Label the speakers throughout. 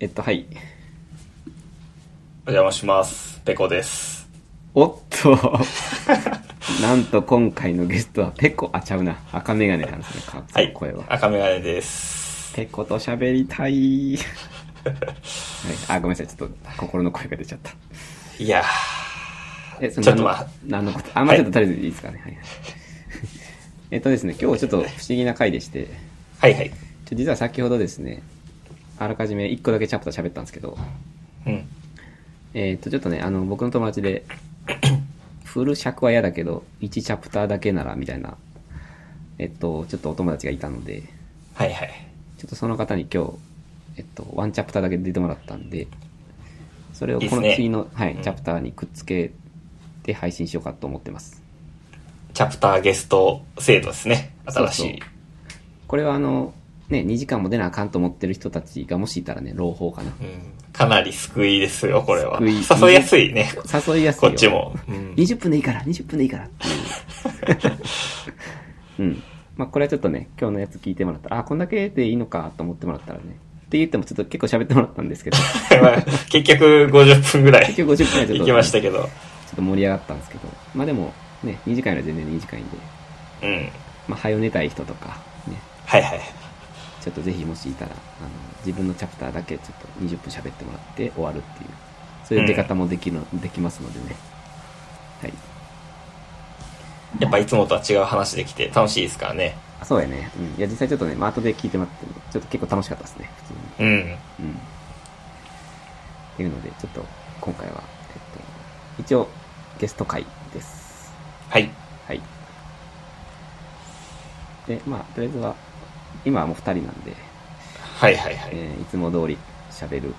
Speaker 1: えっと、はい。
Speaker 2: お邪魔します。ペコです。
Speaker 1: おっと なんと今回のゲストはペコ、あ、ちゃうな。赤メガネなんですね、か
Speaker 2: はい。
Speaker 1: 声は。
Speaker 2: 赤メガネです。
Speaker 1: ペコと喋りたい、はい。あ、ごめんなさい。ちょっと心の声が出ちゃった。
Speaker 2: いや
Speaker 1: え、そ
Speaker 2: ちょ
Speaker 1: 何
Speaker 2: っと
Speaker 1: の
Speaker 2: まあ
Speaker 1: 何のことあ、まあ、
Speaker 2: はい
Speaker 1: ちょっととりあえずいいですかね。はいはい。 えっとですね、今日ちょっと不思議な回でして、
Speaker 2: ーはいはい。
Speaker 1: ちょ実は先ほどですね、あらかじめ1個だけチャプター喋ったんですけど、
Speaker 2: うん。
Speaker 1: えっと、ちょっとね、あの、僕の友達 で、フル尺は嫌だけど、1チャプターだけなら、みたいな、えっと、ちょっとお友達がいたので、
Speaker 2: はいはい。
Speaker 1: ちょっとその方に今日、えっと、ワンチャプターだけ出てもらったんで、それを
Speaker 2: いいっ
Speaker 1: こ
Speaker 2: す
Speaker 1: の
Speaker 2: ね、
Speaker 1: 次の、はいう
Speaker 2: ん
Speaker 1: チャプターにくっつけて配信しようかと思ってます。
Speaker 2: チャプターゲスト制度ですね。新しい。
Speaker 1: そうこれはあの、ね、2時間も出なあかんと思ってる人たちがもしいたらね、朗報かな。
Speaker 2: うん、かなり救いですよ、これは。
Speaker 1: 救い
Speaker 2: 誘いやすいね。
Speaker 1: 誘いやすい
Speaker 2: こ
Speaker 1: よ。
Speaker 2: っちも。うん
Speaker 1: 20分でいいから、20分でいいからっていう。うん。まあ、これはちょっとね、今日のやつ聞いてもらったら、あ、こんだけでいいのかと思ってもらったらね。って言ってもちょっと結構喋ってもらったんです けど、
Speaker 2: まあ結局50分ぐらい
Speaker 1: 結局50分はちょっと、
Speaker 2: 行きましたけ
Speaker 1: ち
Speaker 2: ど。
Speaker 1: ょっと盛り上がったんですけど、まあでも、ね、2時間よりは全然短いんで、
Speaker 2: うん。
Speaker 1: まあ、早寝たい人とか、ね、
Speaker 2: はいはい。
Speaker 1: ちょっとぜひもしいたら、あの、自分のチャプターだけちょっと20分喋ってもらって終わるっていう、そういう出方もできる、できますのでね。はい。
Speaker 2: やっぱいつもとは違う話できて楽しいですからね。
Speaker 1: あそうやね。うん。いや、実際ちょっとね、まあ、後で聞いてもらっても、ちょっと結構楽しかったですね、普通に。
Speaker 2: うん。
Speaker 1: うん。っていうので、ちょっと、今回は、えっと、一応、ゲスト会です。
Speaker 2: はい。
Speaker 1: はい。で、まあ、とりあえずは、今はもう二人なんで、
Speaker 2: はいはいはい。
Speaker 1: えーいつも通り喋る。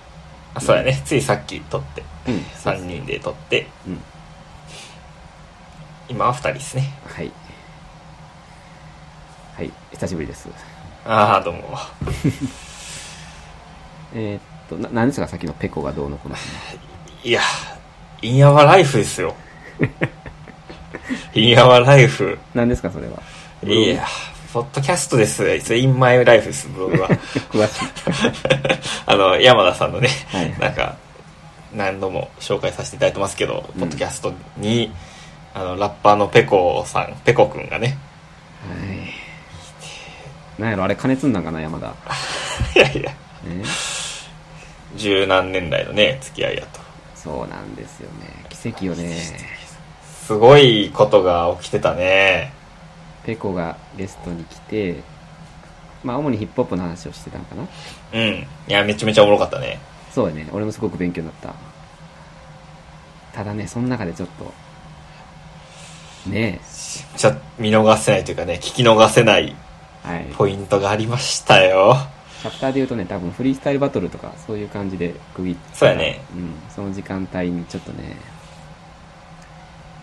Speaker 2: あ、そうやね。ついさっき撮って、
Speaker 1: うん、そう
Speaker 2: 3人で撮って、
Speaker 1: うん。
Speaker 2: 今は2人ですね。
Speaker 1: はい。はい、久しぶりです。
Speaker 2: ああ、どうも。
Speaker 1: えーっと、な、なんですか、さっきのペコがどうのこうの。
Speaker 2: いや、インアワライ フですよ。インアワライフ。
Speaker 1: なんですか、それは。
Speaker 2: いや、ポッドキャストです。It's in my life です、ブ ログは。
Speaker 1: 詳しい。
Speaker 2: あの、山田さんのね、
Speaker 1: はいはい
Speaker 2: なんか、何度も紹介させていただいてますけど、
Speaker 1: うん
Speaker 2: ポッドキャストに、あの、ラッパーのペコさん、ペコくんがね、
Speaker 1: はい。なんやろ、あれ加熱んなんかな、山田。
Speaker 2: いやいや、
Speaker 1: え
Speaker 2: 十何年来のね、付き合いやと。
Speaker 1: そうなんですよね。奇跡よね。
Speaker 2: すごいことが起きてたね。
Speaker 1: ペコがゲストに来て、まあ、主にヒップホップの話をしてたんかな。
Speaker 2: うん。いや、めちゃめちゃおもろかったね。
Speaker 1: そうやね。俺もすごく勉強になった。ただね、その中でちょっと、ね
Speaker 2: じゃ見逃せないというかね、聞き逃せない
Speaker 1: え、はい。
Speaker 2: ポイントがありましたよ。
Speaker 1: チャプターで言うとね、多分フリースタイルバトルとか、そういう感じで区切って。
Speaker 2: そうやね。
Speaker 1: うん。その時間帯にちょっとね、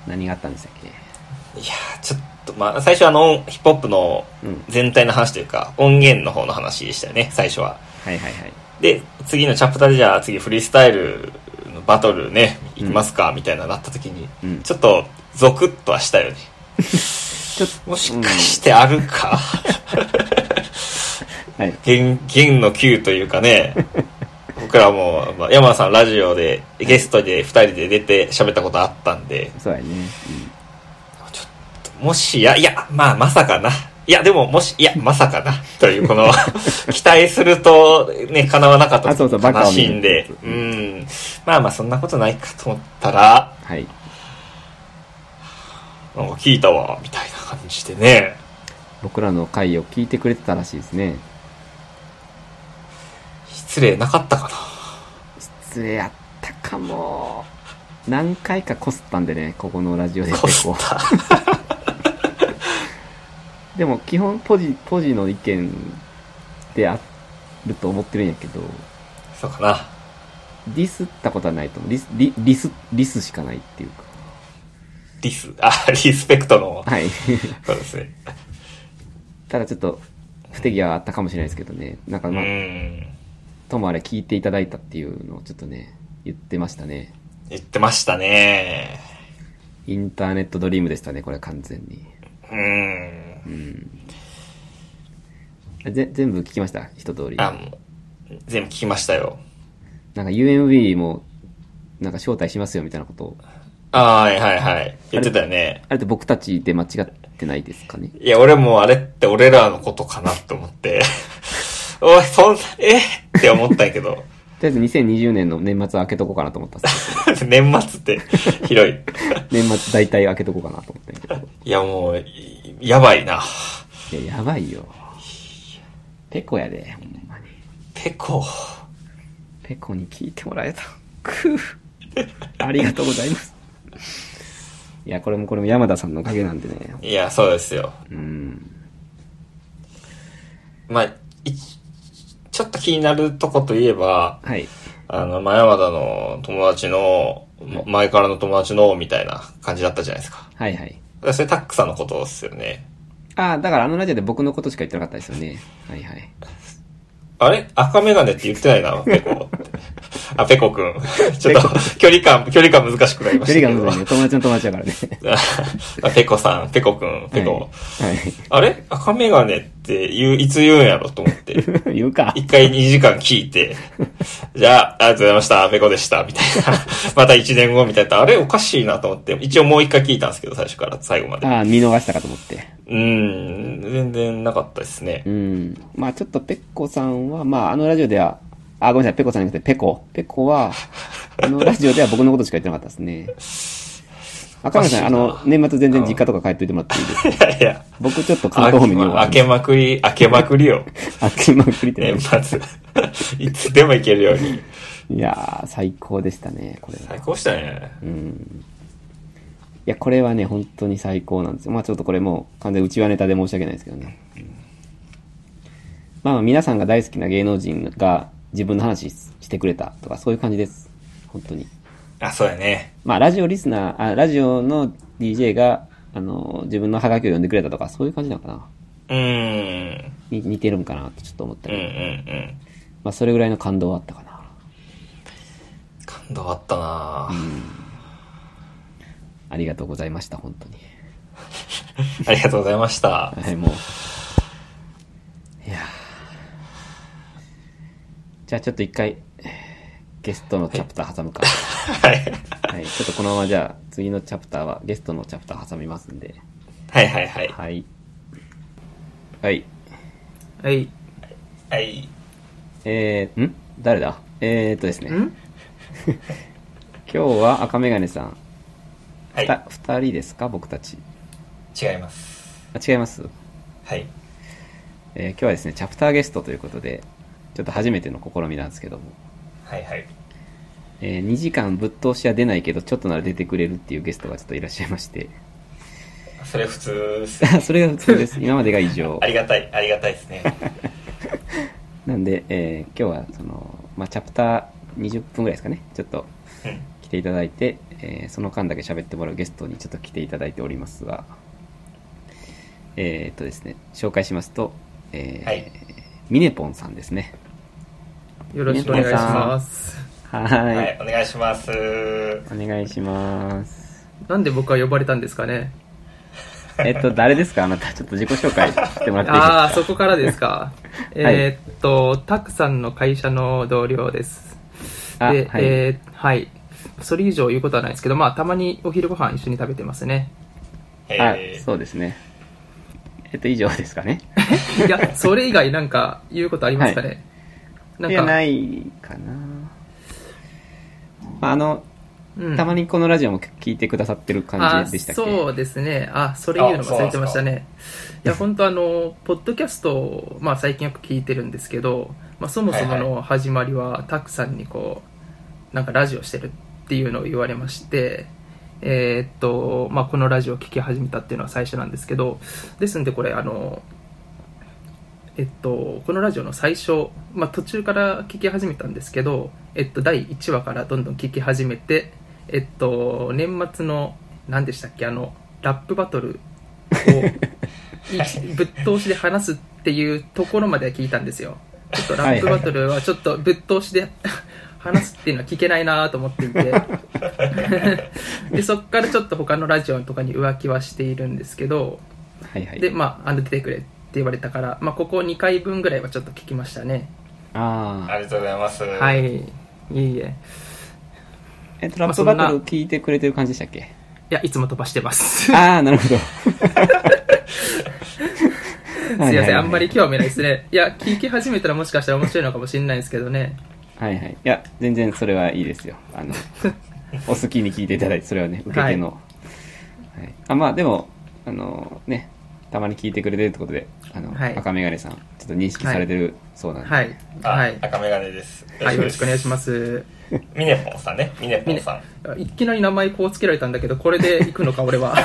Speaker 1: 何があったんでしたっ
Speaker 2: いやーちょっと、まあ、最初あの、ヒップホップの
Speaker 1: けうん。
Speaker 2: 全体の話というか、音源の方の話でしたよね、最初は。
Speaker 1: はいはいはい。
Speaker 2: で、次のチャプターでじゃあ、次フリースタイルのバトルね、行きますか、みたいななった時に、
Speaker 1: うん。
Speaker 2: ちょっと、ゾクッとはしたよね。
Speaker 1: ちょっ
Speaker 2: もしかしてあるか、
Speaker 1: と、はい。
Speaker 2: 弦、弦の9というかね、僕らも、まあ、山田さんラジオで、ゲストで2人で出て喋ったことあったんで、
Speaker 1: そうやね。うん。
Speaker 2: ちょっと、もしや、いや、まあ、まさかな。いや、でも、もし、いや、まさかな。という、この、期待すると、ね、叶わなかった
Speaker 1: あそうそうバカ
Speaker 2: 悲
Speaker 1: を見
Speaker 2: し
Speaker 1: る
Speaker 2: いんで、
Speaker 1: う
Speaker 2: うん。まあまあ、そんなことないかと思ったら、
Speaker 1: はい。
Speaker 2: なんか聞いたわ、みたいな感じでね。
Speaker 1: 僕らの回を聞いてくれてたらしいですね。
Speaker 2: 失礼なかったか
Speaker 1: 失礼やったかも。何回かこすったんでね、ここのラジオで
Speaker 2: な。
Speaker 1: 結
Speaker 2: こすっ
Speaker 1: 構。
Speaker 2: た。
Speaker 1: でも基本ポジ、ポジの意見であると思ってるんやけど、
Speaker 2: そうかな。
Speaker 1: ディスったことはないと思う。リス、リリス、リスしかないっていうか。
Speaker 2: リス、あ、リスペクトの、
Speaker 1: はい。
Speaker 2: そうですね。
Speaker 1: ただちょっと、不手際はあったかもしれないですけどね。なんか
Speaker 2: う
Speaker 1: まあ、
Speaker 2: ん。
Speaker 1: ともあれ聞いていただいたっていうのをちょっとね、言ってましたね。
Speaker 2: 言ってましたね。
Speaker 1: インターネットドリームでしたね、これは完全に。
Speaker 2: うん。
Speaker 1: ぜ全部聞きました一通り。
Speaker 2: あ、もう、全部聞きましたよ。
Speaker 1: なんか UMB も、なんか招待しますよみたいなことを。
Speaker 2: あーはいはいはい。言ってたよね。
Speaker 1: あれって僕たちで間違ってないですかね。
Speaker 2: いや、俺もあれって俺らのことかなって思って。 おい、そんな、えって思ったんやけど。
Speaker 1: とりあえず2020年の年末は開けとこうかなと思ったんです
Speaker 2: 年末って広
Speaker 1: け
Speaker 2: い。
Speaker 1: ど年末大体開けとこうかなと思ったんやけど。
Speaker 2: いや、もう、いやばいな。
Speaker 1: いや、やばいよ。ペコやで、ほんまに。
Speaker 2: ペコ。
Speaker 1: ペコに聞いてもらえた。くぅ。ありがとうございます。いや、これもこれも山田さんのおかげなんでね。
Speaker 2: いや、そうですよ。
Speaker 1: うん。
Speaker 2: まあ、いちょっと気になるとこといえば、
Speaker 1: はい。
Speaker 2: あの、前山田の友達の、ま前からの友達の、みたいな感じだったじゃないですか。
Speaker 1: はいはい。
Speaker 2: それタックさんのことですよね。
Speaker 1: ああ、だからあのラジオで僕のことしか言ってなかったですよね。はいはい。
Speaker 2: あれ赤メガネって言ってないな、ペコって。あ、ペコくん。 ちょっと、距離感、距離感難しくなりまし
Speaker 1: 距
Speaker 2: たけ
Speaker 1: 離
Speaker 2: ど。
Speaker 1: が難しいね。友達の友達だからね。
Speaker 2: あペコさん、ペコくん、ペコ。
Speaker 1: はい。
Speaker 2: あれ赤メガネって言う、いつ言うんやろと思って。
Speaker 1: はい。言うか。
Speaker 2: 一回2時間聞いて、じゃあ、ありがとうございました、ペコでした、みたいな。 また1年後みたいな。あれおかしいなと思って、一応もう一回聞いたんですけど、最初から最後まで。
Speaker 1: ああ、見逃したかと思って。
Speaker 2: うん、全然なかったですね
Speaker 1: う。ん。まあちょっとペッコさんは、まああのラジオでは、あ、ごめんなさい、ペコさんじゃなくてペコ。ペコは、あのラジオでは僕のことしか言ってなかったですね。赤嶺さん、あの、年末全然実家とか帰っといてもらっていいですか
Speaker 2: いやいや。
Speaker 1: 僕ちょっと関
Speaker 2: あ
Speaker 1: 東方面に用があ
Speaker 2: 開
Speaker 1: るんで
Speaker 2: けまくり、開けまくりよ。
Speaker 1: 開けまくりって
Speaker 2: 年
Speaker 1: ね。
Speaker 2: 末。いつでも行けるように。
Speaker 1: いやー、最高でしたね、これは。
Speaker 2: 最高したね。
Speaker 1: いや、これはね、本当に最高なんですよ。まあちょっとこれもう完全うちわネタで申し訳ないですけどね。まあまあ皆さんが大好きな芸能人が自分の話ししてくれたとか、そういう感じです。本当に。
Speaker 2: あ、そうやね。
Speaker 1: まあラジオリスナー、あラジオの DJ が、あの、自分のハガキを読んでくれたとか、そういう感じなのかな。
Speaker 2: うん。うん
Speaker 1: に似てるんかなってちょっと思った
Speaker 2: うんう
Speaker 1: り。
Speaker 2: ん。
Speaker 1: まあそれぐらいの感動はあったかな。
Speaker 2: 感動あったな、
Speaker 1: ありがとうございました、本当に。
Speaker 2: ありがとうございました。
Speaker 1: はい、もう。いやーじゃあちょっと一回、えーゲストのチャプター挟む か。
Speaker 2: はい。
Speaker 1: はい、ちょっとこのままじゃあ、次のチャプターは、ゲストのチャプター挟みますんで。
Speaker 2: はいはいはい。
Speaker 1: はい。はい。
Speaker 3: はい。
Speaker 2: はい。
Speaker 1: えー、ん誰だえーっとですね。 今
Speaker 3: ん
Speaker 1: 日は赤メガネさん、
Speaker 2: は
Speaker 1: ふた二人ですか僕たち。
Speaker 2: い。違います。
Speaker 1: あ、違います。
Speaker 2: はい。
Speaker 1: えー今日はですね、チャプターゲストということで、ちょっと初めての試みなんですけども。
Speaker 2: はいはい。
Speaker 1: え2時間ぶっ通しは出ないけど、ちょっとなら出てくれるっていうゲストがちょっといらっしゃいまして。
Speaker 2: それ普通 っすね
Speaker 1: それが普通です。今までが以上
Speaker 2: あ。りがたい、ありがたいですね。
Speaker 1: なんで、えー今日は、その、まあ、チャプター20分ぐらいですかね。ちょっと
Speaker 2: うん
Speaker 1: 来ていただいて、えーその間だけ喋ってもらうゲストにちょっと来ていただいておりますが、えーっとですね、紹介しますと、えー
Speaker 2: はい
Speaker 1: ミネポンさんですね。
Speaker 3: よろしくお願いします。
Speaker 1: は
Speaker 2: は
Speaker 1: ーい
Speaker 2: い、お願いします。は
Speaker 1: お願いします。
Speaker 3: なんで僕は呼ばれたんですかね
Speaker 1: えっと、誰ですかあなた、ちょっと自己紹介してもらっていいですか
Speaker 3: ああ、そこからです か。えーっと、たくさんの会社の同僚です。
Speaker 1: あ
Speaker 3: で、
Speaker 1: はい
Speaker 3: えーはい。それ以上言うことはないですけど、まあ、たまにお昼ご飯一緒に食べてま すね。
Speaker 1: あ
Speaker 2: い、
Speaker 1: そうですね。えっと、以上ですかね。
Speaker 3: いや、それ以外なんか言うことありますかね、
Speaker 1: いや、
Speaker 3: なんか、
Speaker 1: ないかな。まああの、
Speaker 3: うん
Speaker 1: たまにこのラジオも聞いてくださってる感じでしたっけ
Speaker 3: あそうですねあそれ言うの忘れてましたねいや本当あのポッドキャストを、まあ、最近よく聞いてるんですけど、まあ、そもそも
Speaker 2: はい
Speaker 3: の始まりはたくさんにこうなんかラジオしてるっていうのを言われましてえーっと、まあ、このラジオを聞き始めたっていうのは最初なんですけどですんでこれあのえっと、このラジオの最初、まあ、途中から聞き始めたんですけど、えっと、第1話からどんどん聞き始めて、えっと、年末の何でしたっけあのラップバトル をいぶっ通しで話すっていうところまでは聞いたんですよちょっとラップバトルはちょっとぶっ通しで話すっていうのは聞けないなと思ってい てでそっからちょっと他のラジオとかに浮気はしているんですけど
Speaker 1: はいはい。
Speaker 3: で、まあ、あの出てくれって言われたから、まあ、ここ2回分ぐらいはちょっと聞きましたね。
Speaker 1: あ
Speaker 2: ありがとうございます。
Speaker 3: は。い。いえいえ。
Speaker 1: え、トラップバトル聞いてくれてる感じでしたっ け
Speaker 3: いや、いつも飛ばして ます。
Speaker 1: ああ、なるほど。
Speaker 3: すいません、あんまり興味ないですね。いや、聞き始めたらもしかしたら面白いのかもしれないんですけどね。
Speaker 1: はいはい。いや、全然それはいいですよ。あの、 お好きに聞いていただいて、それはね、受け手の。はいあまあ、でも、あのね、たまに聞いてくれてるってことで、あの、
Speaker 3: はい
Speaker 1: 赤メガネさん、ちょっと認識されてるそうなんで、
Speaker 3: はい。
Speaker 2: あ
Speaker 3: はい。
Speaker 2: 赤メガネです。。
Speaker 3: はい、よろしくお願いしますす。
Speaker 2: ミネポンさんね。ミネポンさん。
Speaker 3: いきなり名前こうつけられたんだけど、これで行くのか、俺は。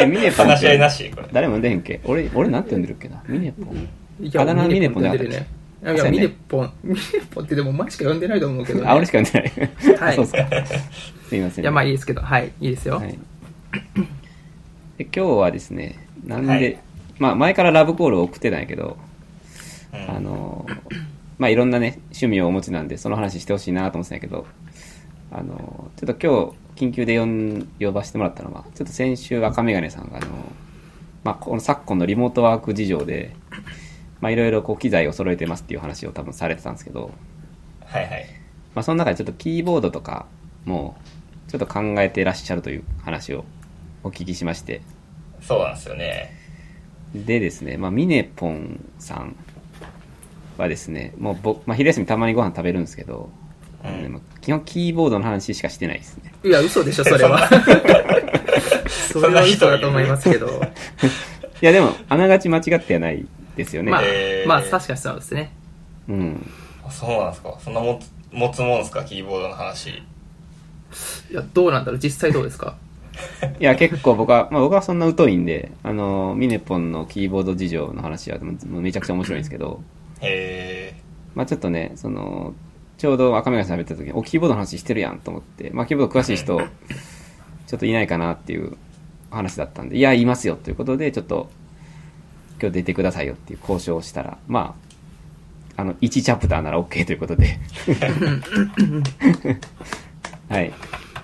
Speaker 1: え、ミネポンっ
Speaker 2: 話し合いな
Speaker 1: て、
Speaker 2: し、これ。
Speaker 1: 誰も出へんっけ俺、俺なんて呼んでるっけなミネポン。
Speaker 3: い
Speaker 1: あだ名ミネポンじゃなか
Speaker 3: 出
Speaker 1: ったっ
Speaker 3: てる
Speaker 1: け
Speaker 3: ね。いや、ミネポン、ミネポンってでも前しか呼んでないと思うけど、ね。
Speaker 1: あ、俺しか呼んでない。
Speaker 3: はい
Speaker 1: そうっすか。すいません、
Speaker 3: いや、まあいいですけど、はい、いいですよ。
Speaker 1: はい、で今日はですねなんで、
Speaker 2: はい
Speaker 1: まあ前からラブコールを送ってたんやけど、
Speaker 2: うん
Speaker 1: あのまあいろんなね趣味をお持ちなんでその話してほしいなと思ってたんやけどあのちょっと今日緊急で呼ん呼ばせてもらったのはちょっと先週赤眼鏡さんがあの、まあ、この昨今のリモートワーク事情でまあいろいろこう機材を揃えてますっていう話を多分されてたんですけど、
Speaker 2: はいはい。
Speaker 1: まあ、その中でちょっとキーボードとかもちょっと考えてらっしゃるという話をお聞きしまして
Speaker 2: そうなんですよね。
Speaker 1: でですね、まあ、ミネポンさんはですねもう僕、まあ、昼休みたまにご飯食べるんですけど、
Speaker 2: う
Speaker 1: で
Speaker 2: ん。
Speaker 1: も基本キーボードの話しかしてないですね
Speaker 3: いや、嘘でしょ、それは。 それは嘘だと思いますけど。
Speaker 1: いやでもあながち間違ってはないですよね、
Speaker 3: まあ
Speaker 2: え、ー
Speaker 3: まあ、確かにそうですね。
Speaker 1: うん
Speaker 2: あそうなんですか。そんなもつ持つもんですか、キーボードの話。
Speaker 3: いや、どうなんだろう、実際どうですか。
Speaker 1: いや結構僕は、まあ、僕はそんな疎いんであのミネポンのキーボード事情の話はもうもうめちゃくちゃ面白いんですけど
Speaker 2: へ
Speaker 1: まあちょっとね、その、ちょうど赤目が喋った時に、お、キーボードの話してるやんと思って、まあキーボード詳しい人、ちょっといないかなっていう話だったんで、いや、いますよということで、ちょっと、今日出てくださいよっていう交渉をしたら、まあ、あの、1チャプターなら OK ということ で。はい。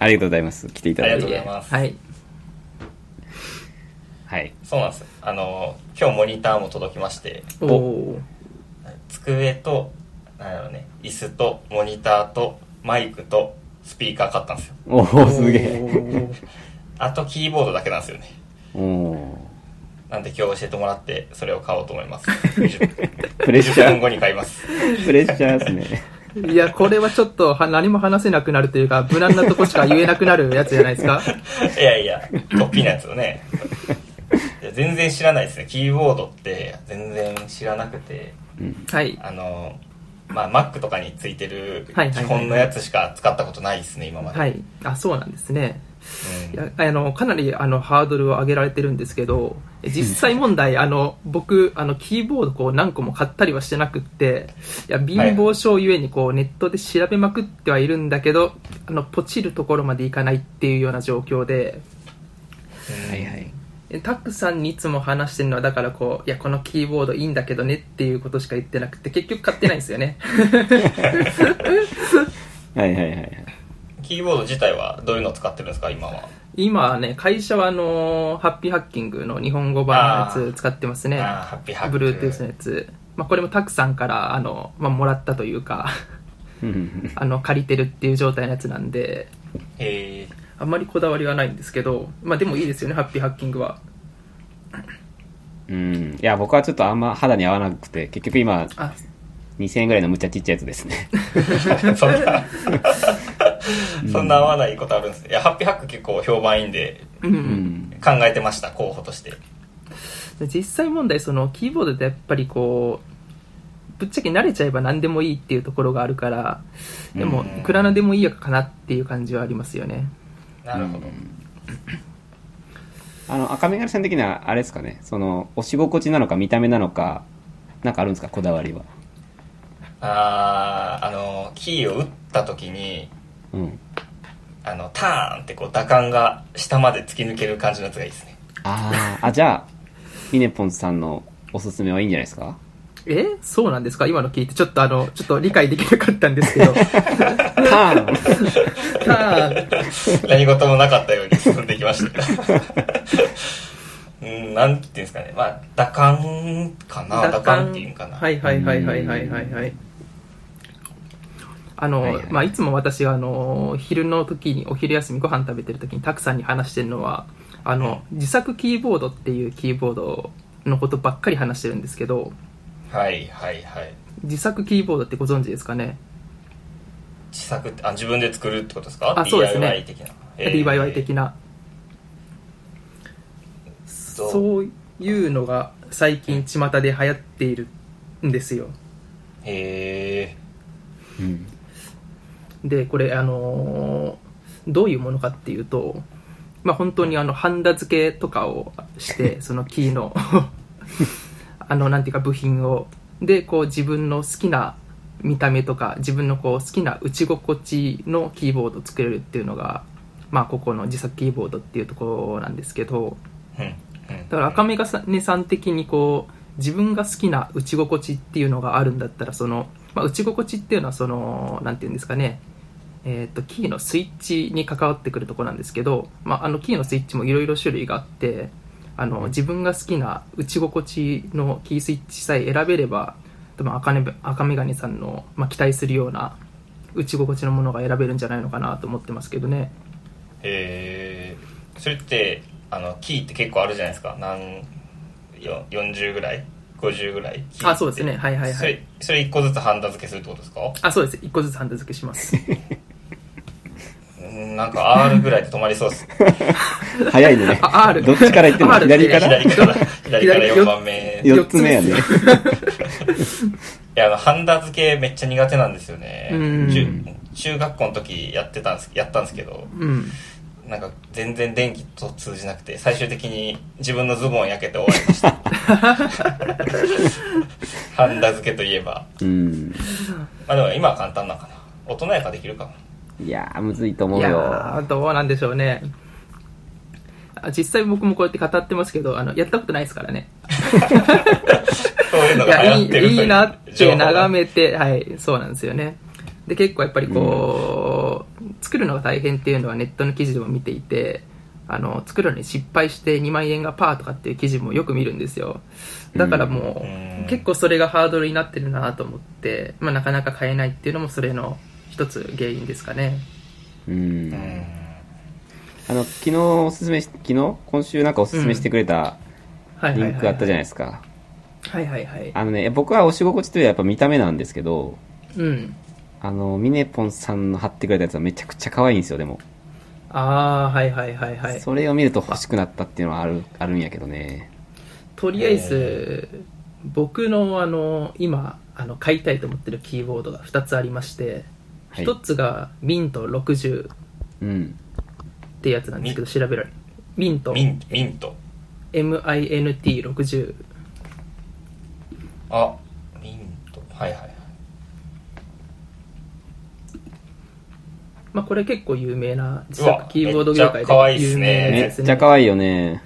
Speaker 1: ありがとうございます。来ていただ
Speaker 2: あ
Speaker 1: い
Speaker 2: りがとうご
Speaker 1: て。
Speaker 2: ざいます
Speaker 3: はい。
Speaker 1: はい。
Speaker 2: ー。そうなんです。あの、今日モニターも届きまして、
Speaker 3: おお
Speaker 2: 机と、なんだろうね、椅子と、モニターと、マイクと、スピーカー買ったんですよ。
Speaker 1: お
Speaker 3: ー。
Speaker 1: おすげえ。
Speaker 3: え。
Speaker 2: あとキーボードだけなんですよね。
Speaker 1: おお
Speaker 2: なんで今日教えてもらって、それを買おうと思 います。20
Speaker 1: ープレッシャ
Speaker 2: 分後に買います。
Speaker 1: ー、プレッシャーです ね。
Speaker 3: いや、これはちょっとは何も話せなくなるというか、無難なとこしか言えなくなるやつじゃないで すか。
Speaker 2: いやいや、トッピーなやつをね。いや全然知らないですね。キーボードって全然知らなくて、
Speaker 1: うん。
Speaker 3: はい。
Speaker 2: あの、まあ、Mac とかについてる
Speaker 3: はいはいはい
Speaker 2: 基本のやつしか使ったことないですね、今まで。
Speaker 3: はい。あ、そうなんですね。
Speaker 2: うん
Speaker 3: いやあのかなりあのハードルを上げられてるんですけど実際 問題あの僕あのキーボードこう何個も買ったりはしてなくっていや貧乏症ゆえにこうネットで調べまくってはいるんだけどあのポチるところまでいかないっていうような状況で
Speaker 1: はいはい。
Speaker 3: えタックさんにいつも話してるのはだからこういやこのキーボードいいんだけどねっていうことしか言ってなくて結局買ってないんです よね
Speaker 1: はいはいはいはい。
Speaker 2: キーボード自体はどういうのを使ってるんですか、今は。
Speaker 3: 今はね会社はあのハッピーハッキングの日本語版のやつ使ってますね
Speaker 2: あーハッピーハック。
Speaker 3: ブルートゥースのやつ、まあ、これもたくさんからあの、まあ、もらったというか
Speaker 1: うんうんうん
Speaker 3: あの借りてるっていう状態のやつなんで
Speaker 2: え
Speaker 3: あんまりこだわりはないんですけど、まあ、でもいいですよねハッピーハッキングは
Speaker 1: うん。いや、僕はちょっとあんま肌に合わなくて、結局今、
Speaker 3: あ
Speaker 1: 2000円ぐらいのむっちゃちっちゃいやつですね。
Speaker 2: ー、 そんな、そんな合わないことあるんですね。いや、ハッピーハック結構評判いいんで、
Speaker 3: うん、
Speaker 1: うん。
Speaker 2: 考えてました、候補として。
Speaker 3: 実際問題そのキーボードってやっぱりこうぶっちゃけ慣れちゃえば何でもいいっていうところがあるからでも
Speaker 2: うん
Speaker 3: いくらなんでもいいやかなっていう感じはありますよね
Speaker 2: なるほど。
Speaker 1: あの、赤メガネさん的には、あれですかね、その、押し心地なのか見た目なのか、なんかあるんですか、こだわりは。
Speaker 2: あー、あの、キーを打った時に、
Speaker 1: うん。
Speaker 2: あの、ターンってこう、打感が下まで突き抜ける感じのやつがいいですね。
Speaker 1: あー、あ、じゃあ、ミネポンさんのおすすめはいいんじゃないですか
Speaker 3: えそうなんですか今の聞いてちょっとあのちょっと理解できなかったんです けど
Speaker 1: ターン
Speaker 3: ただ
Speaker 2: 何事もなかったように進んできました けど。うん、なんていうんですかね。まあ、打感かな。打感っていうんかな。
Speaker 3: はいはいはいはいはいはいはいあの、
Speaker 1: はい
Speaker 3: い
Speaker 1: はい
Speaker 3: まあ、いつも私があの、昼の時に、お昼休みご飯食べてる時に、たくさんに話してるのは、あの、自作キーボードっていうキーボードのことばっかり話してるんですけど、
Speaker 2: はいはいはい。
Speaker 3: 自作キーボードってご存知ですかね、
Speaker 2: 自作って、あ、自分で作るってことですか
Speaker 3: あそうですね
Speaker 2: DIY 的な。えー
Speaker 3: DIY 的な。
Speaker 2: どう
Speaker 3: そういうのが最近巷で流行っているんですよ。
Speaker 2: へ
Speaker 1: うん。
Speaker 3: でこれあのーどういうものかっていうと、まあ、本当にあのハンダ付けとかをしてそのキーの あのなんていうか部品をでこう自分の好きな見た目とか自分のこう好きな打ち心地のキーボードを作れるっていうのが、まあ、ここの自作キーボードっていうところなんですけど
Speaker 2: え。うん。うん
Speaker 3: だから赤目がさねさん的にこう自分が好きな打ち心地っていうのがあるんだったらその、まあ、打ち心地っていうのはそのなんていうんですかねえー、とキーのスイッチに関わってくるところなんですけど、まあ、あのキーのスイッチもいろいろ種類があってあの自分が好きな打ち心地のキースイッチさえ選べれば多分赤,、ね、赤眼鏡さんの、まあ、期待するような打ち心地のものが選べるんじゃないのかなと思ってますけどね
Speaker 2: えー、それってあのキーって結構あるじゃないですか何よ40ぐらい50ぐらいキーって
Speaker 3: あそうですねはいはい
Speaker 2: そ
Speaker 3: はい
Speaker 2: れそれ1個ずつハンダ付けするってことですか
Speaker 3: あそうです一個ずつハンダ付けします
Speaker 2: うんなんか R ぐらいで止まりそうです
Speaker 1: 早いね。
Speaker 3: あ R
Speaker 1: どっちから行っても
Speaker 3: R
Speaker 1: 左から
Speaker 2: 左 から左から
Speaker 3: 左
Speaker 2: 4番目い
Speaker 1: 4つ目やね。
Speaker 2: やあのハンダ付けめっちゃ苦手なんですよね
Speaker 3: うん
Speaker 2: 中中学校の時やってたんですやったんですけど
Speaker 3: うん
Speaker 2: なんか全然電気と通じなくて最終的に自分のズボン焼けて終わりま したハンダ付けといえば
Speaker 1: うん。
Speaker 2: まあでも今は簡単なのかな。大人やからできるか
Speaker 1: いやー、むずいと思
Speaker 3: いうや
Speaker 1: よ
Speaker 3: ー。どうなんでしょうねあ実際僕もこうやって語ってますけどあのやったことないですからね
Speaker 2: な。そういうの
Speaker 3: い
Speaker 2: が
Speaker 3: や
Speaker 2: 流行
Speaker 3: いい
Speaker 2: ってるという
Speaker 3: いいなって眺
Speaker 2: 情
Speaker 3: めてはいそうなんですよねで結構やっぱりこう、作るのが大変っていうのはネットの記事でも見ていてあの作るのに失敗して2万円がパーとかっていう記事もよく見るんですよだからもう、
Speaker 2: うん
Speaker 3: 結構それがハードルになってるなと思って、まあ、なかなか買えないっていうのもそれの一つ原因ですかね
Speaker 1: う
Speaker 2: 報が
Speaker 1: ん。
Speaker 2: うん
Speaker 1: あの、昨日おすすめし、昨日今週なんかおすすめしてくれた
Speaker 3: はいはい
Speaker 1: リ
Speaker 3: はい、
Speaker 1: ンクあったじゃないですか。
Speaker 3: はいはいはい
Speaker 1: あのね、僕は押し心地というよりはやっぱ見た目なんですけど、
Speaker 3: うん
Speaker 1: あの、ミネポンさんの貼ってくれたやつはめちゃくちゃ可愛いんですよ、でも。
Speaker 3: ああはいはいはいはい
Speaker 1: それを見ると欲しくなったっていうのはある、あるんやけどね。
Speaker 3: とりあえず、僕のあの今あの買いたいと思ってるキーボードが2つありまして、
Speaker 1: はい
Speaker 3: 1つがミント60っ
Speaker 1: うん。
Speaker 3: てやつなんですけど調べられるミント
Speaker 2: ミンミント。
Speaker 3: MINT60
Speaker 2: あ、ミント。はいはいはい。
Speaker 3: まあこれ結構有名な自
Speaker 2: うわ
Speaker 3: 作キーボード業界
Speaker 2: めっちゃ可愛
Speaker 3: で
Speaker 2: いっ
Speaker 3: 有
Speaker 2: すね
Speaker 3: 名な
Speaker 1: め
Speaker 3: やつ
Speaker 1: っちゃ可愛いよね。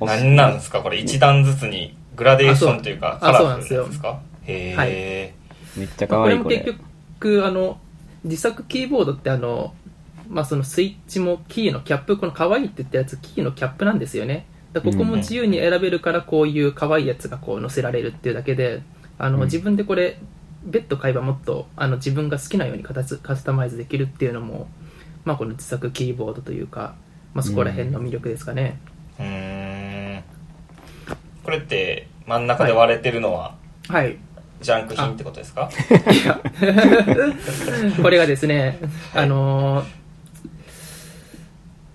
Speaker 1: 欲しい
Speaker 2: 何なんですかこれ一段ずつにグラデーションというかカ
Speaker 3: あそう
Speaker 2: ラフルなやつですか
Speaker 3: なん
Speaker 2: へ
Speaker 1: めっちゃ
Speaker 3: まあ
Speaker 1: 可
Speaker 3: こ
Speaker 1: 愛
Speaker 3: れ
Speaker 1: い、
Speaker 3: も
Speaker 1: こ
Speaker 3: 結
Speaker 1: れ。
Speaker 3: 局あの自作キーボードってあの、まあ、そのスイッチもキーのキャップこの可愛いって言ったやつキーのキャップなんですよねだからここも自由に選べるからこういう可愛いやつがこう載せられるっていうだけであの、
Speaker 1: うん
Speaker 3: 自分でこれ別途買えばもっとあの自分が好きなように形カスタマイズできるっていうのも、まあ、この自作キーボードというか、まあ、そこら辺の魅力ですかね、
Speaker 2: え。うーん。これって真ん中で割れてるのは
Speaker 3: はい
Speaker 2: ジャンク品ってことですか
Speaker 3: いやこれがですね、あのー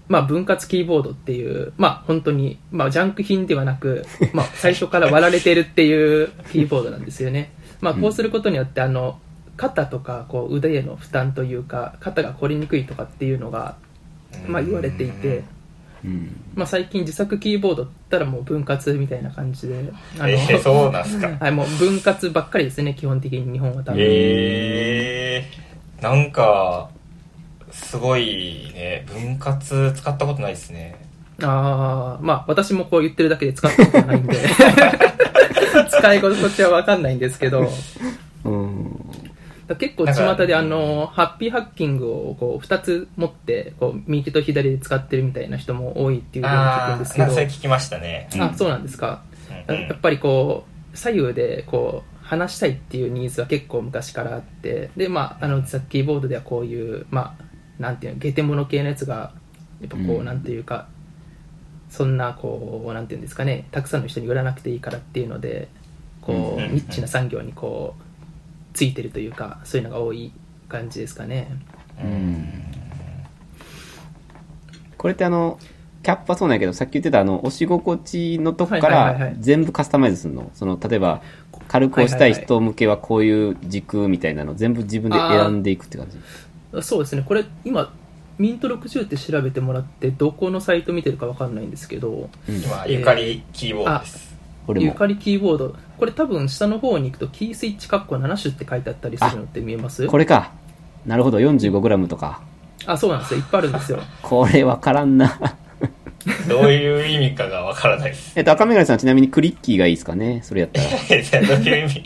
Speaker 3: まあ、分割キーボードっていう、まあ、本当に、まあ、ジャンク品ではなく、 まあ、最初から割られてるっていうキーボードなんですよね。まあ、こうすることによって、あの、肩とか、こう、腕への負担というか、肩が凝りにくいとかっていうのが、まあ、言われていて、
Speaker 1: うん。
Speaker 3: まあ、最近自作キーボードって言ったらもう分割みたいな感じで、あの、
Speaker 2: えー、そうなんですか
Speaker 3: はい、もう分割ばっかりですね、基本的に日本は多分。
Speaker 2: えー、なんか、すごいね、分割使ったことないですね。
Speaker 3: ああ、まあ私もこう言ってるだけで使ったこと ないんで、使い心地はわかんないんですけど、だか
Speaker 1: うん。
Speaker 3: ら結構
Speaker 2: なんか
Speaker 3: 巷であの、ハッピーハッキングをこう2つ持って、こう右と左で使ってるみたいな人も多いっていうふうに聞くん
Speaker 2: あ
Speaker 3: です
Speaker 2: あ、
Speaker 3: け
Speaker 2: なんかそれ
Speaker 3: ど、
Speaker 2: 聞きましたね。
Speaker 3: あ、そうなんですか。
Speaker 2: うんう
Speaker 3: やっ
Speaker 2: ん
Speaker 3: ぱりこう、左右でこう、話したいっていうニーズは結構昔からあって、で、まあ、あの、ザッキーボードではこういう、まあ、なんていうの、ゲテモノ系のやつが、やっぱこう、
Speaker 1: うん
Speaker 3: なんていうか、そんな、こう、なんていうんですかね、たくさんの人に売らなくていいからっていうので、こう、
Speaker 2: うん
Speaker 3: ニッチな産業にこう、ついてるというか、そういうのが多い感じですかね。
Speaker 1: これってあの、キャップはそうなんやけど、さっき言ってたあの、押し心地のとこか
Speaker 3: はいはいはい
Speaker 1: ら
Speaker 3: はい
Speaker 1: 全部カスタマイズするの。その、例えば、軽く押したい人向けはこういう軸みたいなの、全部自分で選んでいくって感じ。
Speaker 3: そうですね、これ、今、ミント60って調べてもらって、どこのサイト見てるかわかんないんですけど、
Speaker 1: うん
Speaker 2: 今、ゆかりキーボードです。
Speaker 1: 俺
Speaker 3: ゆ
Speaker 1: も。
Speaker 3: かりキーボードこれ多分下の方に行くとキースイッチカッコ7種って書いてあったりするのって見えます
Speaker 1: これか。なるほど、45g とか。
Speaker 3: あそうなんですよいっぱいあるんですよ
Speaker 1: これわからんな。
Speaker 2: どういう意味かがわからないです。
Speaker 1: えっと、赤目がさんはちなみにクリッキーがいいですかねそれやった ら。
Speaker 2: どういう意味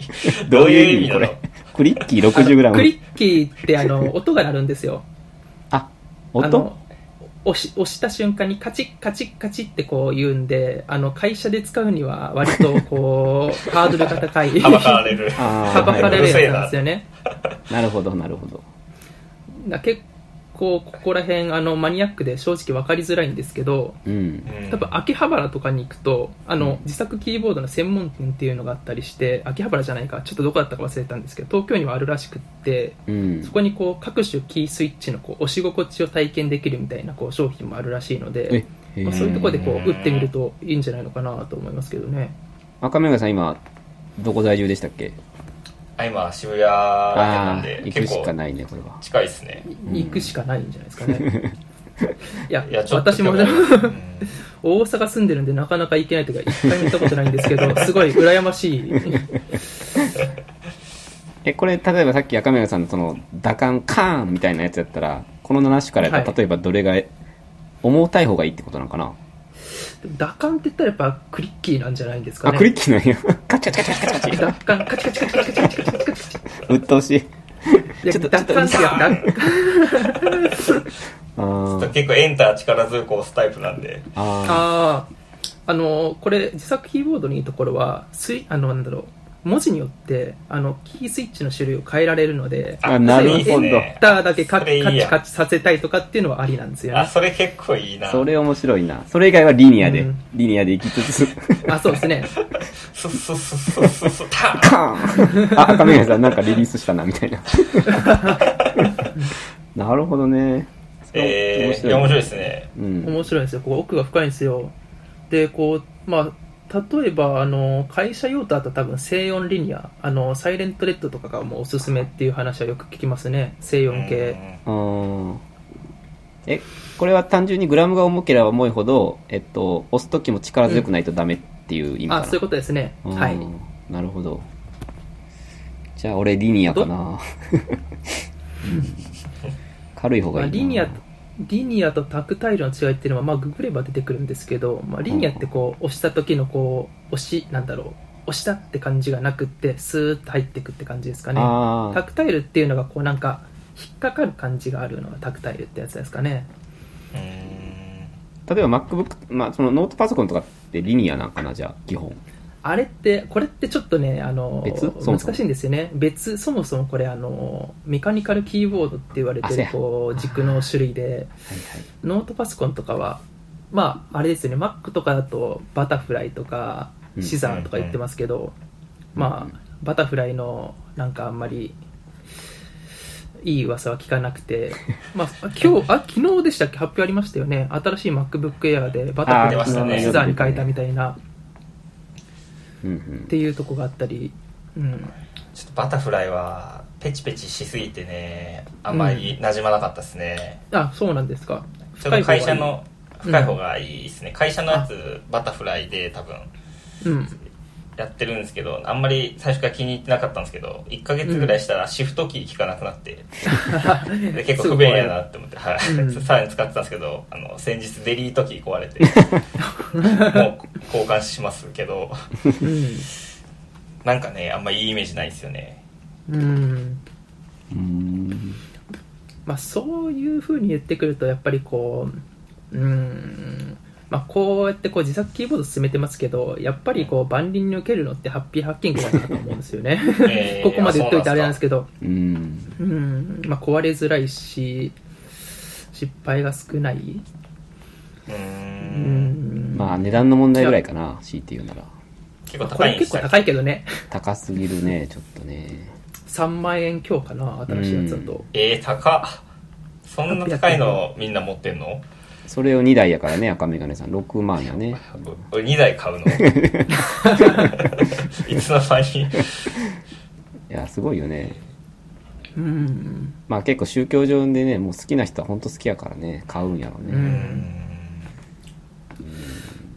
Speaker 2: どういう意味な
Speaker 1: こ
Speaker 2: の
Speaker 1: れ。 クリッキー
Speaker 3: あのクリ
Speaker 1: 60g。
Speaker 3: ッキーってあの音が鳴るんですよ
Speaker 1: あ、
Speaker 3: あ
Speaker 1: 音
Speaker 3: の押し押した瞬間にカチッカチッカチッってこう言うんであの会社で使うには割とこうハードルが 高い
Speaker 2: はばかられる。
Speaker 1: あー
Speaker 3: はばか
Speaker 2: る
Speaker 3: れるやつなんですよね
Speaker 1: なるほど、なるほど。
Speaker 3: だ結構ここら辺あのマニアックで正直分かりづらいんですけど
Speaker 1: うん。
Speaker 2: うん
Speaker 3: 多分秋葉原とかに行くとあの自作キーボードの専門店っていうのがあったりして秋葉原じゃないかちょっとどこだったか忘れたんですけど東京にはあるらしくって
Speaker 1: うん
Speaker 3: そ。こにこう各種キースイッチのこう押し心地を体験できるみたいなこう商品もあるらしいので、
Speaker 1: え
Speaker 3: まあ、
Speaker 1: へー
Speaker 3: そういうところでこう打ってみるといいんじゃないのかなと思いますけどね
Speaker 1: 赤目がさん今、どこ在住でしたっけ
Speaker 2: あ、今、渋谷なん
Speaker 1: ああ
Speaker 2: で、
Speaker 1: ー、行く
Speaker 2: 結
Speaker 1: し
Speaker 2: 構
Speaker 1: かないね、これは。
Speaker 2: 近いですね。
Speaker 1: ん
Speaker 3: 行くしかないんじゃないですか ねいや
Speaker 2: いや、ちょっと。
Speaker 3: 私も
Speaker 2: で
Speaker 3: で
Speaker 2: もう
Speaker 3: も
Speaker 2: ん
Speaker 3: 大阪住んでるんでなかなか行けないというか一回も行ったことないんですけどすごい羨ま しい
Speaker 1: え、これ、例えばさっき赤目がさんのその、打感カーンみたいなやつやったら、この7種からやったら、
Speaker 3: はい
Speaker 1: 例えばどれが、重たい方がいいってことなのかな
Speaker 3: 打感って言ったらやっぱクリッキーなんじゃないんですか
Speaker 1: あ、
Speaker 3: ね
Speaker 1: クリッキーなんや。 カチャカチャカチャ カチャ。
Speaker 3: 奪還カチカチカチカチカチカチカチカチカチ
Speaker 1: 鬱陶しい。
Speaker 3: いや
Speaker 1: ちょっと
Speaker 3: 奪還ってや奪還
Speaker 1: あー
Speaker 2: 結構エンター力強く押すタイプなんで。
Speaker 1: あ
Speaker 3: あーあのこれ自作キーボードのいいところはスイあのなんだろう文字によってあのキースイッチの種類を変えられるので
Speaker 1: あなるほど
Speaker 2: いいっすね
Speaker 3: スターだけカ
Speaker 2: そ
Speaker 3: カ
Speaker 2: れい
Speaker 3: チ
Speaker 2: いや
Speaker 3: カチさせたいとかっていうのはありなんですよ
Speaker 2: あ、
Speaker 3: ね
Speaker 2: それ結構いい
Speaker 1: ー
Speaker 2: な。
Speaker 1: それ面白いな。それ以外はリニアで
Speaker 3: うん、
Speaker 1: リニアで行きつつ、
Speaker 3: あそうですね
Speaker 2: スッスッスッスッスッターン
Speaker 1: カーンあ、赤目がさんなんかリリースしたな、みたいな。なるほどね。それ
Speaker 2: えー、いや、面白いです
Speaker 1: ね。
Speaker 2: ね。
Speaker 1: うん。
Speaker 3: 面白いんですよここ奥が深いんですよでこうまあ例えばあの会社用途だと多分静音リニアあのサイレントレッドとかがもうおすすめっていう話はよく聞きますね静音系、
Speaker 1: あーえこれは単純にグラムが重ければ重いほど、えっと、押す時も力強くないとダメっていう意味かな、
Speaker 3: あそういうことですね
Speaker 1: あー
Speaker 3: はい
Speaker 1: なるほどじゃあ俺リニアかなうん 軽い方が
Speaker 3: ま
Speaker 1: いい
Speaker 3: あ、
Speaker 1: な
Speaker 3: リニアとリニアとタクタイルの違いっていうのは、まあ、ググれば出てくるんですけど、まあ、リニアってこう押した時のこう押しなんだろう押したって感じがなくってスーッと入ってくって感じですかね
Speaker 1: あ
Speaker 3: タ
Speaker 1: ー
Speaker 3: クタイルっていうのがこうなんか引っかかる感じがあるのがタクタイルってやつですかね
Speaker 2: うんうん
Speaker 1: 例えば MacBook、まあ、そのノートパソコンとかってリニアなんかなじゃあ基本
Speaker 3: あれってこれってちょっとねあの
Speaker 1: 別そもそも
Speaker 3: 難しいんですよね別そもそもこれあのメカニカルキーボードって言われ
Speaker 1: あ
Speaker 3: て
Speaker 1: そう
Speaker 3: る
Speaker 1: や
Speaker 3: こう軸の種類で
Speaker 1: はい
Speaker 3: ノートパソコンとかは、まあ、あれですよね、Mac とかだと、バタフライとか、
Speaker 1: うん
Speaker 3: シザーとか言ってますけど、まあ、バタフライの、なんかあんまり、いい噂は聞かなくて、 まあ、今日、あ、昨日でしたっけ発表ありましたよね。新しい MacBook Air で、バタフ
Speaker 2: あー出ました
Speaker 3: ライ
Speaker 2: ね
Speaker 3: のシザーに変えたみたいな、
Speaker 1: うんう
Speaker 3: っ
Speaker 1: ん、
Speaker 3: ていうとこがあったり、うん。
Speaker 2: ちょっとバタフライは、ペチペチしすぎてね、あんまり馴染まなかったですね。
Speaker 3: あ、そうなんですか。
Speaker 2: ちょっと会社
Speaker 3: 方が
Speaker 2: の、深い方がいいですね。会社のやつ、バタフライで多分、
Speaker 3: いい、うん。
Speaker 2: やってるんですけど、あんまり最初から気に入ってなかったんですけど、1ヶ月ぐらいしたらシフトキー効かなくなって、 で 結構不便やなって思って、はい
Speaker 3: うん
Speaker 2: さらに使ってたんですけど、あの、先日デリートキー壊れ て、もう交換しますけど、
Speaker 3: うん。
Speaker 2: なんかね、あんまいいイメージないですよね。
Speaker 3: うん。
Speaker 1: うーん
Speaker 3: まあ、そういうふうに言ってくるとやっぱりこううーん、まあ、こうやってこう自作キーボード進めてますけど、やっぱりこう万人に受けるのってハッピーハッキングだなと思うんですよね
Speaker 2: えー。
Speaker 3: ここまで言っといてあれなんですけど、
Speaker 1: うん。
Speaker 3: うん、まあ、壊れづらいし、失敗が少ない。
Speaker 2: うー。
Speaker 3: うんん。
Speaker 1: まあ、値段の問題ぐらいかな、強いて言うなら。
Speaker 2: 結構
Speaker 3: こ
Speaker 2: 高い
Speaker 3: れ
Speaker 2: んで
Speaker 3: 結
Speaker 2: す
Speaker 3: 構
Speaker 2: よ。
Speaker 3: 高いけどね。
Speaker 1: 高すぎるね、ちょっとね。
Speaker 3: 3万円強かな、新しいやつだと。
Speaker 2: えー、高っそんな高いのみんな持ってんの
Speaker 1: それを2台やからね、赤メガネさん。6万やね。
Speaker 2: 俺2台 買うのいつの間に
Speaker 1: いや、すごいよね。
Speaker 3: うん。
Speaker 1: まあ結構宗教上でね、もう好きな人は本当好きやからね、買うんやろう
Speaker 3: う
Speaker 1: ね。
Speaker 3: ん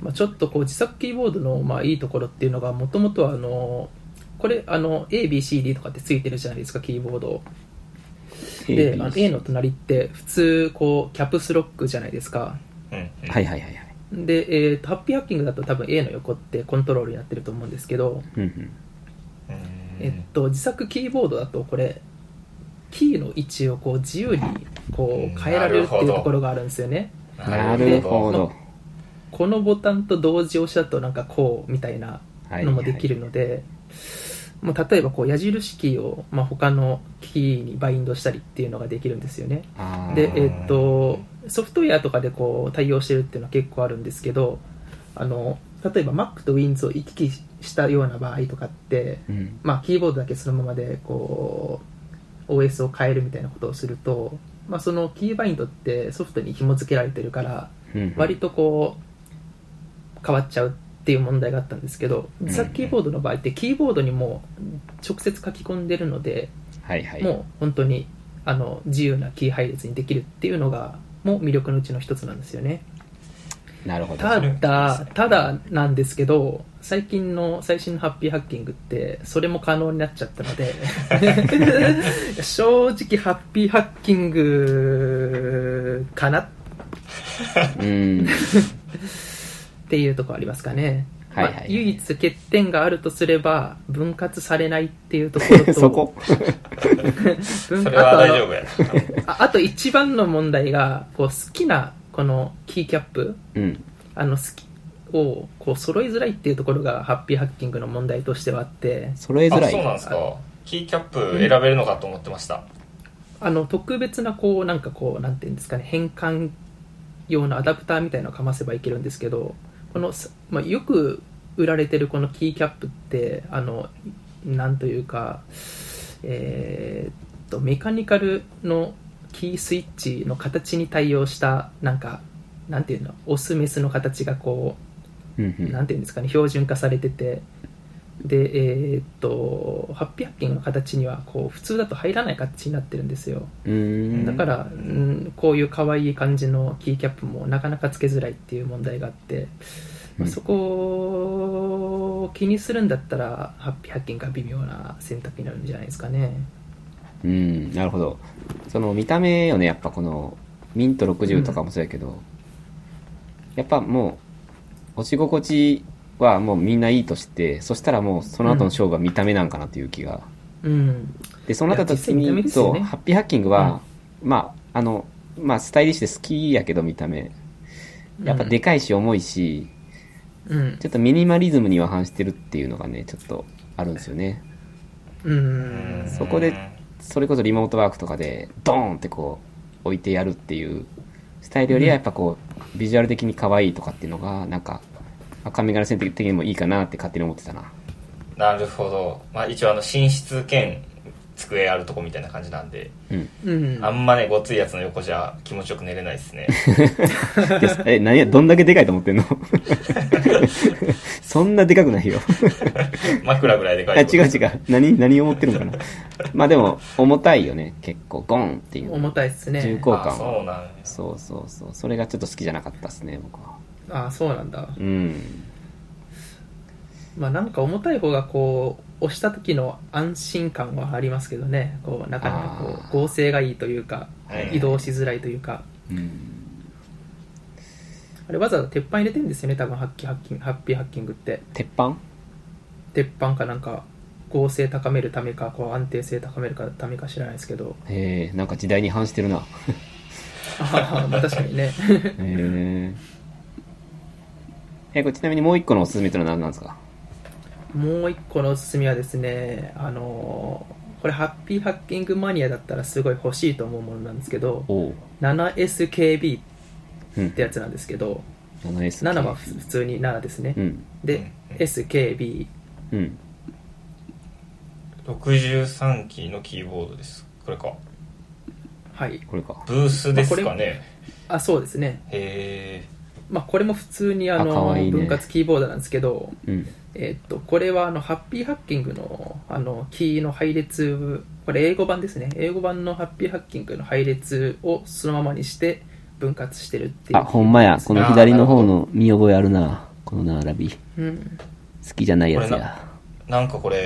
Speaker 3: まあ、ちょっとこう自作キーボードのまあいいところっていうのがもともとはあのこれあの ABCD とかってついてるじゃないですかキーボードで
Speaker 1: A
Speaker 3: あの
Speaker 1: B
Speaker 3: A の隣って普通こうキャプスロックじゃないですか
Speaker 2: うんうん
Speaker 1: はいはいはいはい。
Speaker 3: で、えーとハッピーハッキングだと多分 A の横ってコントロールになってると思うんですけど、
Speaker 1: うんうん。
Speaker 2: うん
Speaker 3: えっと、自作キーボードだとこれキーの位置をこう自由にこう変えられるっていうところがあるんですよね
Speaker 1: なるほど。
Speaker 3: このボタンと同時押しだとなんかこうみたいな
Speaker 1: はい。
Speaker 3: のもでき
Speaker 1: る。
Speaker 3: るので、もう例えばこう矢印キーを、まあ、他のキーにバインドしたりっていうのができるんですよね。
Speaker 1: あー
Speaker 3: で、えっと、ソフトウェアとかでこう対応してるっていうのは結構あるんですけど、あの、例えば Mac と Windows を行き来したような場合とかって、
Speaker 1: うん。
Speaker 3: まあ、キーボードだけそのままでこう OS を変えるみたいなことをすると、まあ、そのキーバインドってソフトに紐付けられてるから、
Speaker 1: うん
Speaker 3: 割とこう変わっちゃうっていう問題があったんですけど
Speaker 1: ん
Speaker 3: 自作キーボードの場合ってキーボードにもう直接書き込んでるので
Speaker 1: はいはい。
Speaker 3: もう本当にあの自由なキー配列にできるっていうのがもう魅力のうちの一つなんですよね
Speaker 1: なるほど。
Speaker 3: ただただなんですけど最近の最新のハッピーハッキングってそれも可能になっちゃったの で正直ハッピーハッキングかなっ
Speaker 1: うん。
Speaker 3: っていうところありますかね、
Speaker 1: はいはいはい
Speaker 3: まあ、唯一欠点があるとすれば分割されないっていうところと
Speaker 1: そこ。
Speaker 3: 分
Speaker 2: それは大
Speaker 3: あと
Speaker 2: 丈
Speaker 3: あ
Speaker 2: 夫
Speaker 3: の
Speaker 2: やな
Speaker 3: ああと一番の問題がこう好きなこのキーキャップ
Speaker 1: うん。
Speaker 3: あの好きをこう揃いづらいっていうところがハッピーハッキングの問題としてはあって
Speaker 1: 揃えづら
Speaker 2: あそうなん
Speaker 1: い。
Speaker 2: ですかキーキャップ選べるのかと思ってました、
Speaker 3: あの特別なこうなんかこうなんていうんですかね変換用のアダプターみたいなのをかませばいけるんですけどこの、すまあ、よく売られてるこのキーキャップってあのなんというかえーっとメカニカルのキースイッチの形に対応したなんかなんていうのオスメスの形がこう
Speaker 1: うんう。
Speaker 3: なんんていうんですかね標準化されててでえーっとハッピーハッキングの形にはこう普通だと入らない形になってるんですよ
Speaker 1: うーん
Speaker 3: だから、うん、こういう可愛い感じのキーキャップもなかなかつけづらいっていう問題があって、まあ
Speaker 1: うん
Speaker 3: そこを気にするんだったらハッピーハッキングが微妙な選択になるんじゃないですかね
Speaker 1: うん、なるほど。その見た目よね、やっぱこの、ミント60とかもそうやけど、やっぱもう、押し心地はもうみんないいとして、そしたらもうその後の勝負は見た目なんかなという気が。
Speaker 3: うん
Speaker 1: で、そうなった時
Speaker 3: いや実際見た目
Speaker 1: に、
Speaker 3: ですよ
Speaker 1: そ
Speaker 3: ね
Speaker 1: う、ハッピーハッキングは、まあ、あの、まあ、スタイリッシュで好きやけど見た目。やっぱでかいし重いし、
Speaker 3: うん
Speaker 1: ちょっとミニマリズムには反してるっていうのがね、ちょっとあるんですよね。
Speaker 3: うん
Speaker 1: そこでそれこそリモートワークとかでドーンってこう置いてやるっていうスタイルよりはやっぱこうビジュアル的に可愛いとかっていうのがなんか赤身柄線的にもいいかなって勝手に思ってたな
Speaker 2: なるほど、まあ、一応あの寝室兼机あるとこみたいな感じなんで、
Speaker 1: うん
Speaker 3: うん
Speaker 2: あんまねごついやつの横じゃ気持ちよく寝れないで すね
Speaker 1: でえ何やどんだけでかいと思ってんの そんなでかくないよ
Speaker 2: 枕ぐらいでか
Speaker 1: あ
Speaker 2: い
Speaker 1: 違う違う何何を思ってるのかなまあでも重たいよね結構ゴンっていう
Speaker 3: 重たいっす
Speaker 1: 重
Speaker 3: ね
Speaker 1: 厚感
Speaker 2: あ
Speaker 1: は
Speaker 2: そうなんや
Speaker 1: そうそうそうそれがちょっと好きじゃなかったですね僕は
Speaker 3: ああそうなんだ
Speaker 1: うん
Speaker 3: まあなんか重たい方がこう押した時の安心感はありますけどねこうなかなかこ
Speaker 1: あー
Speaker 3: う合成がいいというか
Speaker 2: はい
Speaker 3: 移動しづらいというか
Speaker 1: うん
Speaker 3: あれわざわざ鉄板入れてんですよね多分ハッキーハッキングハッピーハッキングって
Speaker 1: 鉄板
Speaker 3: 鉄板かなんか合成高めるためかこう安定性高めるかためか知らないですけど
Speaker 1: えー、なんか時代に反してるな
Speaker 3: ああまあ確かにね
Speaker 1: へええ、これちなみにもう一個のおすすめというのは何なんですか
Speaker 3: もう一個のおすすめはですね、あのーこれ、ハッピーハッキングマニアだったらすごい欲しいと思うものなんですけど、
Speaker 1: おう。
Speaker 3: 7SKB
Speaker 1: うん
Speaker 3: って。やつなんですけど、
Speaker 1: 7S。
Speaker 3: 7は普通に7ですね。
Speaker 1: うん。
Speaker 3: で、SKB。
Speaker 1: うん。
Speaker 2: 63キーのキーボードです。これか。
Speaker 3: はい。
Speaker 1: これか。
Speaker 2: ブースですかね。
Speaker 3: あ、そうですね。
Speaker 2: へ
Speaker 3: まあ、これも普通にあ
Speaker 1: あか
Speaker 3: の
Speaker 1: わいいね
Speaker 3: 分割キーボードなんですけど、
Speaker 1: うん。
Speaker 3: えっと、これはあのハッピーハッキングのあのキーの配列、これ英語版ですね。英語版のハッピーハッキングの配列をそのままにして分割してるっていう。
Speaker 1: あ、ほんまや。この
Speaker 2: あー
Speaker 1: 左の方の見覚えあるな。この並び。好
Speaker 3: うん。
Speaker 1: きじゃないやつ
Speaker 2: これな
Speaker 1: や。
Speaker 2: ー。なんか これ、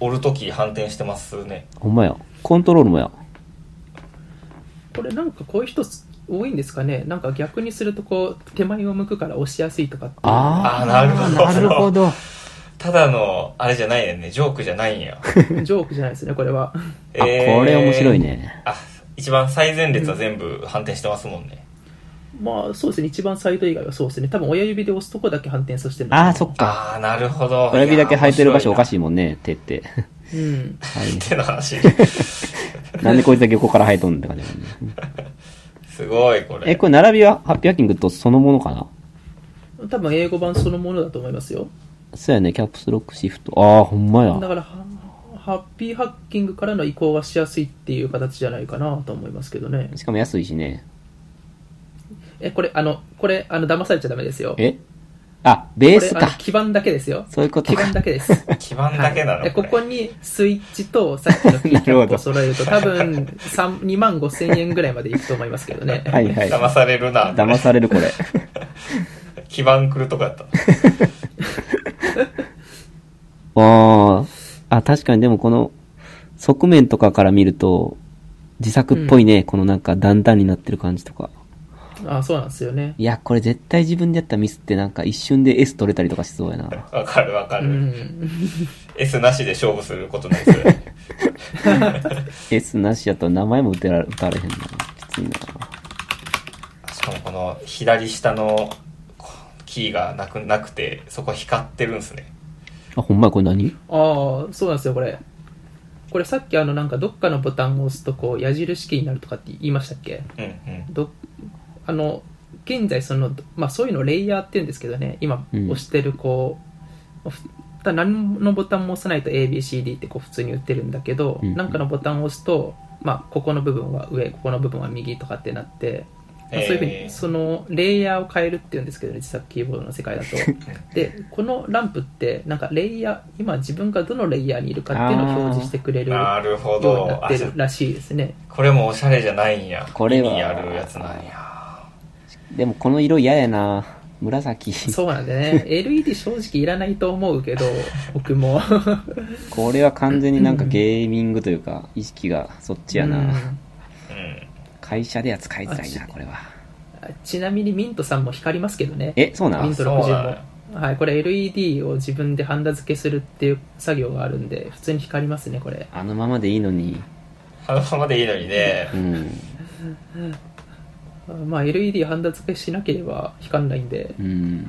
Speaker 2: オルトキー反転してますね。
Speaker 1: ほんまや。コントロールもや。
Speaker 3: これなんかこういう人多いんですかね。なんか逆にするとこう、手前を向くから押しやすいとかっていう。
Speaker 1: あー
Speaker 2: あーなるほど
Speaker 1: なるほど。
Speaker 2: ただの、あれじゃないよね。ジョークじゃないん や。
Speaker 3: ジョークじゃないですね、これは。
Speaker 1: あ、これ面白い。ね。
Speaker 2: あ、一番最前列は全部反転してますもんね。
Speaker 3: まあそうですね、一番サイド以外はそうですね。多分親指で押すとこだけ反転させてるのかな
Speaker 1: あー、そっか。
Speaker 2: ああ、なるほど。
Speaker 1: 親指だけ履いてる場所おか
Speaker 2: い
Speaker 1: しいもんね、手って。
Speaker 3: うん。
Speaker 2: や。手の話。
Speaker 1: なんでこいつだけ横から生えとんって感じだもんね。
Speaker 2: すごい、これ。
Speaker 1: え、これ並びはハッピーハッキングとそのものかな
Speaker 3: 多分英語版そのものだと思いますよ。
Speaker 1: そうやね、キャップスロックシフト。ああ、ほんまや。
Speaker 3: だから、ハハッピーハッキングからの移行がしやすいっていう形じゃないかなと思いますけどね。
Speaker 1: しかも安いしね。
Speaker 3: え、これ、あの、これ、あの、騙されちゃダメですよ。
Speaker 1: えあ、ベー
Speaker 3: これ
Speaker 1: ス
Speaker 3: あの
Speaker 1: か。
Speaker 3: 基盤だけですよ。
Speaker 1: そういうこと
Speaker 3: 基
Speaker 1: か
Speaker 3: 盤。だ けです。
Speaker 2: 基盤だけな
Speaker 3: はい
Speaker 2: の
Speaker 3: でここにスイッチとさっきの キーキャップを揃えると多分3 2万5千円ぐらいまでいくと思いますけどね。
Speaker 1: はいはい。
Speaker 2: 騙されるな。
Speaker 1: 騙されるこ れ。
Speaker 2: 基盤来るとこやった。
Speaker 1: ああ、あ、確かにでもこの側面とかから見ると、自作っぽいね、このなんか段々になってる感じとか。
Speaker 3: あそうなんですよね。
Speaker 1: いや、これ絶対自分でやったミスってなんか一瞬で S 取れたりとかしそうやな。
Speaker 2: わかるわか
Speaker 3: う
Speaker 2: る、
Speaker 3: ん。
Speaker 2: S なしで勝負することないですよね。
Speaker 1: S なしやったら名前も打てら打たれへんな。きついな。
Speaker 2: しかもこの左下のこキーがなくなくて、そこ光ってるんですね。
Speaker 1: あ、ほんまやこれ何
Speaker 3: ああ、そうなんですよ、これ。これさっきあの、なんかどっかのボタンを押すとこう、矢印キーになるとかって言いましたっけ
Speaker 2: うんうん。
Speaker 3: どあの現在その、まあ、そういうのをレイヤーって言うんですけどね今
Speaker 1: うん
Speaker 3: 押してるこう、ふた何のボタンも押さないと ABCD ってこう普通に打ってるんだけど、
Speaker 1: うん
Speaker 3: なんかのボタンを押すと、まあ、ここの部分は上ここの部分は右とかってなって、まあそういうふう
Speaker 2: え
Speaker 3: に
Speaker 2: ー
Speaker 3: そのレイヤーを変えるっていうんですけどね自作キーボードの世界だ とでこのランプってなんかレイヤー今自分がどのレイヤーにいるかっていうのを表示してくれるよ
Speaker 2: な
Speaker 3: う
Speaker 2: るほ
Speaker 3: に
Speaker 2: ど。
Speaker 3: なっ
Speaker 2: あ
Speaker 3: てるらしいですね
Speaker 2: これもおしゃれじゃないんや。
Speaker 1: これは
Speaker 2: 意味あるやつなんや。
Speaker 1: でもこの色嫌やな。紫。
Speaker 3: そうなんでね、LED 正直いらないと思うけ ど、僕も。
Speaker 1: これは完全になんかゲーミングというか、意識がそっちや
Speaker 3: うん
Speaker 1: な。
Speaker 2: うん。
Speaker 1: 会社では使いづらいな、これは。
Speaker 3: ちなみにミントさんも光りますけどね。
Speaker 1: え、そうな
Speaker 3: ミ
Speaker 1: ん
Speaker 3: ント
Speaker 2: そうなん
Speaker 3: 60
Speaker 2: や
Speaker 3: も。はい、これ LED を自分でハンダ付けするっていう作業があるんで、普通に光りますね、これ。
Speaker 1: あのままでいいのに。
Speaker 2: あのままでいいのにね
Speaker 1: う。ん。
Speaker 3: まあ LED ハンダ付けしなければ光らないんで
Speaker 1: う。ん。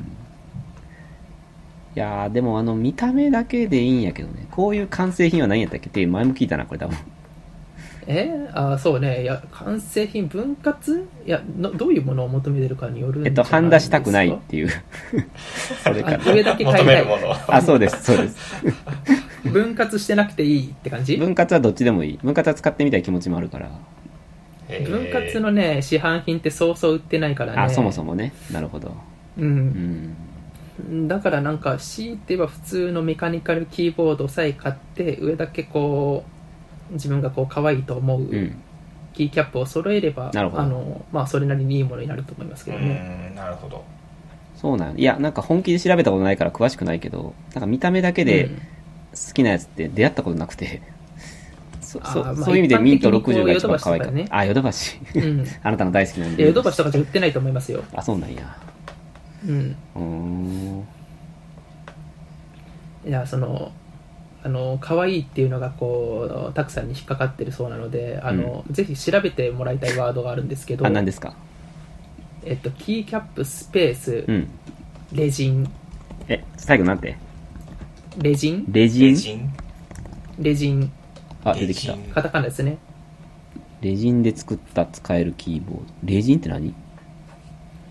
Speaker 1: いやー、でもあの、見た目だけでいいんやけどね。こういう完成品は何やったっけって前も聞いたな、これ多分。
Speaker 3: えあそうね。いや、完成品分割いやの、どういうものを求めてるかによるん
Speaker 1: え
Speaker 3: じ
Speaker 1: っと、
Speaker 3: ゃ
Speaker 1: ハンダしたくないっ
Speaker 3: ですか
Speaker 1: ていう。それから。
Speaker 3: あ上だけ変え
Speaker 2: 求め
Speaker 3: た
Speaker 2: るも
Speaker 3: い。
Speaker 2: の。
Speaker 1: あ、そうです、そうです。
Speaker 3: 分割してなくていいって感じ
Speaker 1: 分割はどっちでもいい。分割は使ってみたい気持ちもあるから。
Speaker 2: へー
Speaker 3: 分割のね、市販品ってそうそう売ってないからね。
Speaker 1: あ、そもそもね。なるほど。
Speaker 3: う、
Speaker 1: うんん。
Speaker 3: だからなんか強いて言えば普通のメカニカルキーボードさえ買って上だけこう自分がこう可愛いと思う
Speaker 1: う。
Speaker 3: うんキーキャップを揃えれば、
Speaker 1: なるほど
Speaker 3: あのまあ、それなりにいいものになると思います
Speaker 2: う
Speaker 3: けどね、
Speaker 2: ん、なるほど。
Speaker 1: そうなんいや、なんか本気で調べたことないから詳しくないけど、なんか見た目だけで
Speaker 3: うん
Speaker 1: 好きなやつって出会ったことなく て。そ
Speaker 3: あー
Speaker 1: そ
Speaker 3: まあ
Speaker 1: そういう意味でミント
Speaker 3: 一般的にこう
Speaker 1: 60が一番可愛か
Speaker 3: ヨドバシと
Speaker 1: っ
Speaker 3: かね
Speaker 1: た。あ、ヨドバシ。
Speaker 3: うん、い
Speaker 1: あなたの大好きな
Speaker 3: やヨドバシとかじゃ売ってないと思いますよ、
Speaker 1: あ、そうなんや。
Speaker 3: うん、
Speaker 1: うーん。
Speaker 3: いやそのあの可愛いっていうのがこうたくさんに引っかかってるそうなのであの、ぜひ調べてもらいたいワードがあるんですけど
Speaker 1: あ、何ですか
Speaker 3: えっと、キーキャップスペース
Speaker 1: うん。
Speaker 3: レジン、
Speaker 1: え、最後なんて
Speaker 3: レジン、
Speaker 1: レジン
Speaker 2: レジン
Speaker 3: レジン、
Speaker 1: あ、出てきた
Speaker 2: レ。ジン
Speaker 3: カタカナですね。
Speaker 1: レジンで作った使えるキーボード。レジンって何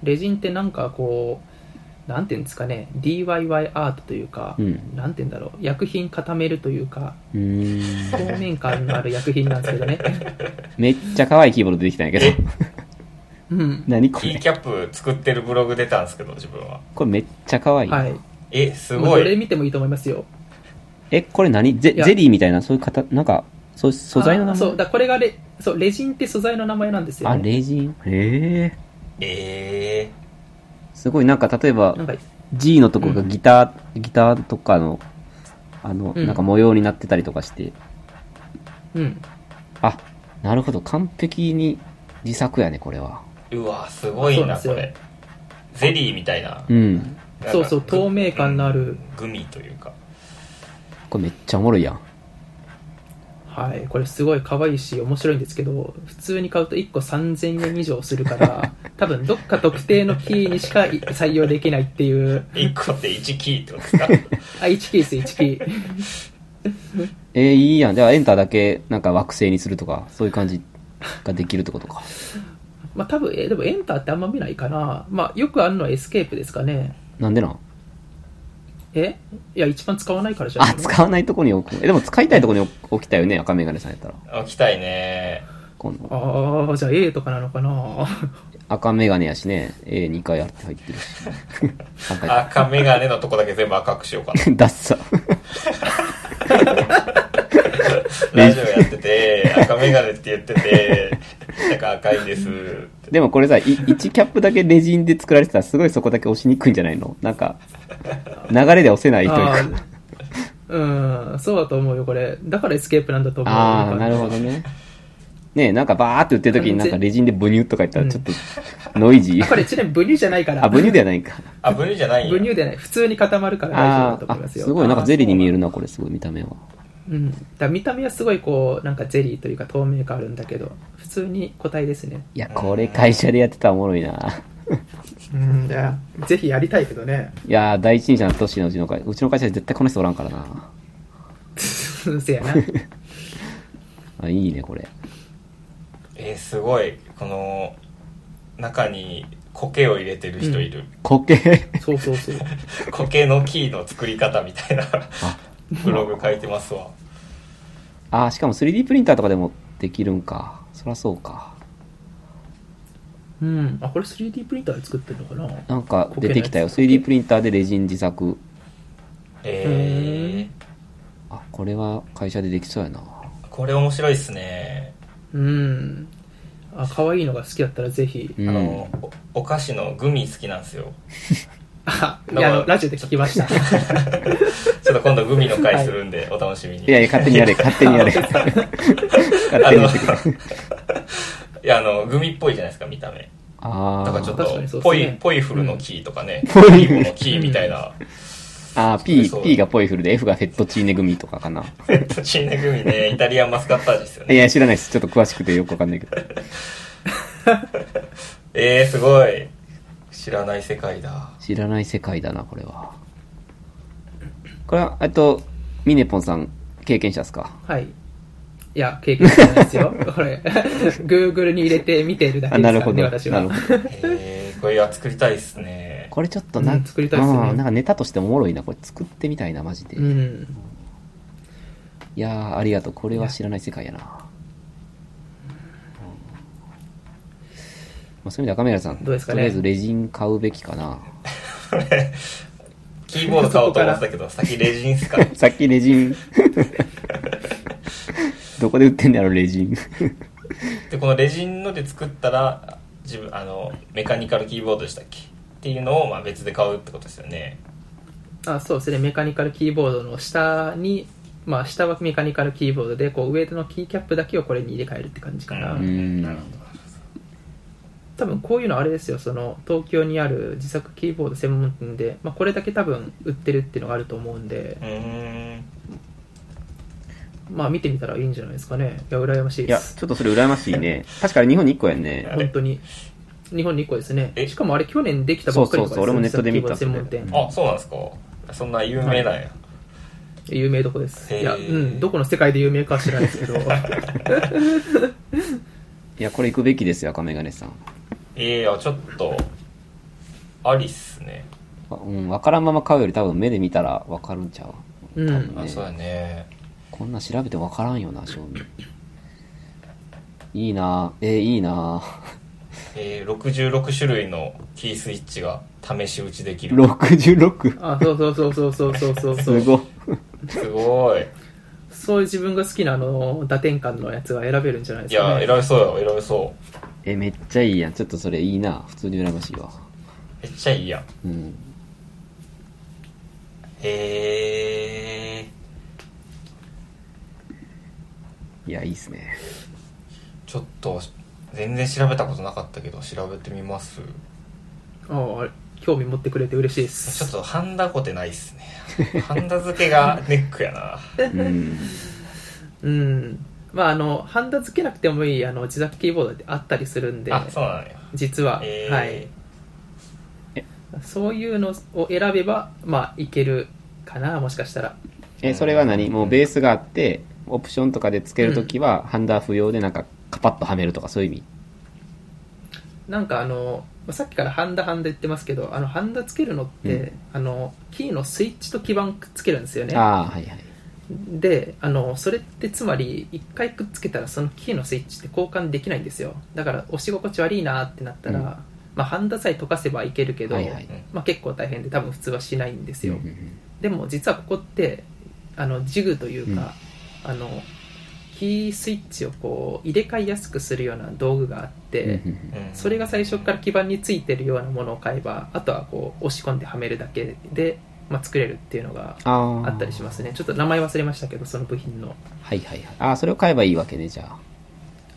Speaker 3: レジンってなんかこう、なんていうんですかね、DIY アートというか、
Speaker 1: うん
Speaker 3: なんていうんだろう、薬品固めるというか、
Speaker 1: うーん。
Speaker 3: 透明感のある薬品なんですけ どね。
Speaker 1: めっちゃ可愛いキーボード出てきたんやけど。
Speaker 3: うん。
Speaker 1: 何こ
Speaker 2: キー
Speaker 1: れ
Speaker 2: キャップ作ってるブログ出たんですけど、自分は。
Speaker 1: これめっちゃ可愛い。
Speaker 3: はい。
Speaker 2: え、す
Speaker 3: もう
Speaker 2: ご
Speaker 3: どれ
Speaker 2: い。
Speaker 3: 見てもいいと思いますよ。
Speaker 1: え、これ何ゼ
Speaker 3: いや
Speaker 1: ゼリーみたいな、そういう方、なんか、そう素材の名
Speaker 3: あ
Speaker 1: 前
Speaker 3: そう、だからこれがレ、そう、レジンって素材の名前なんですよ、
Speaker 1: あ、
Speaker 3: ね。
Speaker 1: レジンへえ。
Speaker 2: え
Speaker 1: すごい、なんか例えば
Speaker 3: なん、か、
Speaker 1: G のとこがギター、ギターとかの、あの、
Speaker 3: うん
Speaker 1: なんか模様になってたりとかして、
Speaker 3: うん。
Speaker 1: あ、なるほど、完璧に自作やね、これは。
Speaker 2: ー、うわ、すごいな、
Speaker 3: そ
Speaker 2: こ
Speaker 3: うなん
Speaker 2: れ
Speaker 3: で。
Speaker 2: ゼリーみたいな。
Speaker 1: うん。
Speaker 2: なんか
Speaker 3: そうそう、
Speaker 2: グ
Speaker 3: 透明感のある。
Speaker 2: グミというか。
Speaker 1: これめっちゃおもろいやん。
Speaker 3: はい、これすごい可愛いし面白いんですけど普通に買うと1個3000円以上するから 多分どっか特定のキーにしかい採用できないっていう
Speaker 2: 1個って1キーってことです か
Speaker 3: あ1キーです1キー
Speaker 1: えー、いいやん。じゃあ、エンターだけ、なんか惑星にするとか、そういう感じができるってこと か。
Speaker 3: まあ多分えでもエンターってあんま見ないかなまあよくあるのはエスケープですかね
Speaker 1: なんでなん
Speaker 3: えいや一番使わないからじゃな
Speaker 1: あ、
Speaker 3: いの
Speaker 1: 使わないとこに置く。え、でも使いたいとこに置置きたいよね、赤メガネさんやったら。
Speaker 2: 置きたいね。
Speaker 1: 今度。
Speaker 3: ああじゃあ A とかなのかな
Speaker 1: 赤メガネやしね、A2 回あって入ってる し。3回か。
Speaker 2: 赤メガネのとこだけ全部赤くしようかな。
Speaker 1: ダッサ。
Speaker 2: ラジオやってて、赤メガネって言ってて、なんか赤いですって。
Speaker 1: でもこれさ、い1キャップだけレジンで作られてたら、すごいそこだけ押しにくいんじゃないのなんか、流れで押せないと
Speaker 3: あ
Speaker 1: いう
Speaker 3: ー
Speaker 1: か。
Speaker 3: うんそうだと思うよこれだからエスケープなんだと思う
Speaker 1: ああ、なるほどね。ねえ、なんかバーって売ってる時になんかレジンでブニュとか言ったらちょっとノイジ
Speaker 3: あこ
Speaker 1: ー。
Speaker 3: れちなみに分乳じゃないから
Speaker 1: あ、ブニュではないか。
Speaker 2: あ、ブニじゃないんや
Speaker 3: 分乳ではない普通に固まるから大丈
Speaker 1: あ
Speaker 3: 夫
Speaker 1: ー
Speaker 3: だと思いま
Speaker 1: あ、
Speaker 3: すよ
Speaker 1: すごい、なんかゼリーに見えるな、これ、すごい見た目は。
Speaker 3: うん、だから見た目はすごいこうなんかゼリーというか透明感あるんだけど普通に個体ですね
Speaker 1: いや、これ会社でやってたらおもろいな。
Speaker 3: うんいやぜひやりたいけどね
Speaker 1: いやー、第一人者の都市のうちの会、うちの会社で絶対この人おらんからな。
Speaker 3: せやな
Speaker 1: あ、いいね、これ。
Speaker 2: えー、すごい。この、中に苔を入れてる人いる。
Speaker 1: 苔。
Speaker 3: そうそうそう
Speaker 2: 苔のキーの作り方みたいな
Speaker 1: あ
Speaker 2: ブログ書いてますわ。
Speaker 1: あー、しかも 3D プリンターとかでもできるんか。そらそうか。
Speaker 3: うんあこれ 3D プリンターで作ってるのかな
Speaker 1: なんか出てきたよ。
Speaker 3: 苔のやつ
Speaker 1: 3D プリンターでレジン自作。
Speaker 2: え
Speaker 1: あ、これは会社でできそうやな。
Speaker 2: ー、これ面白いっすね。
Speaker 3: うんあ可愛いのが好きだったらぜひ
Speaker 1: うん
Speaker 2: あの、おお菓子のグミ好きなんですよ。
Speaker 3: あいやあのラジオで聞きま し た
Speaker 2: ちょっと今度グミの会するんで、お楽しみに。
Speaker 1: いやいや、勝手にやれ、勝手にやれ。勝手にやってくれ。
Speaker 2: いや、あの、 グミっぽいじゃないですか、見た目。
Speaker 1: あ
Speaker 2: だからちょっ
Speaker 1: ー、
Speaker 3: 確かにそ
Speaker 2: と、
Speaker 3: うっす
Speaker 2: ポ
Speaker 3: ね
Speaker 2: イ、ポイフルのキーとかね、
Speaker 1: うん
Speaker 2: ポイフルのキーみた いな、
Speaker 1: あー P、
Speaker 2: そう
Speaker 1: P がポイフルで F がフェットチーネ組とかかな。
Speaker 2: えっと、チーネグミね、イタリアンマスカッタージですよ
Speaker 1: い
Speaker 2: ね。
Speaker 1: や、知らないです。ちょっと詳しくてよくわかんないけど。
Speaker 2: えー、すごい。知らない世界だ。
Speaker 1: 知らない世界だな、これは。これは、えっと、ミネポンさん、経験者ですか
Speaker 3: はいいや経験してないですよこれ Google に入れて見てるだ
Speaker 1: あ、
Speaker 3: けで
Speaker 1: な
Speaker 3: す
Speaker 1: る
Speaker 3: から
Speaker 1: ほ
Speaker 3: ね
Speaker 1: ど。な
Speaker 3: 私は
Speaker 1: るほど。
Speaker 2: えー、これは作りたいっすね。
Speaker 1: これちょっとな、
Speaker 3: うん作りたいっすね
Speaker 1: あーなんかネタとしておもろいな。これ作ってみたいな、マジで。
Speaker 3: う
Speaker 1: い
Speaker 3: ん
Speaker 1: やー、ありがとう。これは知らない世界やな。うんまあ、そういう意味ではカメラさん、
Speaker 3: どうですかね
Speaker 1: とりあえずレジン買うべきか な。
Speaker 2: キーボード買おうと思ってたけど、先レジンっすか。
Speaker 1: さっきレジン。 どこで売ってんだろう、レジン。
Speaker 2: で、このレジンので作ったら、自分、あの、メカニカルキーボードでしたっけっていうのを、まあ別で買うってことですよね。
Speaker 3: あそうですねメカニカルキーボードの下にまあ下はメカニカルキーボードでこう上のキーキャップだけをこれに入れ替えるって感じかな、
Speaker 1: うん
Speaker 2: なるほど。
Speaker 3: 多分こういうのあれですよその東京にある自作キーボード専門店で、まあ、これだけ多分売ってるっていうのがあると思うんで
Speaker 2: うーん。
Speaker 3: まあ見てみたらいいんじゃないですかねいや羨ましい
Speaker 1: い
Speaker 3: で
Speaker 1: や、
Speaker 3: す
Speaker 1: ちょっとそれ羨ましいね。確かに日本に1個やんね。
Speaker 3: 本当に日本に1個ですね
Speaker 2: え
Speaker 3: しかもあれ去年できたばっかり
Speaker 1: そうそうそう俺もネットで見た
Speaker 3: 専門店
Speaker 2: あ、そうなんですか。そんな有名なんや。
Speaker 3: 有名どこです
Speaker 2: へー
Speaker 3: いやうんどこの世界で有名かは知らないです けど
Speaker 1: いや、これ行くべきですよ、赤メガネさん。
Speaker 2: ええあ、ちょっと、ありっすね。
Speaker 1: あうん、わからんまま買うより多分目で見たらわかるんちゃう。
Speaker 3: うん
Speaker 1: 多分ね
Speaker 2: あ、そうやね。
Speaker 1: こんなん調べてわからんよな、正味。いいなぁえーいいなぁ
Speaker 2: えー、66種類のキースイッチが試し打ちできる。
Speaker 1: 66!
Speaker 3: あそうそうそうそうそうそうそうそ
Speaker 1: す
Speaker 3: う
Speaker 1: ごい。
Speaker 2: すごい。
Speaker 3: そういう自分が好きなあの打点感のやつが選べるんじゃない
Speaker 2: い
Speaker 3: ですか、
Speaker 2: や、
Speaker 3: ね、
Speaker 2: 選べ そうよ、選べそう。
Speaker 1: え、めっちゃいいやん。ちょっとそれいいなぁ普通に羨ましいわ。
Speaker 2: めっちゃいいやん。
Speaker 1: うん。
Speaker 2: へえ
Speaker 1: いや、いいっすね。
Speaker 2: ちょっと、全然調べたことなかったけど、調べてみます。
Speaker 3: ああ興味持ってくれて嬉しいで
Speaker 2: ちょっ
Speaker 3: す
Speaker 2: と、ハンダコテないっすね。ハンダ付けがネックやな。
Speaker 1: うん。
Speaker 3: うんまああのハンダ付けなくてもいいあの自作キーボードってあったりする んで
Speaker 2: あ、そうなんや。
Speaker 3: 実は、
Speaker 2: えー
Speaker 3: はいそういうのを選べばまあいけるかなもしかしたら
Speaker 1: え、それは何もうベースがあって、オプションとかで付けるときは、ハンダー不要でなんか、カパッとはめるとか、そういう意味。
Speaker 3: なんかあのまあさっきからハンダハンダ言ってますけどあのハンダつけるのって、
Speaker 1: うん
Speaker 3: あのキーのスイッチと基板くっつけるんですよね
Speaker 1: ああ、はいはい。
Speaker 3: であのそれってつまり一回くっつけたらそのキーのスイッチって交換できないんですよだから押し心地悪いなってなったら、
Speaker 1: うん
Speaker 3: まあ、ハンダさえ溶かせばいけるけど、
Speaker 1: はいはい。
Speaker 3: まあ、結構大変で多分普通はしないんです
Speaker 1: うん
Speaker 3: よ、
Speaker 1: うんうん
Speaker 3: でも実はここってあのジグというか、あのキースイッチをこう入れ替えやすくするような道具があって、
Speaker 1: うんうん
Speaker 2: うん
Speaker 3: それが最初から基板についてるようなものを買えばあとはこう押し込んではめるだけで、まあ、作れるっていうのが
Speaker 1: ああ。
Speaker 3: あったりしますねちょっと名前忘れましたけどその部品の
Speaker 1: はいはいはい。ああ、それを買えばいいわけね、じゃあ。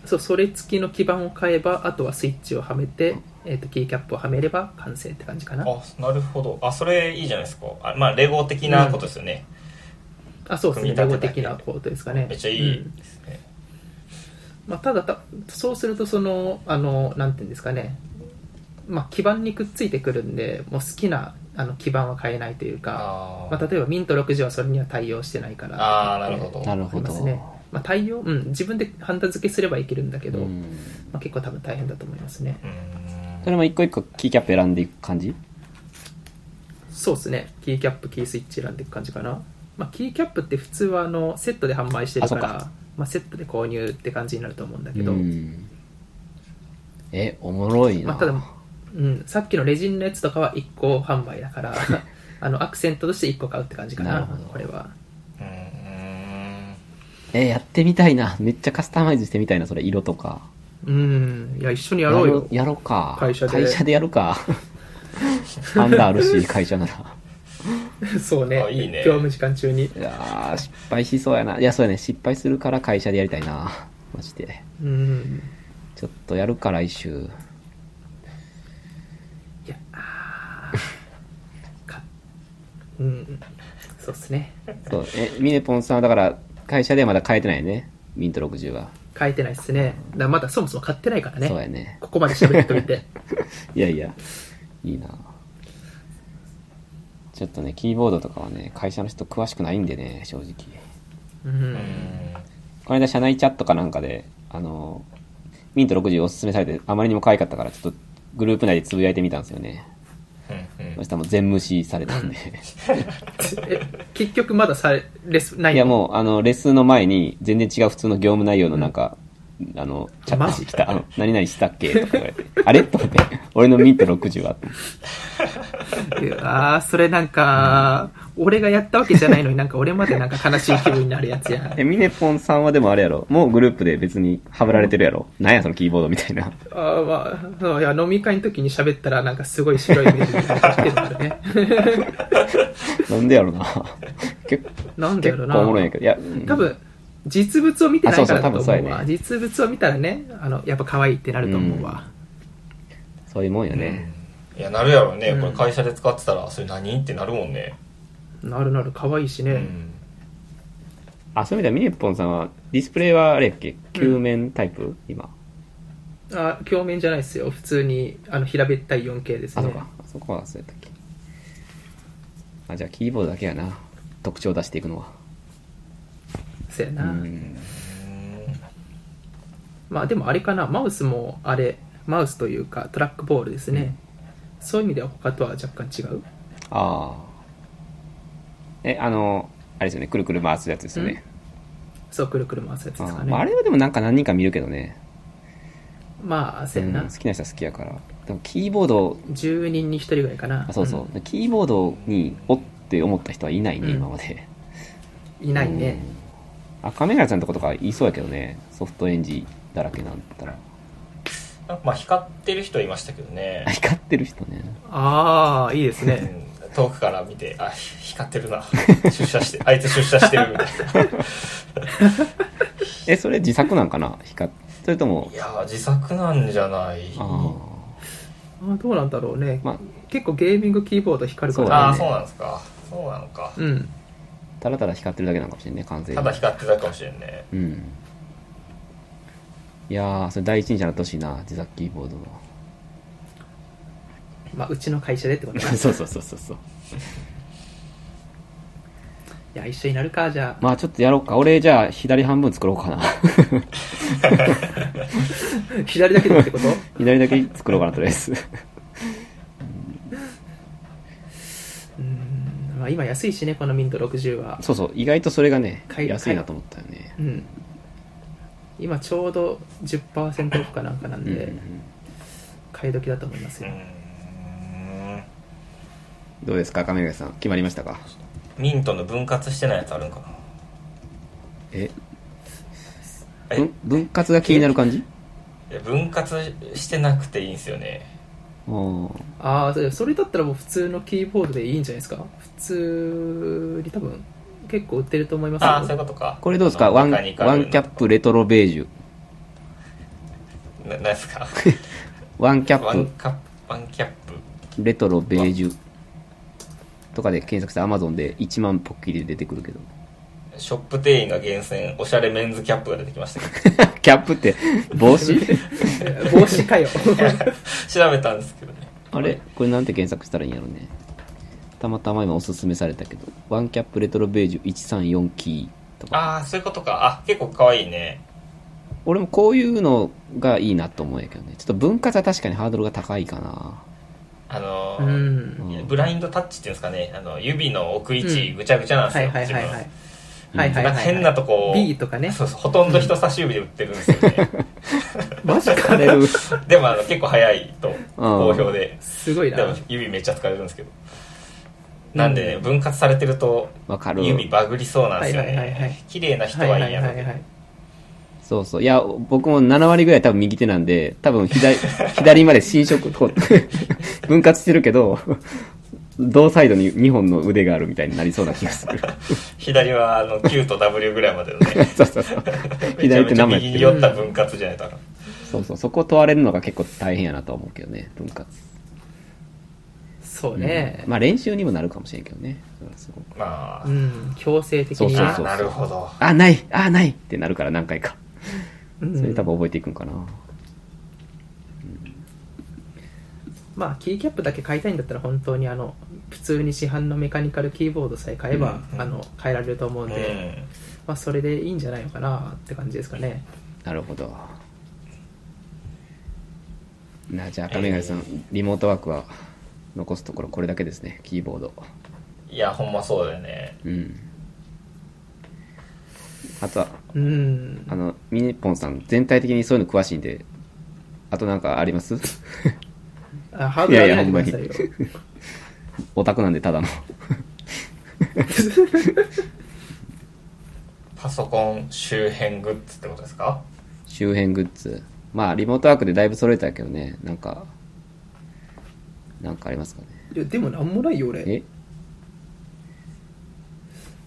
Speaker 3: そうそれ付きの基板を買えばあとはスイッチをはめて、えー、とキーキャップをはめれば完成って感じかな
Speaker 2: あなるほどあそれいいじゃないですかあまあレゴ的なことですよね、
Speaker 3: あそうですね
Speaker 2: 組
Speaker 3: レ
Speaker 2: み
Speaker 3: ゴ
Speaker 2: 立てだけ
Speaker 3: 的なコートですかね
Speaker 2: めっちゃいうい
Speaker 3: ん
Speaker 2: ですね、
Speaker 3: まあ、ただたそうするとそのあのなんていうんですかね、まあ、基板にくっついてくるんでもう好きなあの基板は買えないというか
Speaker 2: あー、
Speaker 3: まあ、例えばミント60はそれには対応してないから
Speaker 2: あーなるほど
Speaker 1: なる
Speaker 3: あ
Speaker 1: ほ
Speaker 3: り
Speaker 1: ど。
Speaker 3: ますね、まあ、対応うん自分でハンダ付けすればいけるんだけど、
Speaker 1: うん
Speaker 3: まあ、結構多分大変だと思いますね
Speaker 2: うー
Speaker 1: それも一個一個キーキャップ選んでいく感じ
Speaker 3: そうですねキーキャップキースイッチ選んでいく感じかな、まあ、キーキャップって普通はあのセットで販売してるから
Speaker 1: あそっ
Speaker 3: まあ、セットで購入って感じになると思うんだけ
Speaker 1: う
Speaker 3: ど、
Speaker 1: ん。え、おもろいな。
Speaker 3: まあ、ただ、うん、さっきのレジンのやつとかは1個販売だから あのアクセントとして1個買うって感じかな
Speaker 1: なるほど
Speaker 3: これは
Speaker 2: ん
Speaker 1: えやってみたいな。めっちゃカスタマイズしてみたいな、それ、色とか。
Speaker 3: うんいや一緒にやろうよ
Speaker 1: やろうか。
Speaker 3: 会社で
Speaker 1: 会社でやる か。ハンダあるし、会社なら。
Speaker 3: そう
Speaker 2: あ
Speaker 3: ね
Speaker 2: いいね
Speaker 3: 業務時間中に
Speaker 1: いやー失敗しそうやな。いや、そうやね。失敗するから会社でやりたいな。マジで。
Speaker 3: うん
Speaker 1: ちょっとやるか、来週。
Speaker 3: いやあーかうんそうっすね
Speaker 1: そう。え、ミネポンさんはだから、会社ではまだ変えてないね。ミント60は。
Speaker 3: 買えてないっすねだからまだそもそも買ってないから
Speaker 1: そう
Speaker 3: ね
Speaker 1: やね。
Speaker 3: ここまで喋っといて
Speaker 1: いやいや、いいなちょっとね、キーボードとかはね、会社の人詳しくないんでね、正直。
Speaker 3: うん
Speaker 2: うーん
Speaker 1: この間、社内チャットかなんかで、あの、ミント60おすすめされて、あまりにも可愛かったから、ちょっとグループ内でつぶやいてみたんですよね。
Speaker 2: うんう
Speaker 1: そ
Speaker 2: ん
Speaker 1: したらもう全無視されたんで。
Speaker 3: え結局まだされレスない
Speaker 1: いや、もう、あの、レッスンの前に、全然違う普通の業務内容のなんか、あの、チャッ
Speaker 3: マ
Speaker 1: ト
Speaker 3: ジ
Speaker 1: 来た、あの、何々したっけとか言われて、あれと思って、俺のミント60は。
Speaker 3: ああそれなんか、俺がやったわけじゃないのになんか俺までなんか悲しい気分になるや つやん
Speaker 1: え、ミネポンさんはでもあれやろもうグループで別にはぶられてるやろなんやそのキーボードみたいな。
Speaker 3: ああまあそう、いや飲み会の時に喋ったらなんかすごい白い目で見てるからね。
Speaker 1: なんでやろな結構、
Speaker 3: なんだ
Speaker 1: 結
Speaker 3: ろう
Speaker 1: 構おもろいんや
Speaker 3: な。
Speaker 1: けど。いや、うん
Speaker 3: 多分、実物を見てないからだと
Speaker 1: あそうそう多分
Speaker 3: 思
Speaker 1: そう
Speaker 3: う
Speaker 1: や
Speaker 3: わ。
Speaker 1: ね
Speaker 3: 実物を見たらね、あの、やっぱ可愛いってなると思うわ。
Speaker 1: そういうもんよ
Speaker 2: うん
Speaker 1: ね。
Speaker 2: いやなるやろね、
Speaker 3: うん
Speaker 2: これ会社で使ってたらそれ何ってなるもんね
Speaker 3: なるなる可愛いしね。
Speaker 2: うん
Speaker 1: あ、そういう意味ではミネポンさんは、ディスプレイはあれやっけ球面タイプ今。
Speaker 3: あ、鏡面じゃないですよ。普通に、あの、平べったい 4K です
Speaker 1: あ、そ
Speaker 3: ね
Speaker 1: う。か。そこはそうやったっけ。あ、じゃあキーボードだけやな。特徴出していくのは。
Speaker 3: そうや
Speaker 1: う
Speaker 3: な。
Speaker 1: ん。
Speaker 3: まあでもあれかな、マウスもあれ、マウスというかトラックボールですね。そういう意味では他とは若干違う。
Speaker 1: ああ。え、あの、あれですよね。くるくる回すやつですよね。
Speaker 3: そう、くるくる回すやつ
Speaker 1: あ
Speaker 3: ですか
Speaker 1: ー
Speaker 3: ね。
Speaker 1: まあ、あれはでもなんか何人か見るけどね。
Speaker 3: まあ、そうや
Speaker 1: う
Speaker 3: な。
Speaker 1: ん好きな人は好きやから。でもキーボード、
Speaker 3: 10人に1人ぐらいかな。
Speaker 1: あそうそう、
Speaker 3: ん
Speaker 1: キーボードにおって思った人はいないね、
Speaker 3: うん
Speaker 1: 今まで。
Speaker 3: いないね。
Speaker 1: あ、カメラちゃんとことか言いそうやけどね。ソフトエンジだらけなんだったら。
Speaker 2: なんかまあ光ってる人いましたけどね
Speaker 1: あ、 光ってる人ね。
Speaker 3: ああ、いいです
Speaker 2: う
Speaker 3: ね。
Speaker 2: ん遠くから見てあ光ってるな出 社してあいつ出社してるみたいな
Speaker 1: え、それ自作なんかな光っそれとも
Speaker 2: い、やー自作なんじゃない
Speaker 1: あ
Speaker 2: あ
Speaker 3: あーどうなんだろうね
Speaker 1: あ。。まあ、
Speaker 3: 結構ゲーミングキーボード光る
Speaker 1: そ
Speaker 3: か
Speaker 1: う
Speaker 2: あ
Speaker 1: だ
Speaker 2: ー
Speaker 1: ね
Speaker 3: ら
Speaker 2: そう
Speaker 3: ね。
Speaker 2: なんですかそうなのか
Speaker 3: うん。
Speaker 1: ただただ光ってるだけなのかもしれんね、完成
Speaker 2: ただ光ってたかもしれんね
Speaker 1: うん。いやー、それ第一人者になってほしいな、自作キーボードの。
Speaker 3: まあ、うちの会社でってこ とだ。い
Speaker 1: そうそうそうそうそう。
Speaker 3: や、一緒になるか、じゃあ。
Speaker 1: まあちょっとやろうか。俺、じゃあ左半分作ろうかな。
Speaker 3: 左だけでもってこと
Speaker 1: 左だけ作ろうかな、とりあえず。
Speaker 3: うん。まあ、今安いしね、このミント60は。
Speaker 1: そうそう、意外とそれがね、
Speaker 3: 買い
Speaker 1: 安いなと思ったよね。
Speaker 3: うん。今ちょうど10%オフかなんかなん
Speaker 1: うんうんう
Speaker 3: で。
Speaker 1: ん。
Speaker 3: 買い時だと思います
Speaker 2: う
Speaker 3: よ、
Speaker 2: ーん
Speaker 1: どうですか、亀ヶさん。決まりましたか
Speaker 2: ミントの分割してないやつあるんかな
Speaker 1: え、
Speaker 2: え
Speaker 1: 分分割が気になる感じ
Speaker 2: え分割してなくていいんですよね
Speaker 1: おー
Speaker 3: ああそれそれだったらもう普通のキーボードでいいんじゃないですか普通に多分結構売ってると思いますよ
Speaker 2: ああそういうことか
Speaker 1: これどうですかワンワンキャップレトロベージュ。
Speaker 2: プななんですか
Speaker 1: ワンキャ
Speaker 2: ワン
Speaker 1: ッ
Speaker 2: カップワンキャップ
Speaker 1: プレトロベージュ。とかで検索したら Amazon で1万ポッキリで出てくるけど。
Speaker 2: ショップ店員が厳選おしゃれメンズキャップが出てきましたけど
Speaker 1: キャップって帽子
Speaker 3: 帽子か よ
Speaker 2: 調べたんですけどね
Speaker 1: あれこれなんて検索したらいいんやろね。たまたま今おすすめされたけど。ワンキャップレトロベージュ134キーとか。
Speaker 2: ああそういうことかあ結構かわいいね
Speaker 1: 俺もこういうのがいいなと思うんやけどね。ちょっと分割は確かにハードルが高いかな。
Speaker 2: あの
Speaker 3: う
Speaker 2: ー
Speaker 3: ん
Speaker 1: うん
Speaker 2: ブラインドタッチっていうんですかねあの指の奥位置
Speaker 3: うん
Speaker 2: ぐちゃぐちゃなんです
Speaker 3: は
Speaker 2: よ、
Speaker 3: いはい
Speaker 2: 自
Speaker 3: はい
Speaker 2: 分
Speaker 3: はいはいはい
Speaker 2: な
Speaker 3: は
Speaker 2: ん
Speaker 3: い
Speaker 2: か
Speaker 3: はい
Speaker 2: 変なとこを
Speaker 3: B とかね
Speaker 2: そうそうほとんど人差し指で打ってるんですよね
Speaker 3: マジか
Speaker 1: 疲れる。
Speaker 2: でもあの結構早いと好評です
Speaker 3: ごいな
Speaker 2: でも指めっちゃ疲れるんですけどなんでね、分割されてると
Speaker 1: わかる。
Speaker 2: 指バグりそうなんですよ
Speaker 3: はいはいはいはい
Speaker 2: ね綺麗な人
Speaker 3: はいは
Speaker 2: はいいい
Speaker 3: は
Speaker 2: ん
Speaker 3: い
Speaker 2: やろう
Speaker 3: は
Speaker 2: け
Speaker 3: い
Speaker 2: ど
Speaker 3: はい
Speaker 1: そうそう。いや、僕も7割ぐらい多分右手なんで、多分左、 左まで侵食、こう 分割してるけど、同サイドに2本の腕があるみたいになりそうな気がす る。
Speaker 2: 左はあの Q と W ぐらいまでの ね
Speaker 1: そうそうそう。
Speaker 2: めち
Speaker 1: 左
Speaker 2: ゃめ
Speaker 1: 手
Speaker 2: ちゃ
Speaker 1: 何枚やっ
Speaker 2: 右に
Speaker 1: てる
Speaker 2: 寄った分割じゃないだろ
Speaker 1: そうそう。そこを問われるのが結構大変やなとは思うけどね、分割。
Speaker 3: そうね
Speaker 1: まあ練習にもなるかもしれんけどね。それはすごく
Speaker 2: まあ、
Speaker 3: うん、強制的
Speaker 1: そう
Speaker 3: に
Speaker 1: そうそう
Speaker 2: あーなるほど
Speaker 1: あ、ないあ、ないってなるから何回か。
Speaker 3: うん
Speaker 1: それ多分覚えていくんかな。
Speaker 3: まあキーキャップだけ買いたいんだったら本当にあの普通に市販のメカニカルキーボードさえ買えば、
Speaker 2: うん
Speaker 3: あの変えられると思う
Speaker 2: うんん
Speaker 3: で、まあ、それでいいんじゃないのかなって感じですかね
Speaker 1: なるほど。なあじゃあ、亀谷さん、リモートワークは残すところこれだけですね、キーボード。
Speaker 2: いやほんまそうだよね
Speaker 1: うん。あとは、
Speaker 3: うん
Speaker 1: あの、ミニポンさん、全体的にそういうの詳しいんで、あとなんかあります
Speaker 3: あハードル上げないでください
Speaker 1: いやい
Speaker 3: よ
Speaker 1: やオタクなんで、ただの。
Speaker 2: パソコン周辺グッズってことですか
Speaker 1: 周辺グッズ。まあ、リモートワークでだいぶ揃えたけどね、なんか、なんかありますかね。
Speaker 3: いやでもなんもないよ俺
Speaker 1: え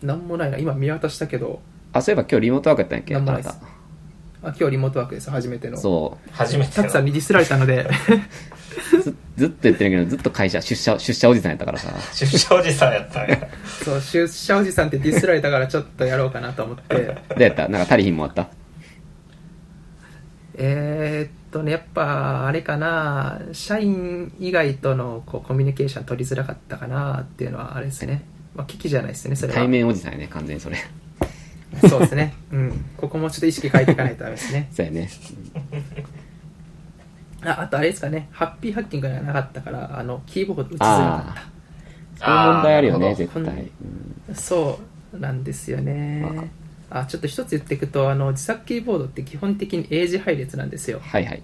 Speaker 3: なんもないな今見渡したけど
Speaker 1: あ、そういえば今日リモートワークやったんやっけあ
Speaker 3: なんもな
Speaker 1: ない
Speaker 3: です
Speaker 1: た。
Speaker 3: あ今日リモートワークです初めての
Speaker 1: そう。
Speaker 2: 初めて
Speaker 3: たくさん
Speaker 2: の
Speaker 3: にディスられた ので
Speaker 1: ずずっと言ってるけど、ずっと会社、出社、出社おじさんやったから さ。
Speaker 2: 出社おじさんやったね
Speaker 3: そう出社おじさんってディスられたからちょっとやろうかなと思って
Speaker 1: どうやったなんか足りひんもんあった
Speaker 3: えーっとね、やっぱ、あれかな、社員以外とのこうコミュニケーション取りづらかったかなっていうのは、あれですね。まあ、危機じゃないですね、それは。
Speaker 1: 対面おじさんやね、完全に それ。
Speaker 3: そうですね。うん。ここもちょっと意識変えていかないとダメですね。
Speaker 1: そうやね。
Speaker 3: ああと、あれですかね、ハッピーハッキングがなかったから、あの、キーボード映せなか
Speaker 1: あそうい
Speaker 3: っ
Speaker 1: う問題あるよ
Speaker 3: あ
Speaker 1: ね、
Speaker 3: ー
Speaker 1: 絶対。
Speaker 3: な
Speaker 1: う
Speaker 3: る
Speaker 1: ん
Speaker 3: た。そうなんですよ
Speaker 1: わかる
Speaker 3: ね。あ、ちょっと一つ言っていくと、あの、自作キーボードって基本的に英字配列なんですよ。
Speaker 1: はいはい。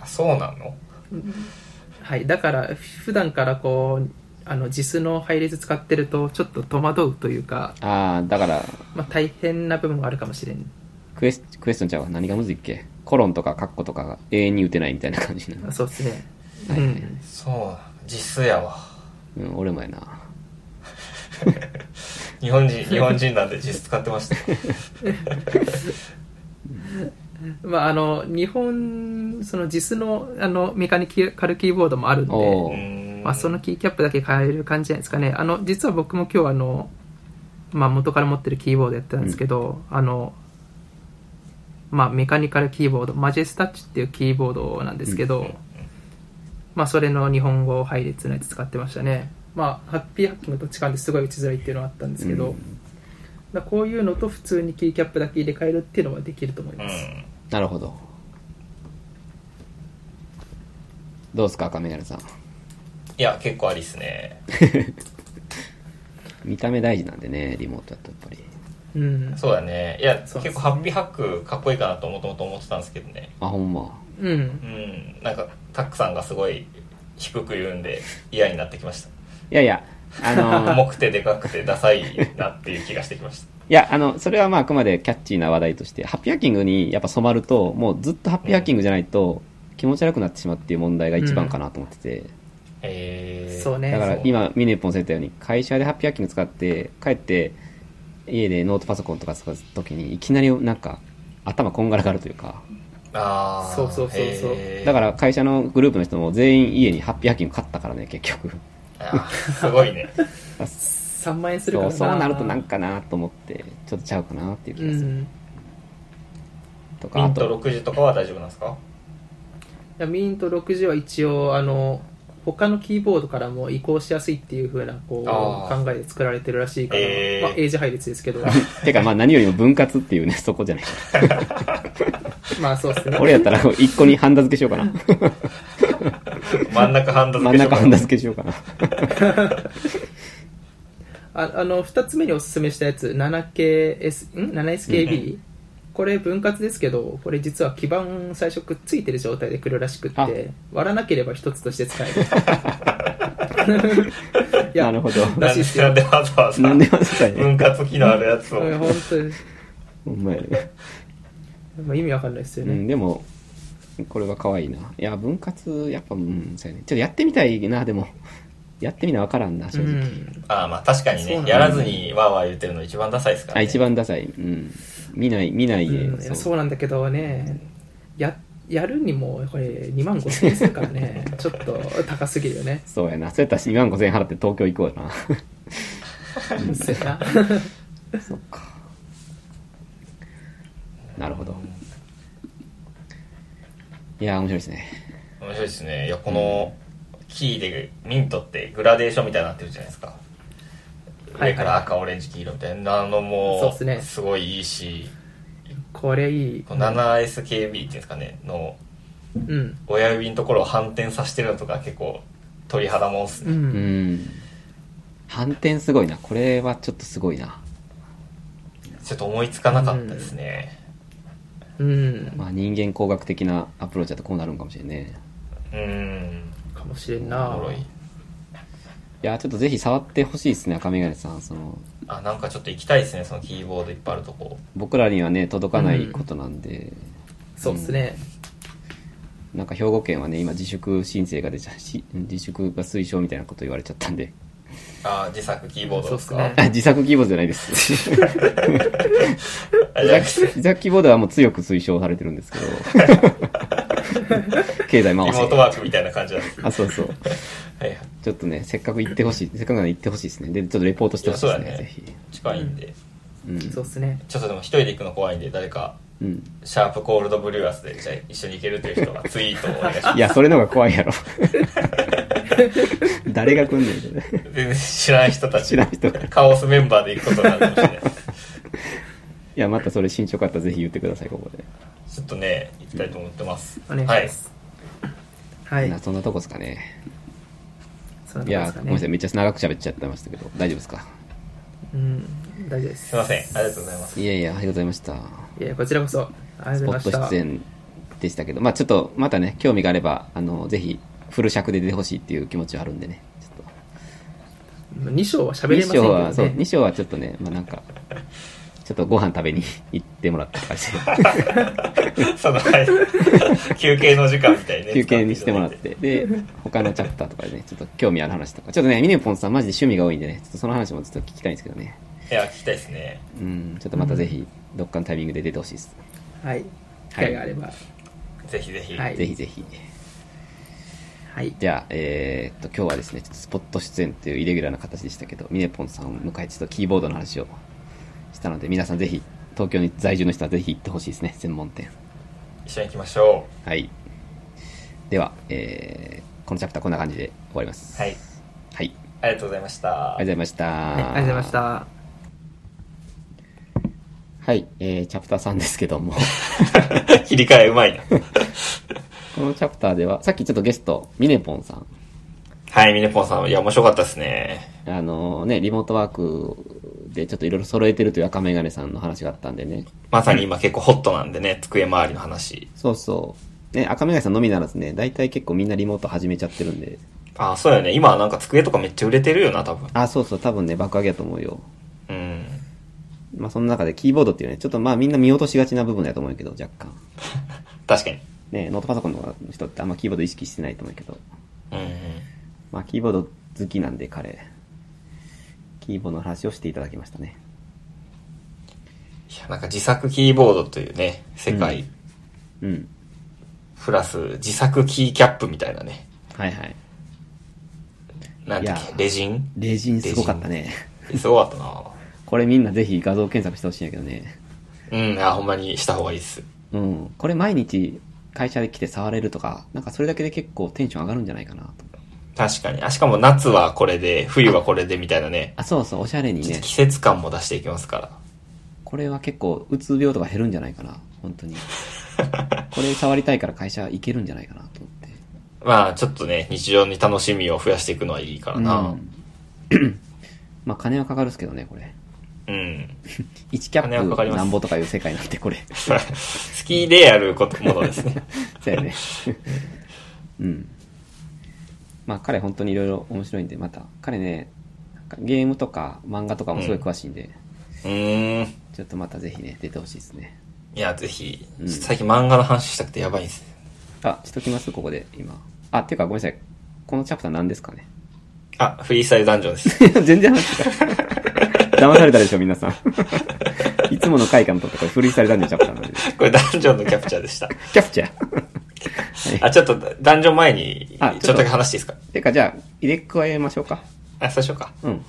Speaker 2: あそうなの
Speaker 3: はい、だから普段からこうあの JIS の配列使ってるとちょっと戸惑うというか、
Speaker 1: ああ、だから、
Speaker 3: まあ、大変な部分があるかもしれん
Speaker 1: クエス、クエスチョンちゃうわ。何がむずいっけコロンとかカッコとかが永遠に打てないみたいな感じ な。
Speaker 3: そうですね、
Speaker 1: はい
Speaker 3: うん、
Speaker 2: そうなの実数やわ
Speaker 1: うん、俺もやな。
Speaker 2: 日本人日本人なんで実使ってました
Speaker 3: まああの日本その JIS のあのメカニカルキーボードもあるん
Speaker 1: お
Speaker 3: で、
Speaker 1: ー
Speaker 2: うん
Speaker 3: まあ、そのキーキャップだけ変える感じじゃないですかねあの実は僕も今日あの、まあ、元から持ってるキーボードやってたんですけど、あのまあ、メカニカルキーボードマジェスタッチっていうキーボードなんですけど、まあ、それの日本語配列のやつ使ってましたね。まあ、ハッピーハッキングと違うんですごい打ちづらいっていうのはあったんですけど、
Speaker 1: うん
Speaker 3: だからこういうのと普通にキーキャップだけ入れ替えるっていうのはできると思いうます。
Speaker 2: ん
Speaker 1: なるほど。どうすか、赤メガネさん。
Speaker 2: いや結構ありっすね
Speaker 1: 見た目大事なんでね、リモートだとやっぱり。
Speaker 3: うん。
Speaker 2: そうだねいや
Speaker 3: そう
Speaker 2: 結構ハッピーハックかっこいいかなともともと思ってたんですけどね
Speaker 1: あ、ほんま。
Speaker 3: うん
Speaker 2: う。んなんかタックさんがすごい低く言うんで嫌になってきまし
Speaker 1: いやいや、あ
Speaker 2: た
Speaker 1: のー
Speaker 2: 重くてでかくてダサいなっていう気がしてきました
Speaker 1: いや、あの、それはまあ、あくまでキャッチーな話題として、ハッピーハッキングにやっぱ染まると、もうずっとハッピーハッキングじゃないと、気持ち悪くなってしまうっていう問題が一番かなと思ってて。
Speaker 2: えー、
Speaker 3: そうね
Speaker 1: だから
Speaker 2: そう
Speaker 1: 今、ミネポンさん言ったように、会社でハッピーハッキング使って、帰って、家でノートパソコンとか使うときに、いきなりなんか、頭こんがらがるというか、
Speaker 2: ああ
Speaker 3: そうそうそうそう
Speaker 1: だからら会社のグループの人も全員家にハッピーハッキング買ったからね、結局。
Speaker 2: すごいね
Speaker 3: 3万円するか
Speaker 1: そ
Speaker 3: ら
Speaker 1: う、そうなるとなんかなと思って、ちょっとちゃうかなっていう気
Speaker 3: う
Speaker 1: がする。
Speaker 3: ん。
Speaker 1: とか、
Speaker 2: ミ
Speaker 1: あ
Speaker 2: ント
Speaker 1: と、
Speaker 2: 6時とかは大丈夫なんですか
Speaker 3: いやミント60は一応、あの、他のキーボードからも移行しやすいっていう風なこう
Speaker 2: あー
Speaker 3: 考えで作られてるらしいから、
Speaker 2: えー
Speaker 3: まあ、英字配列ですけど、
Speaker 1: てかまあ何よりも分割っていうね、そこじゃない。
Speaker 3: まあそうですね。
Speaker 1: 俺やったら一個にハンダ付けしようかな。
Speaker 2: 真ん中ハンダ付
Speaker 1: 真
Speaker 2: け
Speaker 1: ん
Speaker 2: しよう
Speaker 1: 中
Speaker 2: か
Speaker 1: ハンダ付けしようかな。
Speaker 3: ああの2つ目におすすめしたやつ 7KS ん 7SKB、これ分割ですけどこれ実は基板最初くっついてる状態で来るらしくっ
Speaker 1: あ
Speaker 3: て割らなければ1つとして使えるいや
Speaker 1: なるほど。
Speaker 3: らしいっす
Speaker 2: な
Speaker 3: よ
Speaker 2: んでわざわざ
Speaker 1: なんでわざわざね。
Speaker 2: 分割機能あるやつを
Speaker 3: うん本当に
Speaker 1: ほんまやね。
Speaker 3: まあ意味わかんないですよ
Speaker 1: う
Speaker 3: ね、
Speaker 1: ん、でも、これは可愛いな。いや、分割、やっぱ、うん、そうやね。ちょっとやってみたいな、でも。やってみなわからんな、
Speaker 3: う
Speaker 1: 正
Speaker 3: ん
Speaker 1: 直。
Speaker 2: ああまあ確かに
Speaker 3: そうな
Speaker 2: ね
Speaker 3: んだ
Speaker 2: やらずにわーわー言ってるの一番ダサいですから、
Speaker 1: あ、
Speaker 2: ね、
Speaker 1: 一番ダサい。うん。見ない、見ないで。
Speaker 3: うんいや
Speaker 1: そ
Speaker 3: そううなんだけどねややるにもこれ2万5000円するから ねちょっと高すぎるよね
Speaker 1: そうやな。そうやったら2万5000円払って東京行こうや
Speaker 3: うっせえな
Speaker 1: な。そっか。 なるほど。いや、面白いですね。
Speaker 2: 面白いですねいやこのキーでミントってグラデーションみたいになってるじゃないですか
Speaker 3: はい
Speaker 2: 上から赤オレンジ黄色みたいなの
Speaker 3: そう
Speaker 2: も
Speaker 3: っすね
Speaker 2: すごいいいし、
Speaker 3: これいい
Speaker 2: この 7SKB っていうんですかねの
Speaker 3: うん
Speaker 2: 親指のところを反転させてるのとか結構鳥肌もんっす
Speaker 3: う
Speaker 2: ね、
Speaker 1: うんん。反転すごいな。これはちょっとすごいな。
Speaker 2: ちょっと思いつかなかったですね
Speaker 3: うん
Speaker 1: まあ人間工学的なアプローチだとこうなるんかもしれんね。
Speaker 2: うん
Speaker 3: かもしれん
Speaker 2: お
Speaker 3: な
Speaker 2: もろい
Speaker 1: いや、ちょっとぜひ触ってほしいですね、赤メガネさん。その、
Speaker 2: あなんかちょっと行きたいですねそのキーボードいっぱいあるとこ
Speaker 1: 僕らにはね、届かないことなんで、
Speaker 3: そうですね、
Speaker 1: なんか兵庫県はね、今自粛申請が出ちゃうし、自粛が推奨みたいなこと言われちゃったんで、
Speaker 2: あ自作キーボードですか
Speaker 3: そうっすね
Speaker 1: あ自作キーボードじゃないです。
Speaker 2: あじゃあ
Speaker 1: 自作キーボードはもう強く推奨されてるんですけど、経済
Speaker 2: リ
Speaker 1: 回
Speaker 2: モー
Speaker 1: し
Speaker 2: ト。ワークみたいな感じなんです。
Speaker 1: あ、そうそう。
Speaker 2: はいはい。
Speaker 1: ちょっとね、せっかく行ってほしい、せっかくなら行ってほしいですね。で、ちょっとレポートしてほしいですね、
Speaker 2: いやそうだね
Speaker 1: ぜひ。
Speaker 2: 近いんで。
Speaker 1: うん。
Speaker 3: そうですね
Speaker 2: ちょっとでも一人で行くの怖いんで、誰か
Speaker 1: うん。
Speaker 2: シャープコールドブリュアスで、じゃあ一緒に行けるという人はツイートをお願いしま
Speaker 1: いや、それの方が怖いやろ。誰が来んねんそれ。
Speaker 2: す。全然知らない人たち
Speaker 1: 知らん人がい
Speaker 2: カオスメンバーで行くことになるかもしれない。
Speaker 1: や、またそれ進捗あったらぜひ言ってください、ここで。
Speaker 2: ちょっとね、行きたいと思ってます。
Speaker 3: お願いします。はい。
Speaker 1: なそんなとこですかね。
Speaker 3: そん
Speaker 1: い
Speaker 3: なとこ
Speaker 1: や、ご
Speaker 3: ですか
Speaker 1: めんなさい、
Speaker 3: ね。
Speaker 1: めっちゃ長く喋っちゃってましたけど、大丈夫ですか。
Speaker 3: うん、大丈夫です。
Speaker 2: すいません。ありがとうございます。
Speaker 1: いやいや、ありがとうございました。
Speaker 3: いや、こちらこそ、あり
Speaker 1: ス
Speaker 3: がと
Speaker 1: ポッ
Speaker 3: うございま
Speaker 1: ト出
Speaker 3: した。
Speaker 1: 演でしたけど、まあちょっと、またね、興味があれば、あの、ぜひ、フル尺で出てほしいっていう気持ちはあるんでね。ちょっと。
Speaker 3: 2章は喋れません
Speaker 1: 2
Speaker 3: け
Speaker 1: 章
Speaker 3: ど
Speaker 1: は、
Speaker 3: ね。
Speaker 1: そう、2章はちょっとね、まあなんか、ちょっとご飯食べに行ってもらった感じで。
Speaker 2: その、はい、 休憩の時間みたいにね。
Speaker 1: 休憩にしてもらっ
Speaker 2: 使
Speaker 1: て、で、他のチャプターとかでね、ちょっと興味ある話とか、ちょっとね、ミネポンさんマジで趣味が多いんでね、ちょっとその話もちょっと聞きたいんですけどね。
Speaker 2: っていただいて。いや、聞きたいですね。
Speaker 1: うん、ちょっとまたぜひ、どっかのタイミングで出てほしいです。
Speaker 3: はい。機会があれば。
Speaker 2: ぜひぜひ。
Speaker 3: はい
Speaker 1: ぜひぜひ。
Speaker 3: はい。
Speaker 1: じゃあ、えーっと、今日はですね、ちょっとスポット出演というイレギュラーな形でしたけど、ミネポンさんを迎えてちょっとキーボードの話をしたので、皆さんぜひ、東京に在住の人はぜひ行ってほしいですね、専門店。
Speaker 2: 一緒に行きましょ
Speaker 1: はい。では、えー、このチャプターこんな感じで終わります。
Speaker 2: う。はい。
Speaker 1: はい。
Speaker 2: ありがとうございました
Speaker 1: ありがとうございました。
Speaker 3: はい、ありがとうございまし。た。
Speaker 1: はい、えー、チャプター3ですけども、
Speaker 2: 切り替えうまいな。
Speaker 1: このチャプターでは、さっきちょっとゲスト、ミネポンさん、
Speaker 2: はい、ミネポンさん。いや、面白かったですね。
Speaker 1: あのね、リモートワークでちょっといろいろ揃えてるという赤メガネさんの話があったんでね、
Speaker 2: まさに今結構ホットなんでね、机周りの話。
Speaker 1: そうそう。ね、赤メガネさんのみならずね、大体結構みんなリモート始めちゃってるんで、
Speaker 2: あ、そうよね。今なんか机とかめっちゃ売れてるよな、多分。
Speaker 1: あ、そうそう、多分ね、爆上げやと思うよ。
Speaker 2: うん。
Speaker 1: まあその中でキーボードっていうね、ちょっとまあみんな見落としがちな部分だと思うけど、若干。
Speaker 2: 確かに。
Speaker 1: ね、ノートパソコンの人ってあんまキーボード意識してないと思うけど、
Speaker 2: うんうん。
Speaker 1: まあキーボード好きなんで彼、キーボードの話をしていただきましたね。
Speaker 2: いや、なんか自作キーボードというね、世界、
Speaker 1: うんうん。
Speaker 2: プラス自作キーキャップみたいなね。
Speaker 1: はいはい。
Speaker 2: なんだっ
Speaker 1: い
Speaker 2: け
Speaker 1: や
Speaker 2: レジン
Speaker 1: レジンすごかったね。
Speaker 2: すごかったな
Speaker 1: これみんなぜひ画像検索してほしいんやけどね。
Speaker 2: うん、あ、ほんまにした方がいいっす。
Speaker 1: うん。これ毎日会社で来て触れるとか、なんかそれだけで結構テンション上がるんじゃないかなと。
Speaker 2: 確かに。あ、しかも夏はこれで、冬はこれでみたいなね。
Speaker 1: あ、そうそう、おしゃれにね。
Speaker 2: 季節感も出していきますから。
Speaker 1: これは結構、うつ病とか減るんじゃないかな。本 当に。これ触りたいから会社行けるんじゃないかなと思って。
Speaker 2: まあ、ちょっとね、日常に楽しみを増やしていくのはいいからな
Speaker 1: う。ん まあ、金はかかるっすけどね、これ。
Speaker 2: うん。
Speaker 1: 1キャ
Speaker 2: 金はか
Speaker 1: ッ
Speaker 2: か
Speaker 1: プ
Speaker 2: ります
Speaker 1: なんぼとかいう世界なんて、こ れ。
Speaker 2: 好きでやること、ものですね。
Speaker 1: そうやね。うん。まあ彼本当にいろいろ面白いんで、また。彼ね、なんかゲームとか漫画とかもすごい詳しいんで、
Speaker 2: うーん。
Speaker 1: ちょっとまたぜひね、出てほしいですね。
Speaker 2: いや、ぜひ、
Speaker 1: うん
Speaker 2: 最近漫画の話したくてやばいんです。
Speaker 1: あ、しときますここで、今。あ、っていうかごめんなさい。このチャプター何ですかね
Speaker 2: あ、フリースタイルダンジョンです。
Speaker 1: 全然話が。 騙されたでしょ、皆さん。い つもの回かのとったこれ、フリースタイルダンジョンチャプターなんで。
Speaker 2: これダンジョンのキャプチャーでした。
Speaker 1: キャプチャー
Speaker 2: あ、ちょっと、ダンジョン前に、ちょ
Speaker 1: あ
Speaker 2: っとだけ話していいですか
Speaker 1: てかじゃあ、入れ加えましょうか。
Speaker 2: あ、そうしようか。
Speaker 1: うん。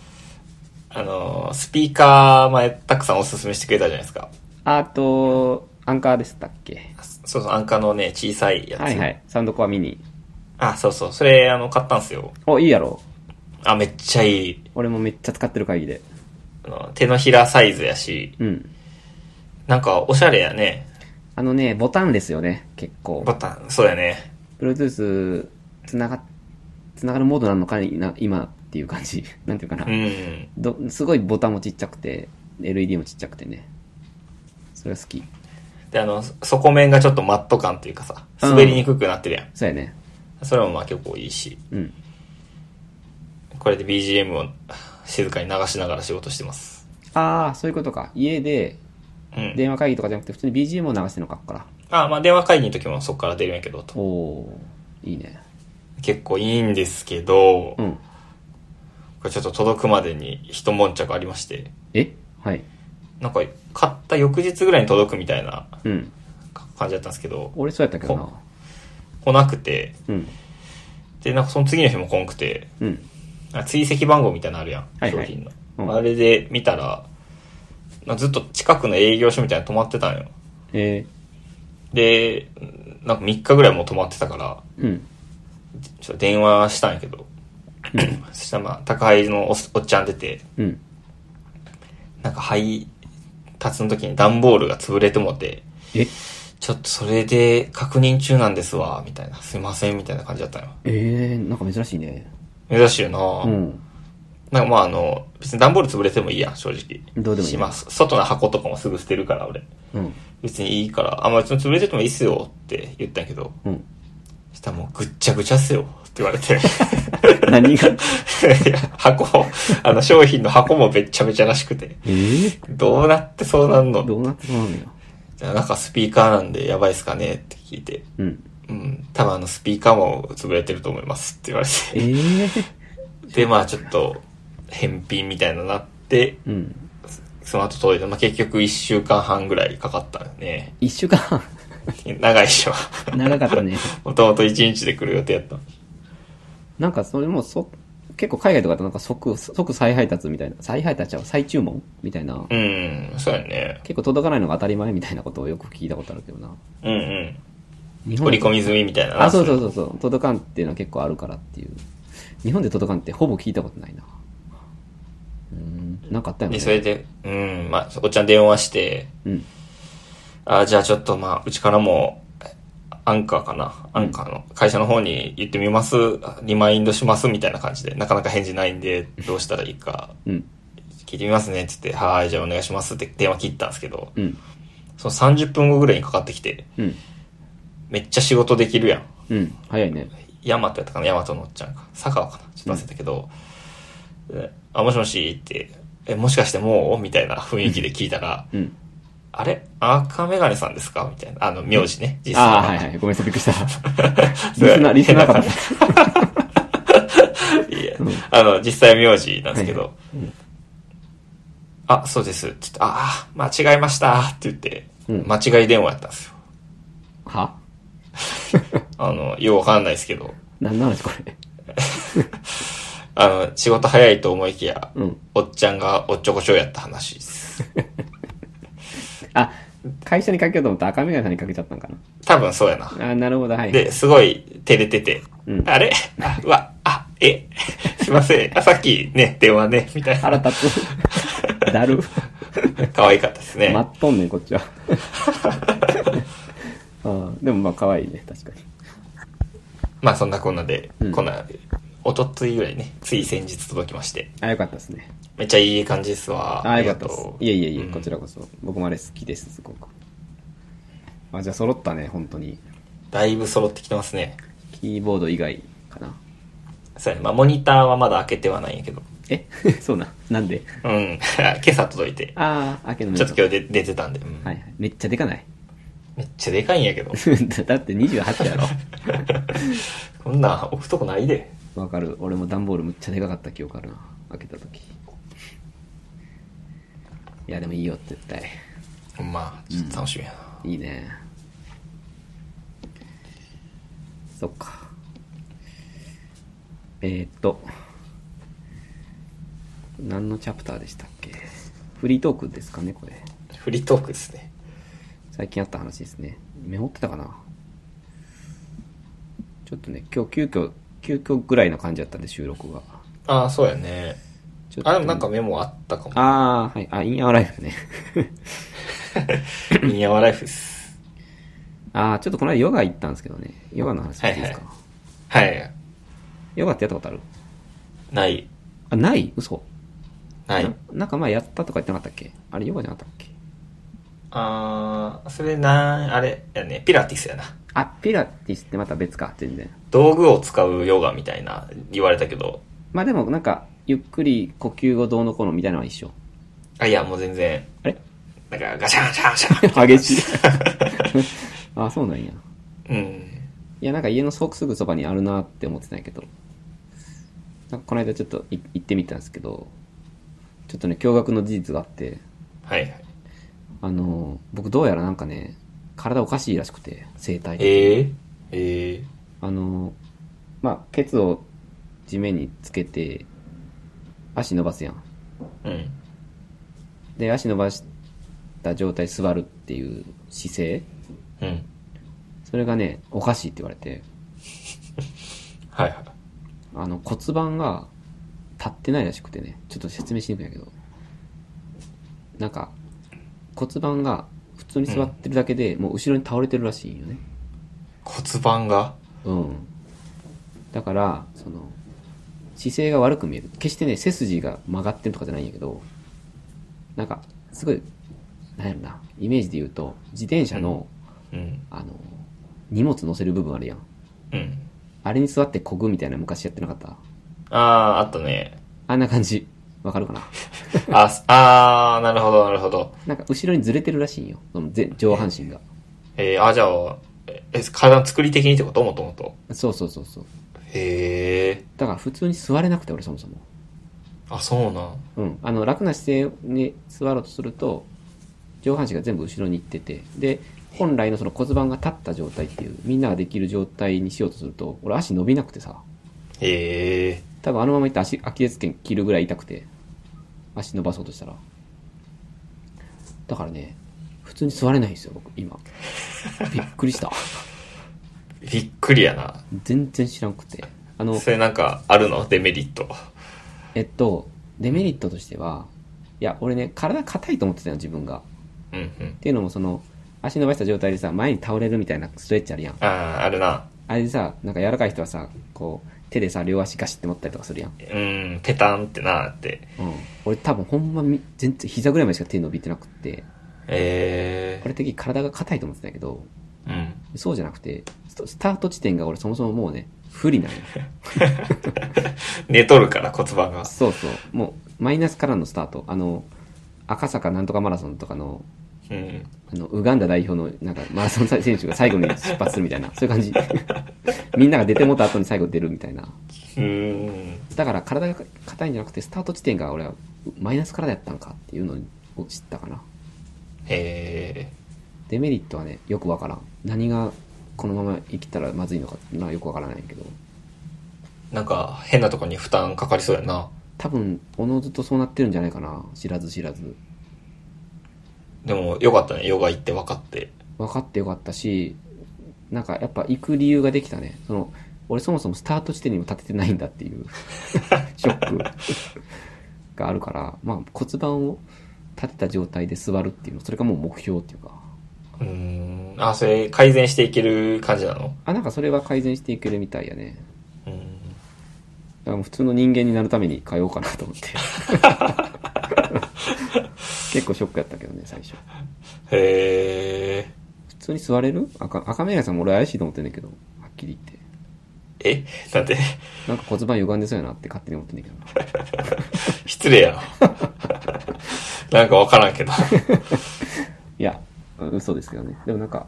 Speaker 2: あのー、スピーカー前、たくさんおすすめしてくれたじゃないですか。
Speaker 1: あと、アンカーでしたっけ
Speaker 2: そうそう、アンカーのね、小さいやつ。
Speaker 1: はいはい。サウンドコアミニ。
Speaker 2: あ、そうそう、それ、あの、買ったんすよ。
Speaker 1: お、いいやろ。
Speaker 2: あ、めっちゃいい。
Speaker 1: 俺もめっちゃ使ってる会議で。
Speaker 2: あの手のひらサイズやし、
Speaker 1: うん。
Speaker 2: なんか、おしゃれやね。
Speaker 1: あのね、ボタンですよね、結構
Speaker 2: ボ。タン、そうやね。
Speaker 1: Bluetooth つなが、つながるモードなのかな、今っていう感じ。 なんていうかな
Speaker 2: う。ん。
Speaker 1: どすごいボタンもちっちゃくて、LED もちっちゃくてね。それは好き。
Speaker 2: で、あの、底面がちょっとマット感というかさ、滑りにくくなってるやん。
Speaker 1: そうやね。
Speaker 2: それもまあ結構いいし、
Speaker 1: うん。
Speaker 2: これで BGM を静かに流しながら仕事してます。
Speaker 1: ああ、そういうことか。家で、
Speaker 2: うん。
Speaker 1: 電話会議とかじゃなくて、普通に BGM を流してんのかっから。
Speaker 2: あ、まあ電話会議の時もそっから出るんやけど、と。
Speaker 1: おー、いいね。
Speaker 2: 結構いいんですけど、
Speaker 1: うん。
Speaker 2: これちょっと届くまでに一悶着ありまして、
Speaker 1: えはい。
Speaker 2: なんか買った翌日ぐらいに届くみたいな
Speaker 1: うん。
Speaker 2: 感じだったんですけど、
Speaker 1: 俺そうやったけど
Speaker 2: ほ
Speaker 1: な。
Speaker 2: 来なくて、
Speaker 1: うん。
Speaker 2: で、なんかその次の日も来んくて、
Speaker 1: うん。
Speaker 2: あ追跡番号みたいなのあるやん、
Speaker 1: はいはい
Speaker 2: 商品の。
Speaker 1: うん
Speaker 2: あれで見たら、なずっと近くの営業所みたいなの泊まってたのよ。
Speaker 1: え
Speaker 2: で、なんか3日ぐらいもう泊まってたから、
Speaker 1: ー、うん。
Speaker 2: ちょっと電話したんや けど、そしたらまあ、宅配のおっおっちゃん出て、
Speaker 1: うん。
Speaker 2: なんか配達の時に段ボールが潰れてもって、
Speaker 1: え、
Speaker 2: ちょっとそれで確認中なんですわ、みたいな。すいません、みたいな感じだったのよ。
Speaker 1: えー、なんか珍しいね。
Speaker 2: 珍しいよな、
Speaker 1: うん。
Speaker 2: なんかまああの、別に段ボール潰れてもいいや、正直。
Speaker 1: どうでもいい
Speaker 2: します。外の箱とかもすぐ捨てるから、俺。
Speaker 1: うん。
Speaker 2: 別にいいから、あ、まあ別に潰れててもいいっすよって言ったんやけど、
Speaker 1: うん。
Speaker 2: そしたらもうぐっちゃぐちゃっすよって言われて。
Speaker 1: 何が
Speaker 2: いや箱、あの商品の箱もべっちゃべちゃらしくて。
Speaker 1: えー、
Speaker 2: どうなってそうなんの
Speaker 1: どうなってそうなのよ。
Speaker 2: なんかスピーカーなんでやばいっすかねって聞いて。
Speaker 1: うん。
Speaker 2: うん、多分あのスピーカーも潰れてると思いますって言われ
Speaker 1: え ー、
Speaker 2: て。で、まあちょっと返品みたいなのなって、
Speaker 1: うん。
Speaker 2: その後届いて、まあ結局1週間半ぐらいかかったよね。
Speaker 1: 一週間
Speaker 2: 長いっしょ。
Speaker 1: 長かったね。
Speaker 2: もともと1日で来る予定やったの。
Speaker 1: なんかそれもそ、結構海外とかだとなんか即、即再配達みたいな、再配達ちゃう、再注文みたいな。
Speaker 2: うん、そうやね。
Speaker 1: 結構届かないのが当たり前みたいなことをよく聞いたことあるけどな。
Speaker 2: うんうん。
Speaker 1: 日
Speaker 2: 折り込み済みみたいなな。
Speaker 1: あ、そうそうそうそう。届かんっていうのは結構あるからっていう。日本で届かんってほぼ聞いたことないな。うん。なんかあったよ
Speaker 2: で、
Speaker 1: ね。
Speaker 2: それで、うん、まあ、おっちゃん電話して、
Speaker 1: うん。
Speaker 2: あじゃあちょっとまあ、うちからも、アンカーかな。アンカーの会社の方に言ってみます。リマインドしますみたいな感じで、なかなか返事ないんで、どうしたらいいか、
Speaker 1: うん。
Speaker 2: 聞いてみますねって言って、はい、じゃあお願いしますって電話切ったんですけど、
Speaker 1: うん。
Speaker 2: その30分後ぐらいにかかってきて、
Speaker 1: うん。
Speaker 2: めっちゃ仕事できるやん。
Speaker 1: うん。早いね。
Speaker 2: ヤマトやったかなヤマトのおっちゃんか。佐川かなちょっと忘れたけど、であ、もしもしって、え、もしかしてもうみたいな雰囲気で聞いたら、
Speaker 1: うん。
Speaker 2: あれ赤メガネさんですかみたいな。あの、名字ね。実
Speaker 1: ああ、
Speaker 2: は
Speaker 1: はいはい。ごめんなさい、びっくりした。 リスナー、リスナーかと思っ
Speaker 2: いやあの、実際は名字なんですけど、あ、そうです。って言って、ああ、間違えました。って言って、
Speaker 1: うん
Speaker 2: 間違い電話やったんですよ。
Speaker 1: た。は
Speaker 2: あの、ようわかんないですけど、
Speaker 1: 何の話これ。
Speaker 2: あの、仕事早いと思いきや、
Speaker 1: うん。
Speaker 2: おっちゃんがおっちょこちょいやった話です。
Speaker 1: あ、会社にかけようと思ったら赤目がさんにかけちゃったんかな。
Speaker 2: 多分そうやな。
Speaker 1: あーなるほど、はい。
Speaker 2: で、すごい照れてて、
Speaker 1: うん
Speaker 2: あれあ、うわ、あ、え、 すいません。あ、さっきね、電話ね、みたい
Speaker 1: 腹
Speaker 2: な。
Speaker 1: 立つ。 だる。
Speaker 2: 可愛かったですね。
Speaker 1: 待っとんねん、こっ ちは。あーでもまあ、可愛いね、確かに。
Speaker 2: まあそんなこんなで、
Speaker 1: うん
Speaker 2: こんな、おとついぐらいね、つい先日届きまして、
Speaker 1: あ、よかったですね。
Speaker 2: めっちゃいい感じですわ。
Speaker 1: あ、
Speaker 2: あ
Speaker 1: よ
Speaker 2: り
Speaker 1: か
Speaker 2: が
Speaker 1: ったです
Speaker 2: と。う。
Speaker 1: いえいえいえ、
Speaker 2: うん
Speaker 1: こちらこそ。僕もあれ好きです、すごく。あ、じゃあ揃ったね、本当に。
Speaker 2: だいぶ揃ってきてますね。
Speaker 1: キーボード以外かな。
Speaker 2: そうやね。まあモニターはまだ開けてはないんやけど。
Speaker 1: え そうなん。なんで
Speaker 2: うん。 今朝届いて。
Speaker 1: ああ、明けのめ
Speaker 2: ちょ
Speaker 1: でと
Speaker 2: っと
Speaker 1: う
Speaker 2: 今日で出てたんで、うん
Speaker 1: はいはい。めっちゃでかない。
Speaker 2: めっちゃでかいんやけど。
Speaker 1: だだって28やろ。
Speaker 2: こんなん置くとこないで。
Speaker 1: わかる。俺も段ボールむっちゃでかかった記憶あるな。開けた時。いや、でもいいよ、絶対。
Speaker 2: まあ、ちょっと楽しみやな。
Speaker 1: いいね。そっか。えー、っと。何のチャプターでしたっけフリートークですかね、これ。
Speaker 2: フリートークですね。
Speaker 1: 最近あった話ですね。メモってたかなちょっとね、今日急遽、急遽ぐらいの感じだったんで、収録が。
Speaker 2: ああ、そうやね。
Speaker 1: ちょっと
Speaker 2: あ、でもなんかメモあったかも。
Speaker 1: あー、はい。あ、インアワライフね。
Speaker 2: ミニアワライフっす。
Speaker 1: あー、ちょっとこの間ヨガ行ったんですけどね。ヨガの話していいですか、
Speaker 2: はいははい。
Speaker 1: ヨガってやったことある
Speaker 2: ない。
Speaker 1: あ、ない嘘。
Speaker 2: ない。
Speaker 1: な。なんか前やったとか言ってなかったっけあれヨガじゃなかったっけ
Speaker 2: ああ、それな、あれやね、ピラティスやな。
Speaker 1: あ、ピラティスってまた別か、全然。
Speaker 2: 道具を使うヨガみたいな言われたけど、
Speaker 1: まあでもなんか、ゆっくり呼吸をどうのこうのみたいなのは一 緒。
Speaker 2: あ、いや、もう全然、
Speaker 1: あれ
Speaker 2: なんかガシャンガシャンガシ ャン。
Speaker 1: 激しい。 あ、そうなんや。
Speaker 2: うん。
Speaker 1: いや、なんか家のそすぐそばにあるなって思ってたんやけど、なんかこの間ちょっとい行ってみたんですけど、ちょっとね、驚愕の事実があって、
Speaker 2: はいはい。
Speaker 1: あの、僕どうやらなんかね、体おかしいらしくて、生体。
Speaker 2: ええええ
Speaker 1: あの、まあ、ケツを地面につけて、足伸ばすやん。
Speaker 2: うん。
Speaker 1: で、足伸ばしった状態座るっていう姿勢、
Speaker 2: うん。
Speaker 1: それがね、おかしいって言われて、
Speaker 2: はいはい。
Speaker 1: あの骨盤が立ってないらしくてね、ちょっと説明しにくいんやけど、なんか骨盤が普通に座ってるだけで、もう後ろに倒れてるらしいんよね。
Speaker 2: 骨盤が
Speaker 1: うん。だから、その、姿勢が悪く見える。決してね、背筋が曲がってるとかじゃないんやけど、なんか、すごい、なんやろな、イメージで言うと、自転車の、
Speaker 2: うん。
Speaker 1: あの、荷物乗せる部分あるやん。
Speaker 2: うん。
Speaker 1: あれに座ってこぐみたいな昔やってなかった
Speaker 2: ああ、あった ね。
Speaker 1: あんな感じ。わかるかな
Speaker 2: あ、すあー、なるほど、なるほど。
Speaker 1: なんか後ろにずれてるらしいんよ。その前上半身が。
Speaker 2: えー、あ、じゃあ、え、え体の作り的にってこともともと。
Speaker 1: そうそうそうそう。
Speaker 2: へえ。
Speaker 1: だから普通に座れなくて、俺そもそも。
Speaker 2: あ、そうなん。
Speaker 1: うん、あの楽な姿勢に座ろうとすると上半身が全部後ろに行っててで本来のその骨盤が立った状態っていうみんなができる状態にしようとすると俺足伸びなくてさ
Speaker 2: へえ。
Speaker 1: 多分あのままいったら足アキレス腱切るぐらい痛くて足伸ばそうとしたらだからね普通に座れないんですよ僕今びっくりした
Speaker 2: びっくりやな。
Speaker 1: 全然知らんくてあの
Speaker 2: それなんかあるのデメリット。
Speaker 1: えっとデメリットとしてはいや俺ね体硬いと思ってたよ自分が
Speaker 2: うんうん
Speaker 1: っ。ていうのもその足伸ばした状態でさ前に倒れるみたいなストレッチあるやん
Speaker 2: ああ、あるな。
Speaker 1: あれでさなんか柔らかい人はさこう手でさ両足ガシって持ったりとかするやん、
Speaker 2: うん、ペタンってなって。
Speaker 1: うん、俺多分ほんまみ全然膝ぐらいまでしか手伸びてなくって
Speaker 2: え
Speaker 1: 俺的に体が硬いと思ってたんやけど
Speaker 2: えうん。
Speaker 1: そうじゃなくてストスタート地点が俺そもそももうね不利なんよ
Speaker 2: 寝とるから骨盤が。
Speaker 1: そうそうもうマイナスからのスタートあの赤坂なんとかマラソンとかの
Speaker 2: うん。
Speaker 1: あの、ウガンダ代表の、なんか、マラソン選手が最後に出発するみたいな、そういう感じ。みんなが出てもった後に最後出るみたいな。
Speaker 2: うん。
Speaker 1: だから体が硬いんじゃなくてスタート地点が俺はマイナスからだったんかっていうのを知ったかな
Speaker 2: え
Speaker 1: デメリットはねよくわからん何がこのまま生きたらまずいのかなよくわからないけど
Speaker 2: えなんか変なとこに負担かかりそうやな。
Speaker 1: 多分おのずとそうなってるんじゃないかな知らず知らず
Speaker 2: でもよかったね、ヨガ行って分かって。
Speaker 1: 分かってよかったしなんかやっぱ行く理由ができたねその俺そもそもスタート地点にも立ててないんだっていう ショックがあるから、まあ、骨盤を立てた状態で座るっていうのそれがもう目標っていうか
Speaker 2: うん。あ、それ改善していける感じなの
Speaker 1: あなんかそれは改善していけるみたいやね
Speaker 2: うん。
Speaker 1: だからもう普通の人間になるために通おうかなと思って結構ショックやったけどね最初
Speaker 2: へえ。
Speaker 1: 普通に座れる赤赤メガネさんも俺怪しいと思ってんだけどはっきり言って
Speaker 2: えだって、
Speaker 1: なんか骨盤歪んでそうやなって勝手に思ってんだけどな
Speaker 2: 失礼や ろ。なんか分からんけど。
Speaker 1: いやうん嘘ですけどねでもなんか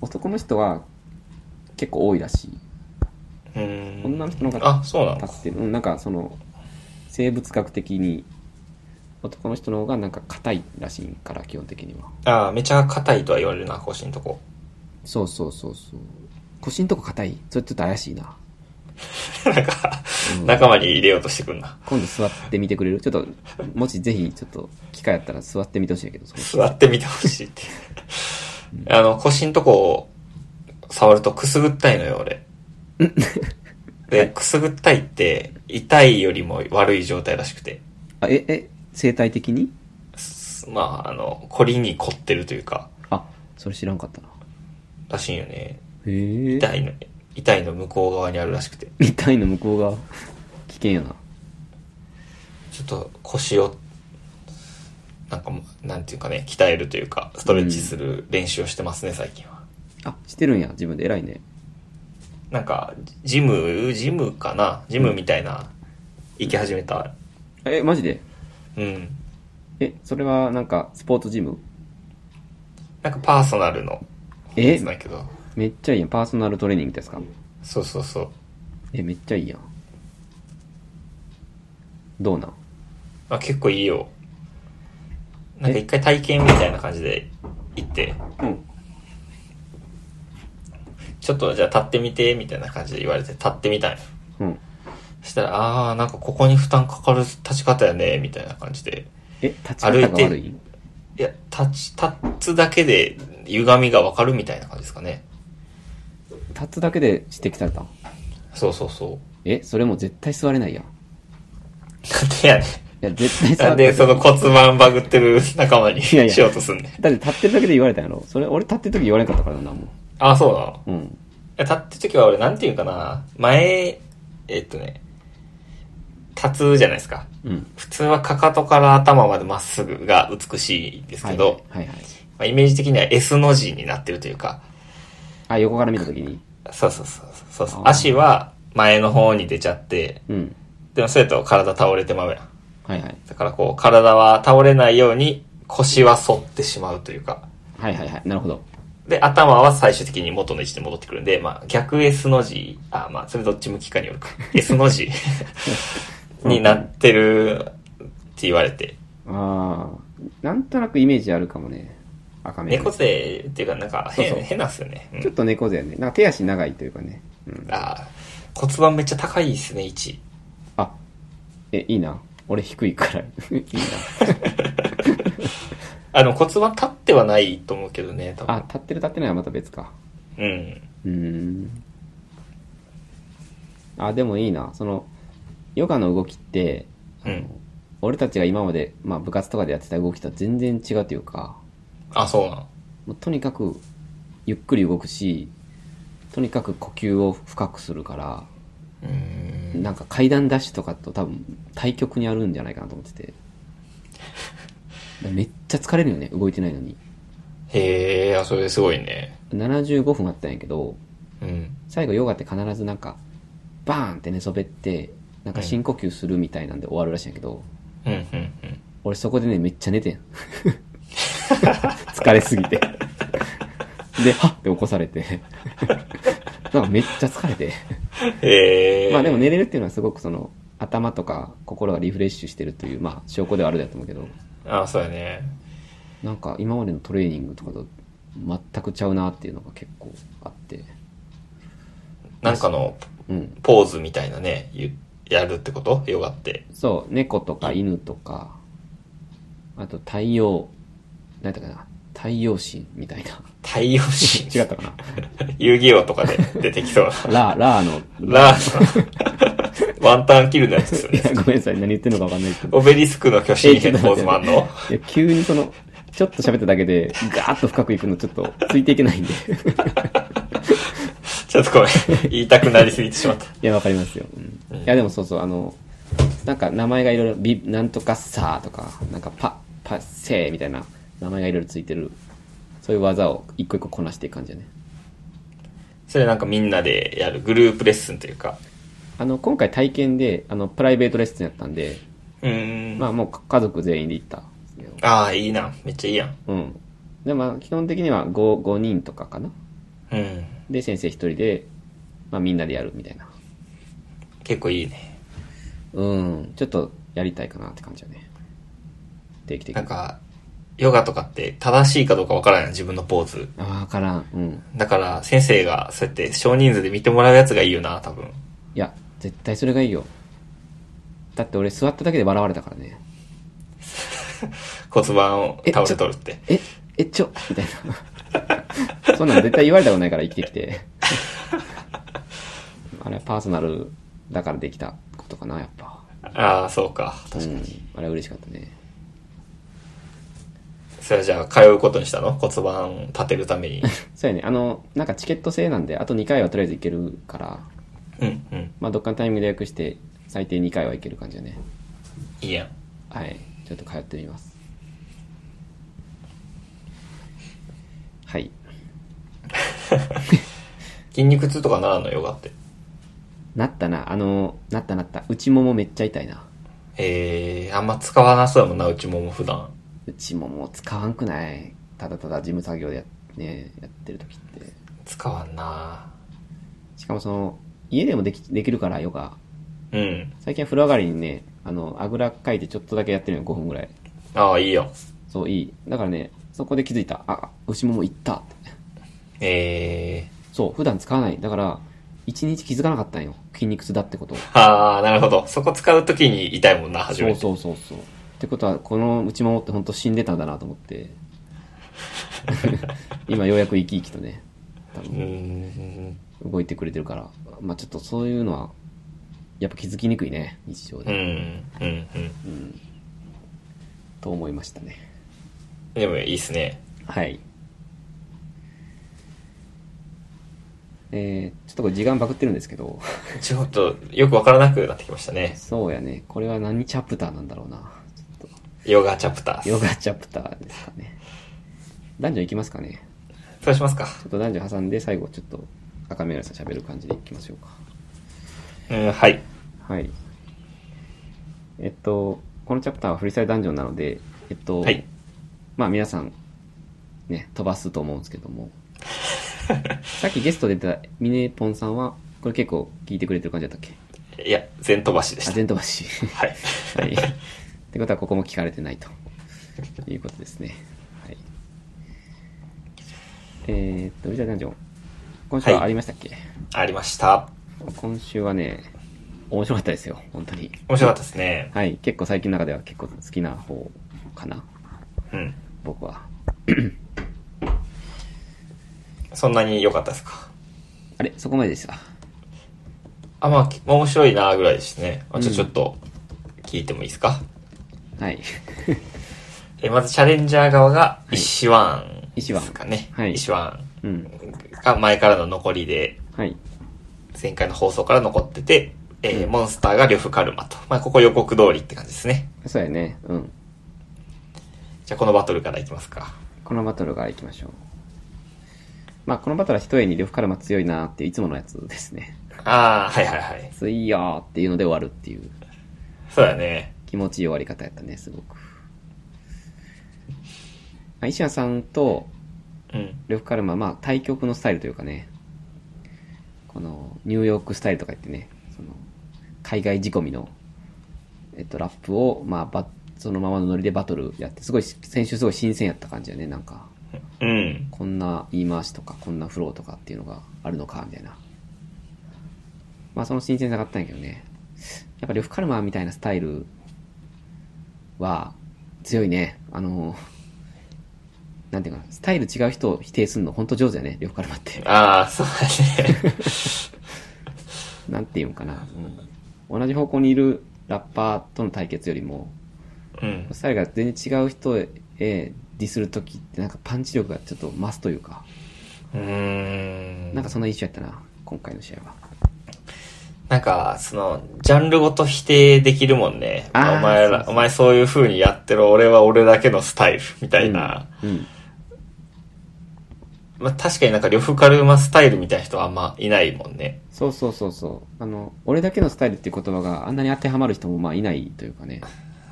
Speaker 1: 男の人は結構多いらしい
Speaker 2: うん。
Speaker 1: 女の人の方が
Speaker 2: あ、そうなの
Speaker 1: 立ってるうんなんかその生物学的に男の人の方がなんか硬いらしいから基本的には
Speaker 2: ああ、めちゃ硬いとは言われるな、腰のとこ。
Speaker 1: そうそうそうそう腰のとこ硬いそれちょっと怪しいな
Speaker 2: なんか、仲間に入れようとしてくんな。
Speaker 1: 今度座ってみてくれるちょっともしぜひちょっと機会あったら座ってみてほしいんやけどその
Speaker 2: 座ってみてほしいって。あの、腰のとこを触るとくすぐったいのよ、俺。で、くすぐったいって、痛いよりも悪い状態らしくて。
Speaker 1: あええ生態的に
Speaker 2: すまあ、あの、凝りに凝ってるというか、
Speaker 1: あそれ知らんかったな
Speaker 2: らしいよね。
Speaker 1: へえ
Speaker 2: 痛いの、痛いの向こう側にあるらしくて。
Speaker 1: 痛いの向こうが危険やな
Speaker 2: ちょっと腰を、なんかもう、なんていうかね、鍛えるというか、ストレッチする練習をしてますね、最近は。
Speaker 1: あしてるんや自分で偉いね
Speaker 2: なんか、ジム、ジムかなジムみたいな、行き始めた。
Speaker 1: えマジで
Speaker 2: うん。
Speaker 1: えそれはなんかスポーツジム
Speaker 2: なんかパーソナルの
Speaker 1: え
Speaker 2: やつだけど。
Speaker 1: めっちゃいいやんパーソナルトレーニングですか
Speaker 2: そうそうそう。
Speaker 1: えめっちゃいいやんどうなん
Speaker 2: あ、結構いいよ。なんか一回体験みたいな感じで行って、
Speaker 1: うん
Speaker 2: ちょっとじゃあ立ってみて、みたいな感じで言われて立ってみたい。
Speaker 1: うん
Speaker 2: したら、あー、なんかここに負担かかる立ち方やね、みたいな感じで。
Speaker 1: え立ち方が
Speaker 2: 歩
Speaker 1: 悪
Speaker 2: い
Speaker 1: い
Speaker 2: いや、立ち、立つだけで歪みがわかるみたいな感じですかね。
Speaker 1: 立つだけで指摘されたん
Speaker 2: そうそうそう。
Speaker 1: え、それもう絶対座れないやん。い
Speaker 2: なんでやね
Speaker 1: や、絶対
Speaker 2: ん。な
Speaker 1: 座
Speaker 2: ん
Speaker 1: れな
Speaker 2: で
Speaker 1: い。
Speaker 2: その骨盤バグってる仲間に
Speaker 1: いやいや
Speaker 2: しようとすんねん。
Speaker 1: だって立ってるだけで言われたんやろ。それ、俺立ってる時言われんかったからな、も
Speaker 2: あ、そうなの
Speaker 1: う。うん。
Speaker 2: え立ってる時は俺なんて言うかな。前、えっとね、立つじゃないですか。
Speaker 1: うん。
Speaker 2: 普通はかかとから頭までまっすぐが美しいんです
Speaker 1: は
Speaker 2: け
Speaker 1: い。
Speaker 2: ど、
Speaker 1: はいはい。
Speaker 2: まあ、イメージ的には S の字になってるというか、
Speaker 1: あ、横から見た時に。
Speaker 2: そうそうそうそうそう
Speaker 1: あー
Speaker 2: 足は前の方に出ちゃって、
Speaker 1: うん。
Speaker 2: でもそれと体倒れてまうやん。
Speaker 1: はいはい。
Speaker 2: だからこう、体は倒れないように腰は反ってしまうというか、
Speaker 1: はいはいはい。なるほど。
Speaker 2: で、頭は最終的に元の位置に戻ってくるんで、まあ、逆 S の字、あ、まあ、それどっち向きか によるか。S の字になってるって言われて、
Speaker 1: ああ、なんとなくイメージあるかもね。赤目。
Speaker 2: 猫背っていうかなんか変、
Speaker 1: そうそう
Speaker 2: 変なんですよね。うん
Speaker 1: ちょっと猫背やね。なんか手足長いというかね。うん。
Speaker 2: あー骨盤めっちゃ高いですね、位置。
Speaker 1: あ、え、いいな。俺低い から。いい
Speaker 2: あ、でも骨盤立ってはないと思うけどね、多
Speaker 1: な。あ
Speaker 2: 分。、
Speaker 1: 立ってる立ってないはまた別か。
Speaker 2: うん。
Speaker 1: うーん。あ、でもいいな。その、ヨガの動きって、
Speaker 2: うん。
Speaker 1: 俺たちが今まで、まあ、部活とかでやってた動きとは全然違うというか、
Speaker 2: あ、そうなの。
Speaker 1: もうとにかくゆっくり動くし、とにかく呼吸を深くするから、
Speaker 2: うーん。
Speaker 1: なんか階段ダッシュとかと多分対極にあるんじゃないかなと思ってて。めっちゃ疲れるよね、動いてないのに。
Speaker 2: へえ、あ、それすごいね。
Speaker 1: 75分あったんやけど、
Speaker 2: うん。
Speaker 1: 最後ヨガって必ずなんか、バーンって寝そべって、なんか深呼吸するみたいなんで終わるらしいんやけど、
Speaker 2: うん、うん、うん。
Speaker 1: 俺そこでね、めっちゃ寝てん。疲れすぎて。で、はっって起こされて。なんかめっちゃ疲れて。
Speaker 2: へえ。
Speaker 1: まあでも寝れるっていうのはすごくその、頭とか心がリフレッシュしてるという、まあ証拠ではあるだと思うけど、
Speaker 2: あ、そうやね。
Speaker 1: なんか今までのトレーニングとかと全くちゃうなっていうのが結構あって。
Speaker 2: なんかの
Speaker 1: うん。
Speaker 2: ポーズみたいなね、ゆやるってことヨガって。
Speaker 1: そう、猫とか犬とか、あと太陽、なんていうかな、太陽神みたいな。
Speaker 2: 太陽神。
Speaker 1: 違ったかな。
Speaker 2: 遊戯王とかで出てきそう
Speaker 1: ラー、ラーの、
Speaker 2: な。ラーの、ワンタンキルのやつですよ
Speaker 1: いや
Speaker 2: ね。
Speaker 1: ごめんなさい、何言ってんのかわかんないですけ ど。
Speaker 2: オベリスクの巨神兵のポーズもあんの
Speaker 1: いや、急にその、ちょっと喋っただけで、ガーッと深くいくのちょっとついていけないんで。 い
Speaker 2: ちょっとごめん。言いたくなりすぎてしまった。
Speaker 1: や、わかりますよ。うんいや、でもそうそう、あの、なんか名前がいろいろ、ビ、なんとかさーとか、なんかパ、パッセーみたいな名前がいろいろついてる、そういう技を一個一個こなしていく感じだね。
Speaker 2: それなんかみんなでやるグループレッスンというか。
Speaker 1: あの、今回体験で、あの、プライベートレッスンやったんで、
Speaker 2: うーん。
Speaker 1: まあもうか家族全員で行ったんですけど。
Speaker 2: ああ、いいな。めっちゃいいやん。
Speaker 1: うん。で、まあ基本的には 5, 5人とかかな。
Speaker 2: うん。
Speaker 1: で、先生一人で、まあみんなでやるみたいな。
Speaker 2: 結構いいね。
Speaker 1: うん、ちょっとやりたいかなって感じだね。定期的
Speaker 2: な
Speaker 1: に。
Speaker 2: ん
Speaker 1: あ
Speaker 2: か、ヨガとかって正しいかどうかわからないの自分のポーズ。
Speaker 1: あー、わからん。うん。
Speaker 2: だから、先生がそうやって少人数で見てもらうやつがいいよな、多分。
Speaker 1: いや、絶対それがいいよ。だって俺座っただけで笑われたからね。
Speaker 2: 骨盤を
Speaker 1: え
Speaker 2: 倒れとるって。
Speaker 1: え、え、ちょ、みたいな。 そんなの絶対言われたことないから生きてきて。 あれはパーソナルだからできたことかな、やっぱ。
Speaker 2: ああ、そうか。
Speaker 1: 確かに。あれは嬉しかったね。
Speaker 2: それはじゃあ、通うことにしたの骨盤立てるた めに。
Speaker 1: そうやね。あの、なんかチケット制なんで、あと2回はとりあえず行けるから、
Speaker 2: うん、うん。
Speaker 1: まあ、どっかのタイミングで予約して、最低2回は行ける感じだね。
Speaker 2: いいやん。
Speaker 1: はい。ちょっと通ってみます。はい。
Speaker 2: 筋肉痛とかならんの、ヨガって。
Speaker 1: なったな。あの、なったなった。内ももめっちゃ痛いな。
Speaker 2: ええあんま使わなそうやもんな、うちもも普段。
Speaker 1: 内もも使わんくない。ただただ事務作業でや,、ね、やってる時って。
Speaker 2: 使わんな
Speaker 1: しかもその、家でもできできるからヨガ。
Speaker 2: うん。
Speaker 1: 最近は風呂上がりにね、あの、あぐらかいてちょっとだけやってるのよ、5分ぐらい。
Speaker 2: ああ、いいよ。
Speaker 1: そう、いい。だからね、そこで気づいた。あ、内ももいったって。
Speaker 2: ええ
Speaker 1: そう、普段使わない。だから、1日気づかなかったんよ。筋肉痛だってことを。
Speaker 2: ああ、なるほど。そこ使うときに痛いもんな、初
Speaker 1: そ
Speaker 2: め
Speaker 1: う
Speaker 2: て。
Speaker 1: そうそうそう。ってことは、この内ももって本当死んでたんだなと思っ て。今ようやく生き生きとね、多
Speaker 2: うー
Speaker 1: 分
Speaker 2: ん。
Speaker 1: 動いてくれてるから、まあちょっとそういうのは、やっぱ気づきにくいね、日常
Speaker 2: うん。う
Speaker 1: で。
Speaker 2: ん。うん。
Speaker 1: と思いましたね。
Speaker 2: でもいいっ すね。
Speaker 1: はい。えー、ちょっとこれ時間バクってるんですけど、
Speaker 2: ちょっとよくわからなくなってきましたね。
Speaker 1: そうやね、これは何チャプターなんだろうな。ちょっ
Speaker 2: ヨガチャプタ
Speaker 1: と、
Speaker 2: ー。
Speaker 1: ヨガチャプターですかね。男女行きますかね。
Speaker 2: そうしますか。
Speaker 1: ちょっと男女挟んで、最後ちょっと赤目がさん喋る感じでいきましょうか。
Speaker 2: うん、はい。
Speaker 1: はい。えっと、このチャプターはフリースタイルダンジョンなので、えっと、
Speaker 2: はい
Speaker 1: まあ皆さん、ね、飛ばすと思うんですけども、 さっきゲスト出てたミネポンさんは、これ結構聞いてくれてる感じだったっけ
Speaker 2: いや、全飛ばしで
Speaker 1: あ、
Speaker 2: し
Speaker 1: 全飛ばし。
Speaker 2: た。 は
Speaker 1: はい。
Speaker 2: い。
Speaker 1: ってことは、ここも聞かれてないということですね。はい。えー、っと、フリースタイルダンジョン、今週はありましたっけ、
Speaker 2: ありました。
Speaker 1: 今週はね、面白かったですよ、本当に。
Speaker 2: 面白かったですね。
Speaker 1: はい、結構最近の中では結構好きな方かな、
Speaker 2: うん。
Speaker 1: 僕は。
Speaker 2: そんなに良かったですか。
Speaker 1: あれ、そこまででした。
Speaker 2: あ、まあ、き面白いなぐらいですね。あち
Speaker 1: う
Speaker 2: ょ、
Speaker 1: ん
Speaker 2: ちょっと、聞いてもいいですか。
Speaker 1: はい。
Speaker 2: え、まずチャレンジャー側が、
Speaker 1: い
Speaker 2: 石湾
Speaker 1: 石
Speaker 2: で
Speaker 1: 湾
Speaker 2: すかね。
Speaker 1: はい
Speaker 2: 石湾
Speaker 1: うん。
Speaker 2: が前からの残りで、
Speaker 1: はい。
Speaker 2: 前回の放送から残ってて、えーモンスターが呂布カルマと。まあ、ここ予告通りって感じですね。
Speaker 1: そうやね。うん。
Speaker 2: じゃあ、このバトルからいきますか。
Speaker 1: このバトルから行きましょう。まあ、このバトルは一重に呂布カルマ強いなーっていういつものやつですね。
Speaker 2: ああ、はいはいはい。
Speaker 1: 強いよーっていうので終わるっていう
Speaker 2: そうだね。
Speaker 1: 気持ちいい終わり方やったね、すごく。まあ、石谷さんと
Speaker 2: うん。
Speaker 1: 呂布カルマ、まあ、対局のスタイルというかね、この、ニューヨークスタイルとか言ってね、その、海外仕込みの、えっと、ラップを、まあ、ば、そのままのノリでバトルやって、すごい、先週すごい新鮮やった感じだね、なんか、
Speaker 2: うん。
Speaker 1: こんな言い回しとか、こんなフローとかっていうのがあるのか、みたいな。まあ、その新鮮さがあったんやけどね。やっぱ、呂布カルマみたいなスタイルは、強いね。あの、なんていうかな、スタイル違う人を否定するの、本当上手やね、呂布カルマって。
Speaker 2: ああ、そうだね。
Speaker 1: なんていうんかな、うん同じ方向にいるラッパーとの対決よりも、
Speaker 2: うん。
Speaker 1: スタイルが全然違う人へディスるときって、なんかパンチ力がちょっと増すというか、
Speaker 2: うーん。
Speaker 1: なんかそんな印象やったな、今回の試合は。
Speaker 2: なんか、その、ジャンルごと否定できるもんね。
Speaker 1: あー
Speaker 2: お前
Speaker 1: そう
Speaker 2: ら、
Speaker 1: そう
Speaker 2: お前そういう風にやってる俺は俺だけのスタイル、みたいな。
Speaker 1: うん。
Speaker 2: まあ確かになんか、呂布カルマスタイルみたいな人はあんまいないもんね。
Speaker 1: そうそうそうそう。あの、俺だけのスタイルっていう言葉があんなに当てはまる人もまあいないというかね、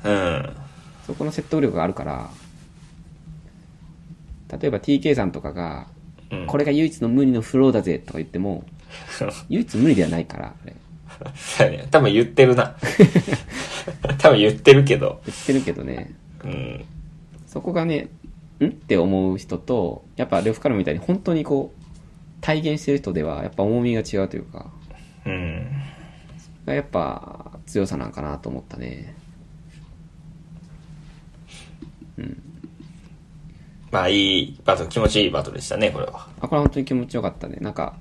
Speaker 2: うん。
Speaker 1: そこの説得力があるから、例えば TK さんとかが、
Speaker 2: うん、
Speaker 1: これが唯一の無二のフローだぜとか言っても、唯一無二ではないから、あれ
Speaker 2: そうやね。多分言って るな。多分言ってるけど。
Speaker 1: 言ってるけどね、
Speaker 2: うん。
Speaker 1: そこがね、んって思う人と、やっぱ呂布カルマみたいに本当にこう、体現してる人では、やっぱ重みが違うというか、
Speaker 2: うん。
Speaker 1: がやっぱ強さなんかなと思ったね。
Speaker 2: まあ、いいバトル、気持ちいいバトルでしたね、これは。
Speaker 1: あ、これは本当に気持ちよかったね。なんか、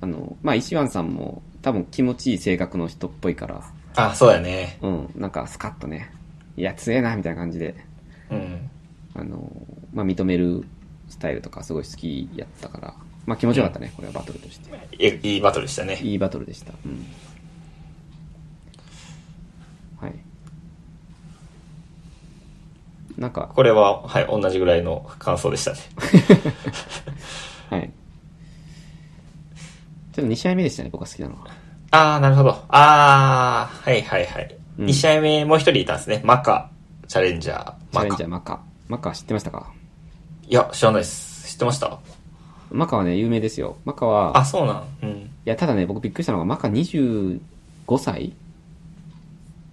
Speaker 1: あの、まあ、石湾さんも多分気持ちいい性格の人っぽいから、
Speaker 2: あ、そうだね。
Speaker 1: うん、なんかスカッとね、いや、強えな、みたいな感じで、
Speaker 2: うん。
Speaker 1: あの、まあ、認めるスタイルとかすごい好きやったから、まあ、気持ちよかったね、これはバトルとして。
Speaker 2: いいいバトルでしたね。
Speaker 1: いいバトルでした。うん。はい。なんか、
Speaker 2: これは、はい、同じぐらいの感想でしたね。
Speaker 1: はい。ちょっと2試合目でしたね、僕が好きなのは。
Speaker 2: ああ、なるほど。ああ、はいはいはい。
Speaker 1: うん
Speaker 2: 2試合目もう一人いたんですね。マカ、チャレンジャー、
Speaker 1: チャ
Speaker 2: マ
Speaker 1: レン
Speaker 2: カ。
Speaker 1: ジャ
Speaker 2: い
Speaker 1: ーマカ。マカ知ってましたか
Speaker 2: や、知らないです。知ってました
Speaker 1: マカはね、有名ですよ。マカ
Speaker 2: あ、
Speaker 1: は、
Speaker 2: そうなん。うん。
Speaker 1: いや、ただね、僕びっくりしたのが、マカ25歳っ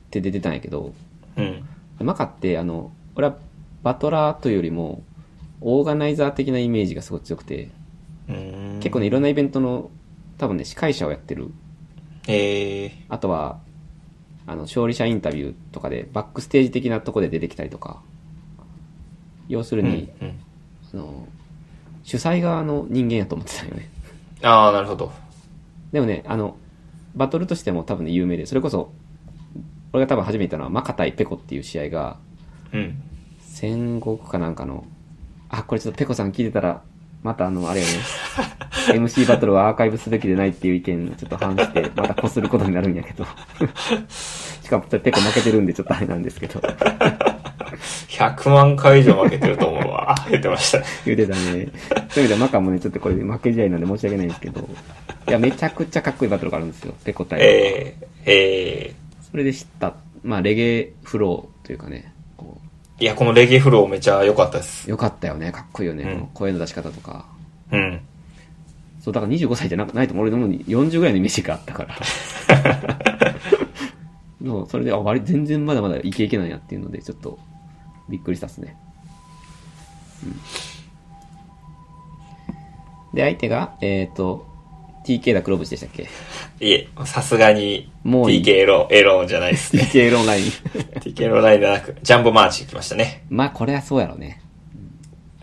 Speaker 1: て出てたんやけど、
Speaker 2: うん。
Speaker 1: マカって、あの、俺はバトラーというよりも、オーガナイザー的なイメージがすごい強くて、
Speaker 2: うーん
Speaker 1: 結構ね、いろんなイベントの、多分ね、司会者をやってる。
Speaker 2: えー、
Speaker 1: あとは、あの、勝利者インタビューとかで、バックステージ的なとこで出てきたりとか、要する
Speaker 2: うん。う
Speaker 1: に、
Speaker 2: ん。
Speaker 1: あの、主催側の人間やと思ってたよね。
Speaker 2: ああ、なるほど。
Speaker 1: でもね、あの、バトルとしても多分ね、有名で、それこそ、俺が多分初めて見たのは、マカ対ペコっていう試合が、
Speaker 2: うん。
Speaker 1: 戦国かなんかの、あ、これちょっとペコさん聞いてたら、またあの、あれよね、MC バトルはアーカイブすべきでないっていう意見にちょっと反して、またこすることになるんやけど。しかも、ペコ負けてるんでちょっとあれなんですけど。
Speaker 2: 100万回以上負けてると思 うわ。言ってましたね。
Speaker 1: 言うてたね。そういう意味ではマカもね、ちょっとこれ負け試合なんで申し訳ないんですけど、いや、めちゃくちゃかっこいいバトルがあるんですよ、ペコ対。
Speaker 2: ええええ
Speaker 1: それで知った、まあ、レゲエフローというかね、こ
Speaker 2: いや、このレゲエフローめちゃ良かったです
Speaker 1: う、。よかったよね、かっこいいよね、
Speaker 2: うん
Speaker 1: この声の出し方とか。
Speaker 2: うん。
Speaker 1: そう、だから25歳じゃなないと思う、俺のもに40ぐらいのイメージがあった から。のそれで、あ、割れ全然まだまだいけいけなんやっていうので、ちょっと、びっくりしたっすね。うん。で、相手が、えっ、と、TK だ黒渕でしたっけ
Speaker 2: いえ、さすがに、
Speaker 1: もういい
Speaker 2: TK エロ、エロじゃないで すね。
Speaker 1: ?TK エロンライン。
Speaker 2: TK エロラインではなく、ジャンボマーチ行きましたね。
Speaker 1: まあ、これはそうやろね。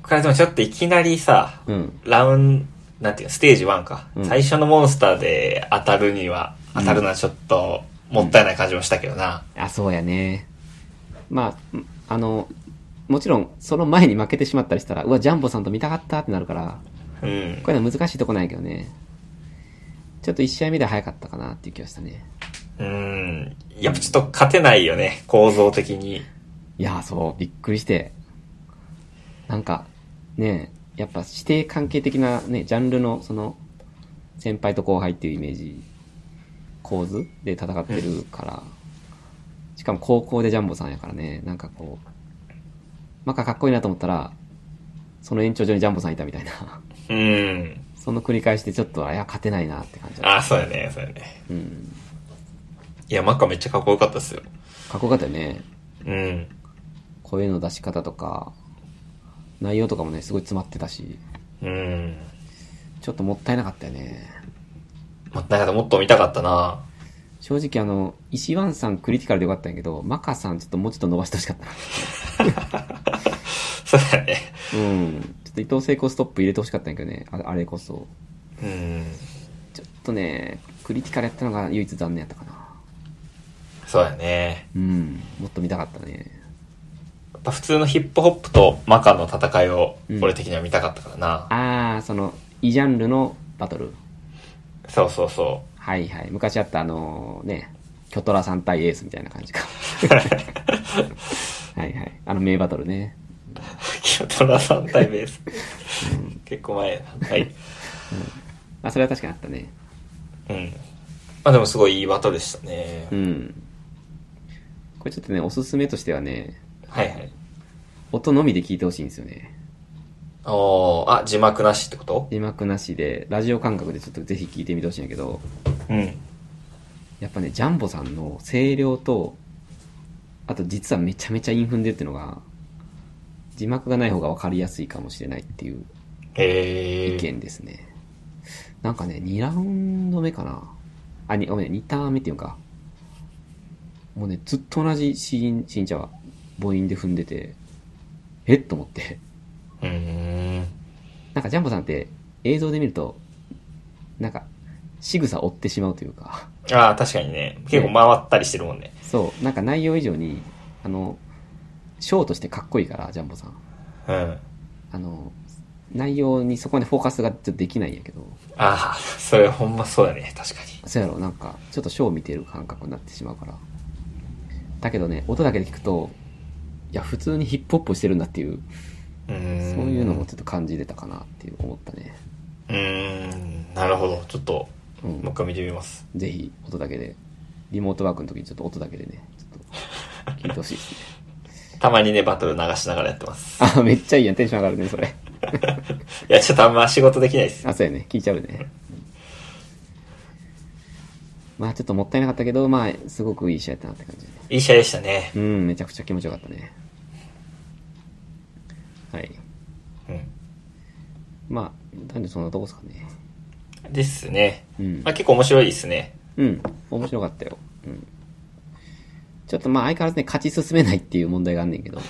Speaker 2: これでもちょっといきなりさ、
Speaker 1: うん。
Speaker 2: ラウン、なんていうの、ステージ1か、
Speaker 1: うん
Speaker 2: 最初のモンスターで当たるには、当たるのはちょっと、もったいない感じもしたけどな。
Speaker 1: あ、そうやね。まあ、あの、もちろん、その前に負けてしまったりしたら、うわ、ジャンボさんと見たかったってなるから、
Speaker 2: うん。
Speaker 1: こういうのは難しいとこないけどね。ちょっと1試合目で早かったかなっていう気がしたね。
Speaker 2: うん。やっぱちょっと勝てないよね、構造的に。
Speaker 1: いやー、そう、びっくりして。なんか、ねえ、やっぱ指定関係的なね、ジャンルの、その、先輩と後輩っていうイメージ、構図で戦ってるから、しかも高校でジャンボさんやからね、なんかこう、マカかっこいいなと思ったら、その延長上にジャンボさんいたみたいな、
Speaker 2: うん。
Speaker 1: その繰り返しでちょっと、あ、いや、勝てないなって感じだった。
Speaker 2: あ、そうやね、そうやね。
Speaker 1: うん。
Speaker 2: いや、マッカめっちゃかっこよかったっすよ。
Speaker 1: かっこよかったよね。
Speaker 2: うん。
Speaker 1: 声の出し方とか、内容とかもね、すごい詰まってたし、
Speaker 2: うん。
Speaker 1: ちょっともったいなかったよね。
Speaker 2: まあ、なんかもっと見たかったな。
Speaker 1: 正直あの、石ワンさんクリティカルでよかったんやけど、マカさんちょっともうちょっと伸ばしてほしかったな。
Speaker 2: そうだよね。
Speaker 1: うん。ちょっと伊藤聖子ストップ入れてほしかったんやけどね、ああれこそ。
Speaker 2: うん。
Speaker 1: ちょっとね、クリティカルやったのが唯一残念やったかな。
Speaker 2: そうやね。
Speaker 1: うん。もっと見たかったね。
Speaker 2: やっぱ普通のヒップホップとマカの戦いを
Speaker 1: うん
Speaker 2: 俺的には見たかったからな。
Speaker 1: あー、その、異ジャンルのバトル。
Speaker 2: そうそうそ
Speaker 1: はいはい。昔あったあのね、キョトラさん対エースみたいな感じか。 はいはい。あの名バトルね。
Speaker 2: う。キョトラさん対ベース。結構前やな。はい。
Speaker 1: まあ、それは確かにあったね。
Speaker 2: うん。まあでもすごいいいバトルでしたね。
Speaker 1: うん。これちょっとね、おすすめとしてはね、
Speaker 2: はいはい。
Speaker 1: 音のみで聞いてほしいんですよね。
Speaker 2: おーあ、字幕なしってこと
Speaker 1: 字幕なしで、ラジオ感覚でちょっとぜひ聞いてみてほしいんやけど、
Speaker 2: うん。
Speaker 1: やっぱね、ジャンボさんの声量と、あと実はめちゃめちゃ韻踏んでるっていうのが、字幕がない方が分かりやすいかもしれないっていう
Speaker 2: え
Speaker 1: 意
Speaker 2: ー。
Speaker 1: 見ですね。なんかね、2ラウンド目かな。あ、にごめん、2ターン目っていうか。もうね、ずっと同じシーン、シーンちゃうわ母音で踏んでて、えっと思って。
Speaker 2: うーん。
Speaker 1: なんかジャンボさんって映像で見ると、なんか、仕草追ってしまうというか、
Speaker 2: ああ、確かにね。結構回ったりしてるもんね。
Speaker 1: そう、なんか内容以上に、あの、ショーとしてかっこいいから、ジャンボさん。
Speaker 2: うん。あ
Speaker 1: あの、内容にそこまでフォーカスがちょっとできないんやけど、
Speaker 2: あー、それほんまそうだね。確か
Speaker 1: そうやろ、なんか、ちょっとショーを見てる感覚になってしまうから。だけどね、音だけで聞くと、いや、普通にヒップホップをしてるんだっていう、
Speaker 2: に。う
Speaker 1: そう
Speaker 2: ーん。
Speaker 1: いうのもちょっと感じれたかなっていう思ったね。
Speaker 2: うーん。なるほど。ちょっと、
Speaker 1: う
Speaker 2: もうん一。回見てみます。
Speaker 1: ぜひ、音だけで、リモートワークの時にちょっと音だけでね、ちょっと、聞いてほしいですね。
Speaker 2: たまにね、バトル流しながらやってます。
Speaker 1: あ、めっちゃいいやん。テンション上がるね、それ。
Speaker 2: いや、ちょっとあんま仕事できないです。
Speaker 1: あ、そうやね。聞いちゃうね。まあ、ちょっともったいなかったけど、まあ、すごくいい試合だったなって感じだね。
Speaker 2: いい試合でしたね。
Speaker 1: うん、めちゃくちゃ気持ちよかったね。はい。
Speaker 2: うん。
Speaker 1: まあ、男女そんなとこですかね。
Speaker 2: ですね。
Speaker 1: うん
Speaker 2: まあ、。結構面白いですね。
Speaker 1: うん。面白かったよ。うん。ちょっとまあ相変わらずね、勝ち進めないっていう問題があんねんけど、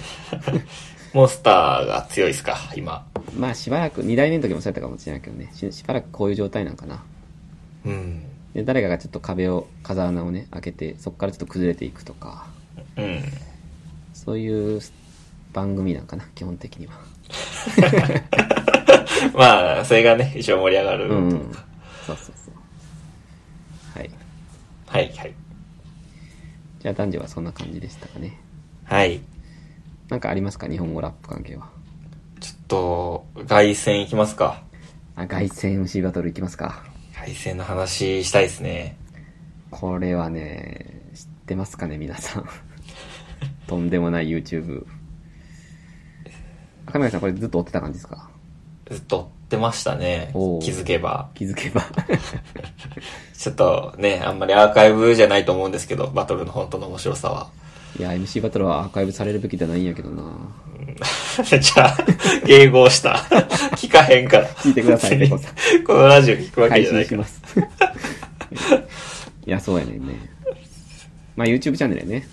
Speaker 2: モンスターが強いっすか、今。
Speaker 1: まあしばらく、2代目の時もそうやったかもしれないけどね、ししばらくこういう状態なんかな。
Speaker 2: うん。
Speaker 1: で、誰かがちょっと壁を、風穴をね、開けて、そこからちょっと崩れていくとか、
Speaker 2: うん。
Speaker 1: そういう番組なんかな、基本的には。
Speaker 2: まあ、それがね、一応盛り上がる。
Speaker 1: うん。そうそうそう。はい。
Speaker 2: はい、はい。
Speaker 1: じゃあ男女はそんな感じでしたかね。
Speaker 2: はい。
Speaker 1: なんかありますか日本語ラップ関係は。
Speaker 2: ちょっと、外線いきますか。
Speaker 1: あ、外線 MC バトルいきますか。
Speaker 2: 外線の話したいですね。
Speaker 1: これはね、知ってますかね皆さ ん。とんでもない YouTube。赤嶺さんこれずっと追ってた感じですか
Speaker 2: ずっと追ってましたね。
Speaker 1: おー
Speaker 2: 気づけば。
Speaker 1: 気づけば。
Speaker 2: ちょっとね、あんまりアーカイブじゃないと思うんですけど、バトルの本当の面白さは。
Speaker 1: いや、MC バトルはアーカイブされるべきじゃないんやけどな。
Speaker 2: じゃあ、迎合した。 聞かへんから。
Speaker 1: 聞いてください
Speaker 2: 別
Speaker 1: ペ
Speaker 2: に
Speaker 1: コさ
Speaker 2: このラジオ聞くわけ
Speaker 1: 配
Speaker 2: じゃな
Speaker 1: 信
Speaker 2: い
Speaker 1: し
Speaker 2: から。
Speaker 1: ます。 いや、そうやねんね。まあ YouTube チャンネルやね。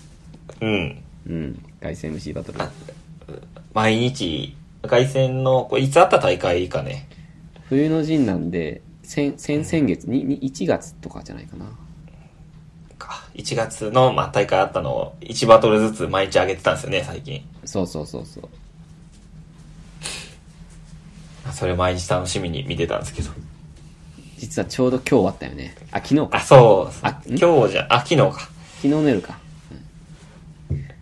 Speaker 2: うん。
Speaker 1: うん。外線 MC バトル。
Speaker 2: 毎日、外線の、これいつあった大会かね。
Speaker 1: 冬の陣なんで、先、先々月に、に、1月とかじゃないかな。
Speaker 2: か1月の、まあ、大会あったのを1バトルずつ毎日上げてたんですよね、最近。
Speaker 1: そうそうそうそう。
Speaker 2: それ毎日楽しみに見てたんですけど。
Speaker 1: 実はちょうど今日終わったよね。あ、昨日
Speaker 2: あ、
Speaker 1: か。
Speaker 2: そう。
Speaker 1: あん
Speaker 2: 今日じゃ、あ、昨日か。
Speaker 1: 昨日の夜か。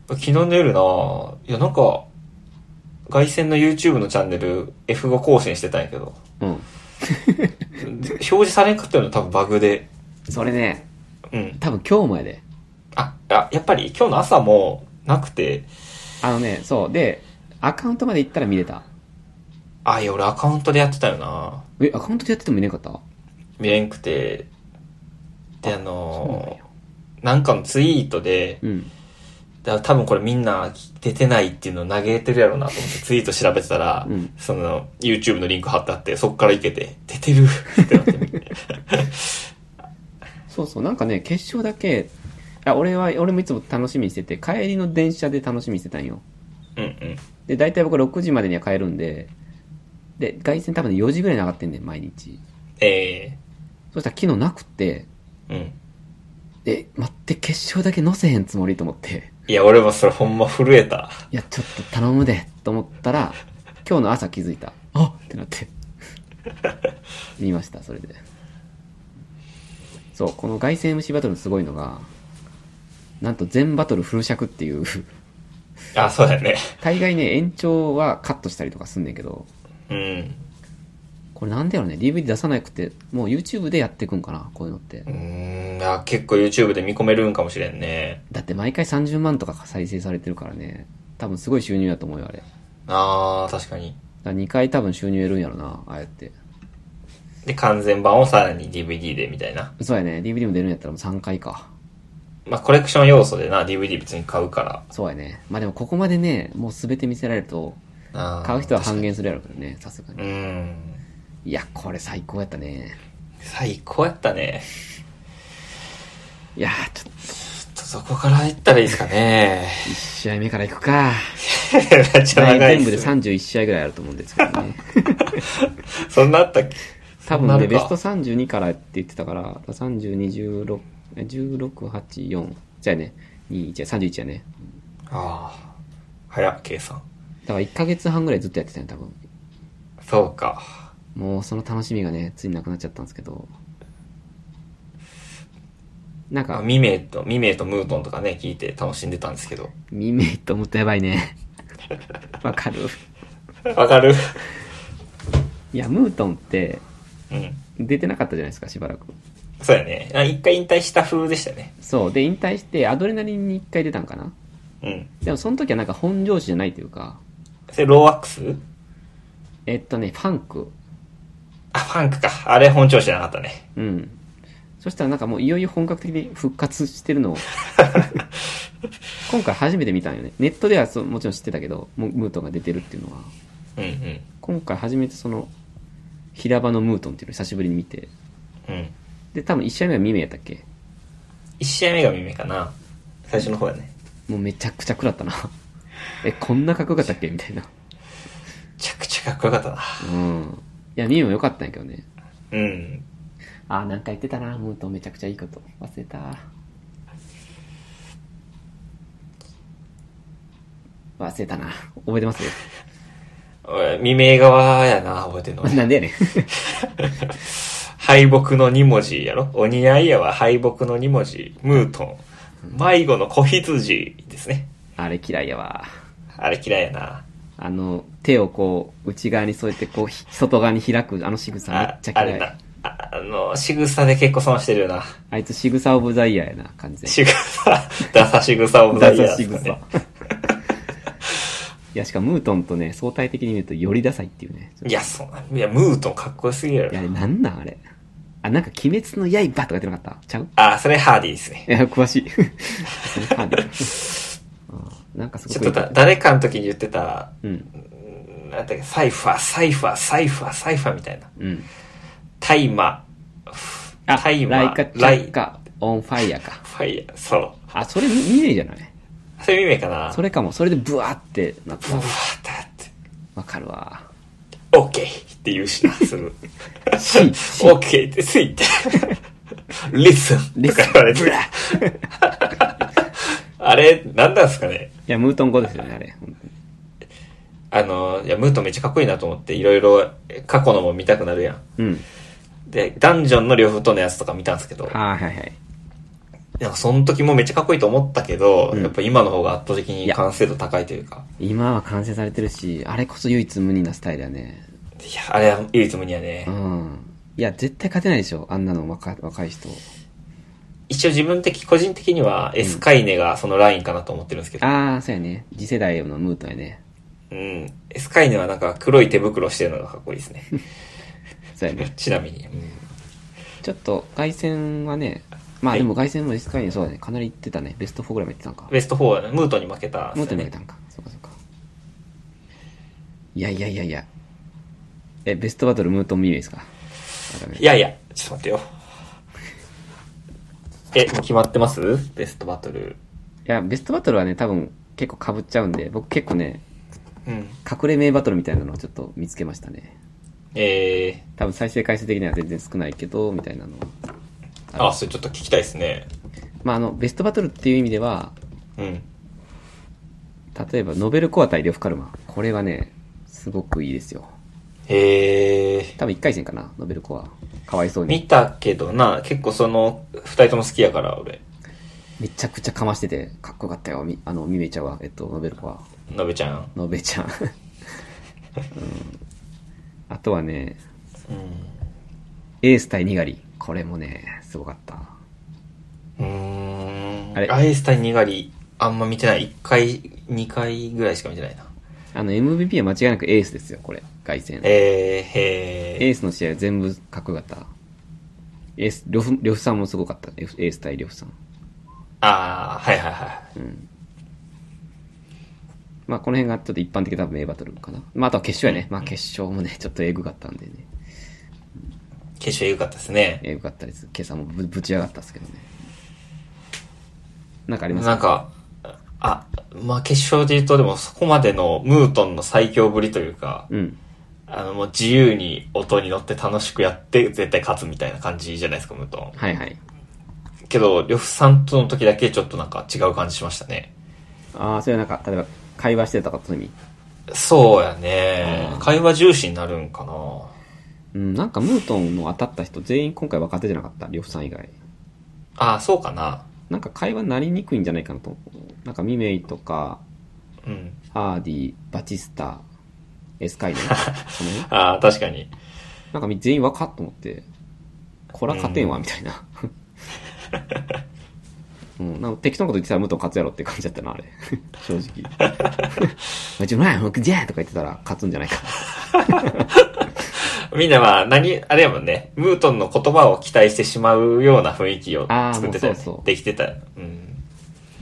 Speaker 2: 昨日の夜なぁいや、なんか、外線の YouTube のチャンネル F5 更新してたんやけど、
Speaker 1: うん。
Speaker 2: で表示されんかったの多分バグで。
Speaker 1: それね、
Speaker 2: うん。
Speaker 1: 多分今日もやで。
Speaker 2: あ、あやっぱり今日の朝もなくて、
Speaker 1: あのね、そう。で、アカウントまで行ったら見れた。
Speaker 2: あ、いや、俺アカウントでやってたよな
Speaker 1: え、アカウントでやってても見れなかった
Speaker 2: 見れんくて、で、
Speaker 1: そうな
Speaker 2: あ
Speaker 1: ん
Speaker 2: の
Speaker 1: や
Speaker 2: ーなんかのツイートで、
Speaker 1: うん。
Speaker 2: だ多分これみんな出てないっていうのを嘆いてるやろうなと思ってツイート調べてたら、
Speaker 1: うん
Speaker 2: その YouTube のリンク貼ってあって、そこから行けて、出てるってなって。
Speaker 1: そうそう。なんかね、決勝だけ、あ俺は、俺もいつも楽しみにしてて、帰りの電車で楽しみにしてたんよ。
Speaker 2: うんうん。
Speaker 1: で、大体僕6時までには帰るんで、で、外線多分ね4時ぐらいに上がってんねん、毎日。
Speaker 2: え
Speaker 1: そしたら昨日なくって、
Speaker 2: えうん。
Speaker 1: え、待って、決勝だけ載せへんつもりと思って、
Speaker 2: いや、俺もそれほんま震えた。
Speaker 1: いや、ちょっと頼むで、と思ったら、今日の朝気づいた。あってなって。見ました、それで。そう、この外線 MC バトルのすごいのが、なんと全バトルフル尺っていう、
Speaker 2: あ、そうだよね。
Speaker 1: 大概ね、延長はカットしたりとかすんねんけど、
Speaker 2: うん。
Speaker 1: これなんだろうね、DVD 出さなくて、もう YouTube でやっていくんかな、こういうのって
Speaker 2: う。ーん、あ結構 YouTube で見込めるんかもしれんね。
Speaker 1: だって毎回30万とか再生されてるからね、多分すごい収入だと思うよ、あれ。
Speaker 2: あー、確かに。
Speaker 1: だ2回多分収入得るんやろな、ああやって。
Speaker 2: で、完全版をさらに DVD でみたいな。
Speaker 1: そうやね、DVD も出るんやったらもう3回か。
Speaker 2: まあ、コレクション要素でな、DVD 別に買うから。
Speaker 1: そうやね。まあでもここまでね、もう全て見せられると、
Speaker 2: あー
Speaker 1: 買う人は半減するやろうけどね、さすが
Speaker 2: う
Speaker 1: に。
Speaker 2: ーん。
Speaker 1: いや、これ最高やったね。
Speaker 2: 最高やったね。
Speaker 1: いやー、ちょっ
Speaker 2: ちょっとそこから行ったらいいですかね。
Speaker 1: と1試合目から行くか。
Speaker 2: めっちゃ長い
Speaker 1: 全
Speaker 2: っ
Speaker 1: 部です
Speaker 2: ね。
Speaker 1: 31試合ぐらいあると思うんですけどね。
Speaker 2: そんなあったっけ
Speaker 1: 多分ね、
Speaker 2: そんな
Speaker 1: ベ
Speaker 2: あ
Speaker 1: ス
Speaker 2: る
Speaker 1: ト
Speaker 2: か
Speaker 1: 32からって言ってたから、32、16、え16、8、4。じゃあね、2、1、31やね。
Speaker 2: ああ。早っ、計算。
Speaker 1: だから1ヶ月半ぐらいずっとやってたね、多分。
Speaker 2: そうか。
Speaker 1: もうその楽しみがね、ついなくなっちゃったんですけど。なん
Speaker 2: まあ、
Speaker 1: か、
Speaker 2: ミメイと、ミメイとムートンとかね、聞いて楽しんでたんですけど。
Speaker 1: 未明と思ったらやばい ね。わかる。
Speaker 2: わか る
Speaker 1: いや、ムートンって
Speaker 2: うん。
Speaker 1: 出てなかったじゃないですか、しばらく。
Speaker 2: そうやね。あ一回引退した風でしたね。
Speaker 1: そう。で、引退してアドレナリンに一回出たんかな。
Speaker 2: うん。
Speaker 1: でもその時はなんか本上司じゃないというか、
Speaker 2: それ、ローワックス
Speaker 1: えっとね、ファンク。
Speaker 2: あ、ファンクか。あれ本調子じゃなかったね。
Speaker 1: うん。そしたらなんかもういよいよ本格的に復活してるのを今回初めて見たんよね。ネットではそうもちろん知ってたけど、もうムートンが出てるっていうのは。
Speaker 2: うんうん。
Speaker 1: 今回初めてその、平場のムートンっていうのを久しぶりに見て。
Speaker 2: うん。
Speaker 1: で、多分1試合目は未明やったっけ
Speaker 2: 一試合目がミメイかな。最初の方やね。
Speaker 1: もうめちゃくちゃ食らったな。 え、こんなかっこよかったっけみたいな。
Speaker 2: めちゃくちゃかっこよかったな。
Speaker 1: うん。いや、ミーも良かったんやけどね。
Speaker 2: うん。
Speaker 1: あー、なんか言ってたな、ムーとめちゃくちゃいいこと。忘れた。忘れたな。覚えてますよ。
Speaker 2: 俺未明側やな、覚えてんの。
Speaker 1: なんでやねん。
Speaker 2: 敗北の二文字やろお似合いやは敗北の二文字。ムートン。迷子の子羊ですね。
Speaker 1: あれ嫌いやわ。
Speaker 2: あれ嫌いやな。
Speaker 1: あの、手をこう、内側に添えて、こう、ひ外側に開く、あの仕草めっ
Speaker 2: あ
Speaker 1: ちゃ
Speaker 2: あ
Speaker 1: 嫌
Speaker 2: れ
Speaker 1: い。あ
Speaker 2: な。ああの、仕草で結構損してるよな。
Speaker 1: いつ仕草オブザイヤーやな、完全に。
Speaker 2: 仕草、 ダサ仕草をダイヤ
Speaker 1: ダサ仕
Speaker 2: ですか
Speaker 1: 草。い
Speaker 2: ね。
Speaker 1: や、しかもムートンとね、相対的に見るとよりダサいっていうね。
Speaker 2: いや、そう、いや、ムートンかっこよすぎる
Speaker 1: いや、
Speaker 2: や
Speaker 1: あれ
Speaker 2: ろ。
Speaker 1: なんなんあれ。あ、なんか、鬼滅の刃とか言ってなかったちゃう
Speaker 2: あ、それハーディーですね。
Speaker 1: いや、詳しい。それ ハードうんなんかすご
Speaker 2: ち
Speaker 1: く
Speaker 2: ょっとだ誰かの時に言ってた、
Speaker 1: うん。
Speaker 2: うんなんだっけ、サイファー、サイファー、サイファー、サイファーみたいな。
Speaker 1: うん。
Speaker 2: 大麻。
Speaker 1: あ、
Speaker 2: 大麻。
Speaker 1: ライカチ
Speaker 2: ラ
Speaker 1: ャ
Speaker 2: イ
Speaker 1: カ、オンファイヤーか。
Speaker 2: ファイヤー。そう。
Speaker 1: あ、それ見見ねえじゃない
Speaker 2: そういう意味かな。
Speaker 1: それかも。それでブワーってなった
Speaker 2: ブ。ワーってあっ
Speaker 1: わかるわ。
Speaker 2: て、オッケーって言うしな、すぐ。
Speaker 1: C、C
Speaker 2: オッケーってついて。リスンとか言われて。あれ、なんなんすかね
Speaker 1: いや、ムートン語ですよね、あれ。本当に
Speaker 2: あの、いや、ムートンめっちゃかっこいいなと思って、いろいろ過去のも見たくなるやん。
Speaker 1: うん。
Speaker 2: で、ダンジョンの両方とのやつとか見たんですけど、
Speaker 1: あーはいはい。
Speaker 2: なんかその時もめっちゃかっこいいと思ったけど、
Speaker 1: うん
Speaker 2: やっぱ今の方が圧倒的に完成度高いというか、
Speaker 1: 今は完成されてるし、あれこそ唯一無二なスタイルだね。
Speaker 2: いや、あれは唯一無二やね
Speaker 1: う。ん。いや、絶対勝てないでしょ、あんなの若若い人。
Speaker 2: 一応自分的、個人的にはエスカイネがそのラインかなと思ってるんですけど、
Speaker 1: ああ、そうやね。次世代のムートンやね。
Speaker 2: うん。エスカイネはなんか黒い手袋してるのがかっこいいです ね。
Speaker 1: そうやね。
Speaker 2: ちなみに。うん
Speaker 1: ちょっと、外線はね、まあ
Speaker 2: はい
Speaker 1: でも外線もエスカイにそうだね、かなり行ってたね。ベスト4ぐらいまで行ってたんか。
Speaker 2: ベスト4はね、ムートンに負けた、
Speaker 1: もっと投げ。たんか。そうかそうか。いやいやいやいや。え、ベストバトルムートンミーウェイですかあダメ
Speaker 2: いやいや、ちょっと待ってよ。え、もう決まってますベストバトル。
Speaker 1: いや、ベストバトルはね、多分結構被っちゃうんで、僕結構ね、
Speaker 2: うん。
Speaker 1: 隠れ名バトルみたいなのをちょっと見つけましたね。
Speaker 2: え
Speaker 1: 多分再生回数的には全然少ないけど、みたいなのは
Speaker 2: ー、あ、それちょっと聞きたいですね。
Speaker 1: まああの、ベストバトルっていう意味では、
Speaker 2: うん。
Speaker 1: 例えばノベルコア対呂布カルマ。これはね、すごくいいですよ。
Speaker 2: えー、
Speaker 1: 多分1回戦かな、ノベルコア。かわいそうに。
Speaker 2: 見たけどな、結構その、二人とも好きやから、俺。
Speaker 1: めちゃくちゃかましてて、かっこよかったよ。みあの、ミメちゃんは、えっと、ノベルコア。
Speaker 2: のべちゃん。
Speaker 1: ノベちゃん、うん。あとはね、
Speaker 2: う
Speaker 1: エース対ニガリ。これもね、すごかった。
Speaker 2: ん。うーん。
Speaker 1: あれ
Speaker 2: アイスタインにがり、あんま見てない。一回、二回ぐらいしか見てないな。
Speaker 1: あの、MVP は間違いなくエースですよ、これ。凱旋。
Speaker 2: えー、へー。
Speaker 1: エースの試合は全部かっこよかった。エース、呂布、呂布さんもすごかった。エースエース対呂布さん。
Speaker 2: あー、はいはいはい。
Speaker 1: うん。まあ、この辺がちょっと一般的な多分名バトルかな。まあ、あとは決勝やね。まあ、決勝もね、ちょっとエグかったんでね。
Speaker 2: 決勝良かったですね。
Speaker 1: エグかったです。今朝もぶぶち上がったっすけどね。なんかあります
Speaker 2: なんか、あ、まあ決勝で言うとでもそこまでのムートンの最強ぶりというか、
Speaker 1: うん。
Speaker 2: あのもう自由に音に乗って楽しくやって絶対勝つみたいな感じじゃないですか、ムート
Speaker 1: はいはい。
Speaker 2: ン。けど、呂布さんとの時だけちょっとなんか違う感じしましたね。
Speaker 1: ああ、それはなんか、例えば、会話してたことの意味。
Speaker 2: そうやね。会話重視になるんかな。
Speaker 1: うん、なんかムートンの当たった人全員今回若手じゃなかった。呂布さん以外。
Speaker 2: ああ、そうかな。
Speaker 1: なんか会話なりにくいんじゃないかなと思う。なんかミメイとか、
Speaker 2: うん。
Speaker 1: ハーディ、バチスタ、エスカイネ。その辺
Speaker 2: ああ、確かに。
Speaker 1: なんか全員若っと思って、こら勝てんわ、みたいな。うん、なんか適当なこと言ってたらムートン勝つやろって感じだったな、あれ。正直。まあちょ、まあ、僕じゃあとか言ってたら勝つんじゃないか。
Speaker 2: みんなは何、あれやもんね、ムートンの言葉を期待してしまうような雰囲気を
Speaker 1: あー
Speaker 2: 作ってたよね
Speaker 1: もうそうそう
Speaker 2: できてたよ。うん。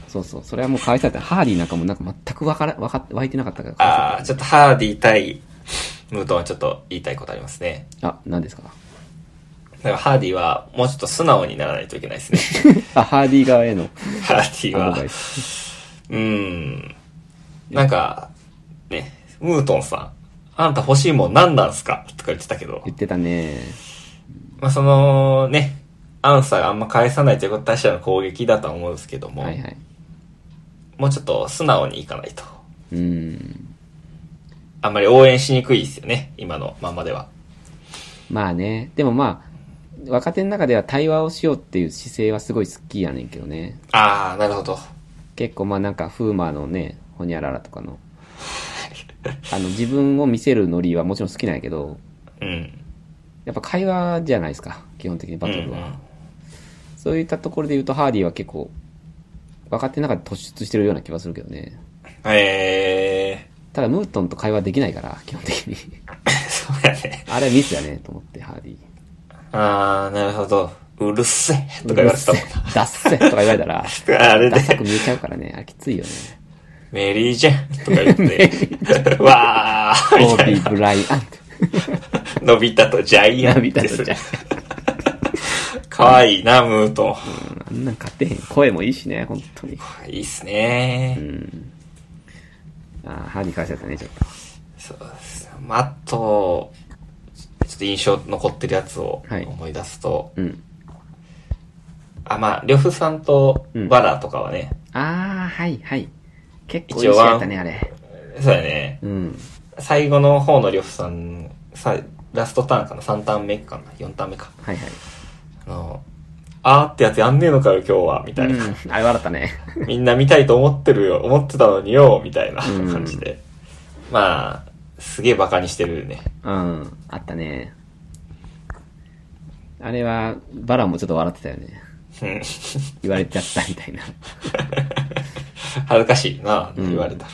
Speaker 1: そうそう、それはもう可愛さだった。ハーディなんかもなんか全くわから、わか、湧いてなかったから。
Speaker 2: ああ、ちょっとハーディ対ムートンはちょっと言いたいことありますね。
Speaker 1: あ、何ですか
Speaker 2: だからハーディはもうちょ っと素直にならないといけないですね。
Speaker 1: あ、ハーディ側への
Speaker 2: ハーディ
Speaker 1: アドバ
Speaker 2: は
Speaker 1: イス。
Speaker 2: うん。なんか、ね、ムートンさん、あんた欲しいもん何なんすかとか言ってたけど、
Speaker 1: 言ってたね。
Speaker 2: まあそのね、アンサーがあんま返さないということは確かの攻撃だとは思うんですけども、
Speaker 1: はいはい。
Speaker 2: もうちょっと素直にいかないと。
Speaker 1: うん。
Speaker 2: あんまり応援しにくいですよね、今のままでは。
Speaker 1: まあね。でもまあ、若手の中では対話をしようっていう姿勢はすごい好きやねんけどね。
Speaker 2: あー、なるほど。
Speaker 1: 結構まあなんか、フーマーのね、ホニャララとかの。あの、自分を見せるノリはもちろん好きなんやけど、
Speaker 2: うん。
Speaker 1: やっぱ会話じゃないですか。基本的にバトルは。
Speaker 2: うんうん
Speaker 1: そういったところで言うと、ハーディは結構、若手の中で突出してるような気はするけどね。
Speaker 2: え
Speaker 1: ただ、ムートンと会話できないから、基本的に。
Speaker 2: ー、 そうやね。
Speaker 1: あれはミスやね、と思って、ハーディ。
Speaker 2: あー、なるほど。うるせえとか言われてたもんな。
Speaker 1: ダッセとか言われたら、
Speaker 2: あれ
Speaker 1: ダ
Speaker 2: で、
Speaker 1: サく見えちゃうからね。あれきついよね。
Speaker 2: メリージェンとか言って、 わー
Speaker 1: オ
Speaker 2: みた
Speaker 1: ービ
Speaker 2: い
Speaker 1: ー・
Speaker 2: な。
Speaker 1: ブライアント。
Speaker 2: のび太とジャイア
Speaker 1: ナビ
Speaker 2: ン
Speaker 1: タ
Speaker 2: で
Speaker 1: と
Speaker 2: す
Speaker 1: じゃん。
Speaker 2: かわいいな、ムート
Speaker 1: あんなん勝てへん。声もいいしね、本当に。
Speaker 2: ン。いいっす
Speaker 1: う
Speaker 2: ね。
Speaker 1: ん。あーハーディ返しちゃったね、ちょっ
Speaker 2: そうですね。まあ、あと、ちょっと印象残ってるやつを
Speaker 1: はい
Speaker 2: 思い出すと、
Speaker 1: と。うん。
Speaker 2: あ、まあ、呂布さんと
Speaker 1: うん
Speaker 2: バラとかはね、
Speaker 1: あー、はい、はい。結構い
Speaker 2: 一
Speaker 1: い
Speaker 2: 応
Speaker 1: 試合
Speaker 2: ワン
Speaker 1: やったね、あれ。
Speaker 2: そうだね。
Speaker 1: うん。
Speaker 2: 最後の方の呂布さん、さラストターンかな ?3 ターン目かな ?4 ターン目か。
Speaker 1: はいはい。
Speaker 2: あの、あーってやつやんねえのかよ、今日は、みたいな。
Speaker 1: うん。あれ笑ったね。
Speaker 2: みんな見たいと思ってるよ、思ってたのによ、みたいな
Speaker 1: うん
Speaker 2: 感じで。まあ、すげえバカにしてるね。
Speaker 1: うん。あったね。あれは、バランもちょっと笑ってたよね。
Speaker 2: うん
Speaker 1: 言われちゃったみたいな。
Speaker 2: 恥ずかしいな、って言われたら。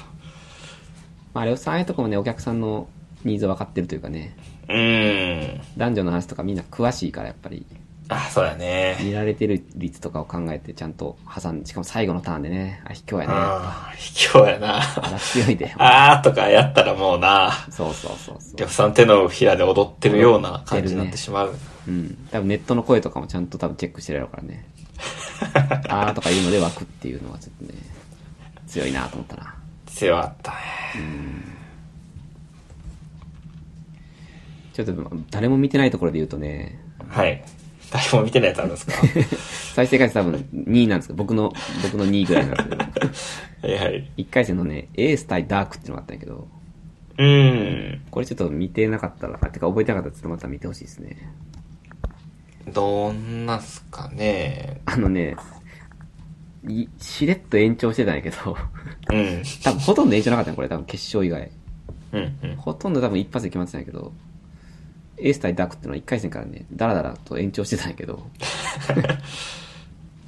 Speaker 1: まあ、レオさん、ああいうとこもね、お客さんのニーズ分かってるというかね、
Speaker 2: うーん。
Speaker 1: 男女の話とかみんな詳しいから、やっぱり、
Speaker 2: あ、そうだね。
Speaker 1: 見られてる率とかを考えて、ちゃんと挟んで、しかも最後のターンでね、あ、卑怯やね。あ
Speaker 2: ああ、卑怯やな。
Speaker 1: ら強いで。
Speaker 2: あーとかやったらもうな、
Speaker 1: そうそうそうそ
Speaker 2: 呂
Speaker 1: う。
Speaker 2: 布さん手のひらで踊ってるような感じになってしまう。
Speaker 1: うん。多分ネットの声とかもちゃんと多分チェックしてるやろうからね。あーとか言うので湧くっていうのはちょっとね、強いなと思ったな。
Speaker 2: 強かったね。
Speaker 1: ちょっと誰も見てないところで言うとね、
Speaker 2: はい。誰も見てないやつあるんです か
Speaker 1: 再生回数多分2位なんですけど、僕の、僕の2位ぐらいなんですけど、
Speaker 2: はいはい。
Speaker 1: 1回戦のね、エース対ダークっていうのがあったんやけど、
Speaker 2: うーん。
Speaker 1: これちょっと見てなかったら、てか覚えてなかったらちょっとまた見てほしいですね。
Speaker 2: どんなんすかね。
Speaker 1: あのね、いしれっと延長してたんやけど、
Speaker 2: うん。
Speaker 1: 多分ほとんど延長なかったんこれ、多分決勝以外。
Speaker 2: うん、うん。
Speaker 1: ほとんど多分一発で決まってたんやけど、エース対ダークっていうのは1回戦からね、ダラダラと延長してたんやけど、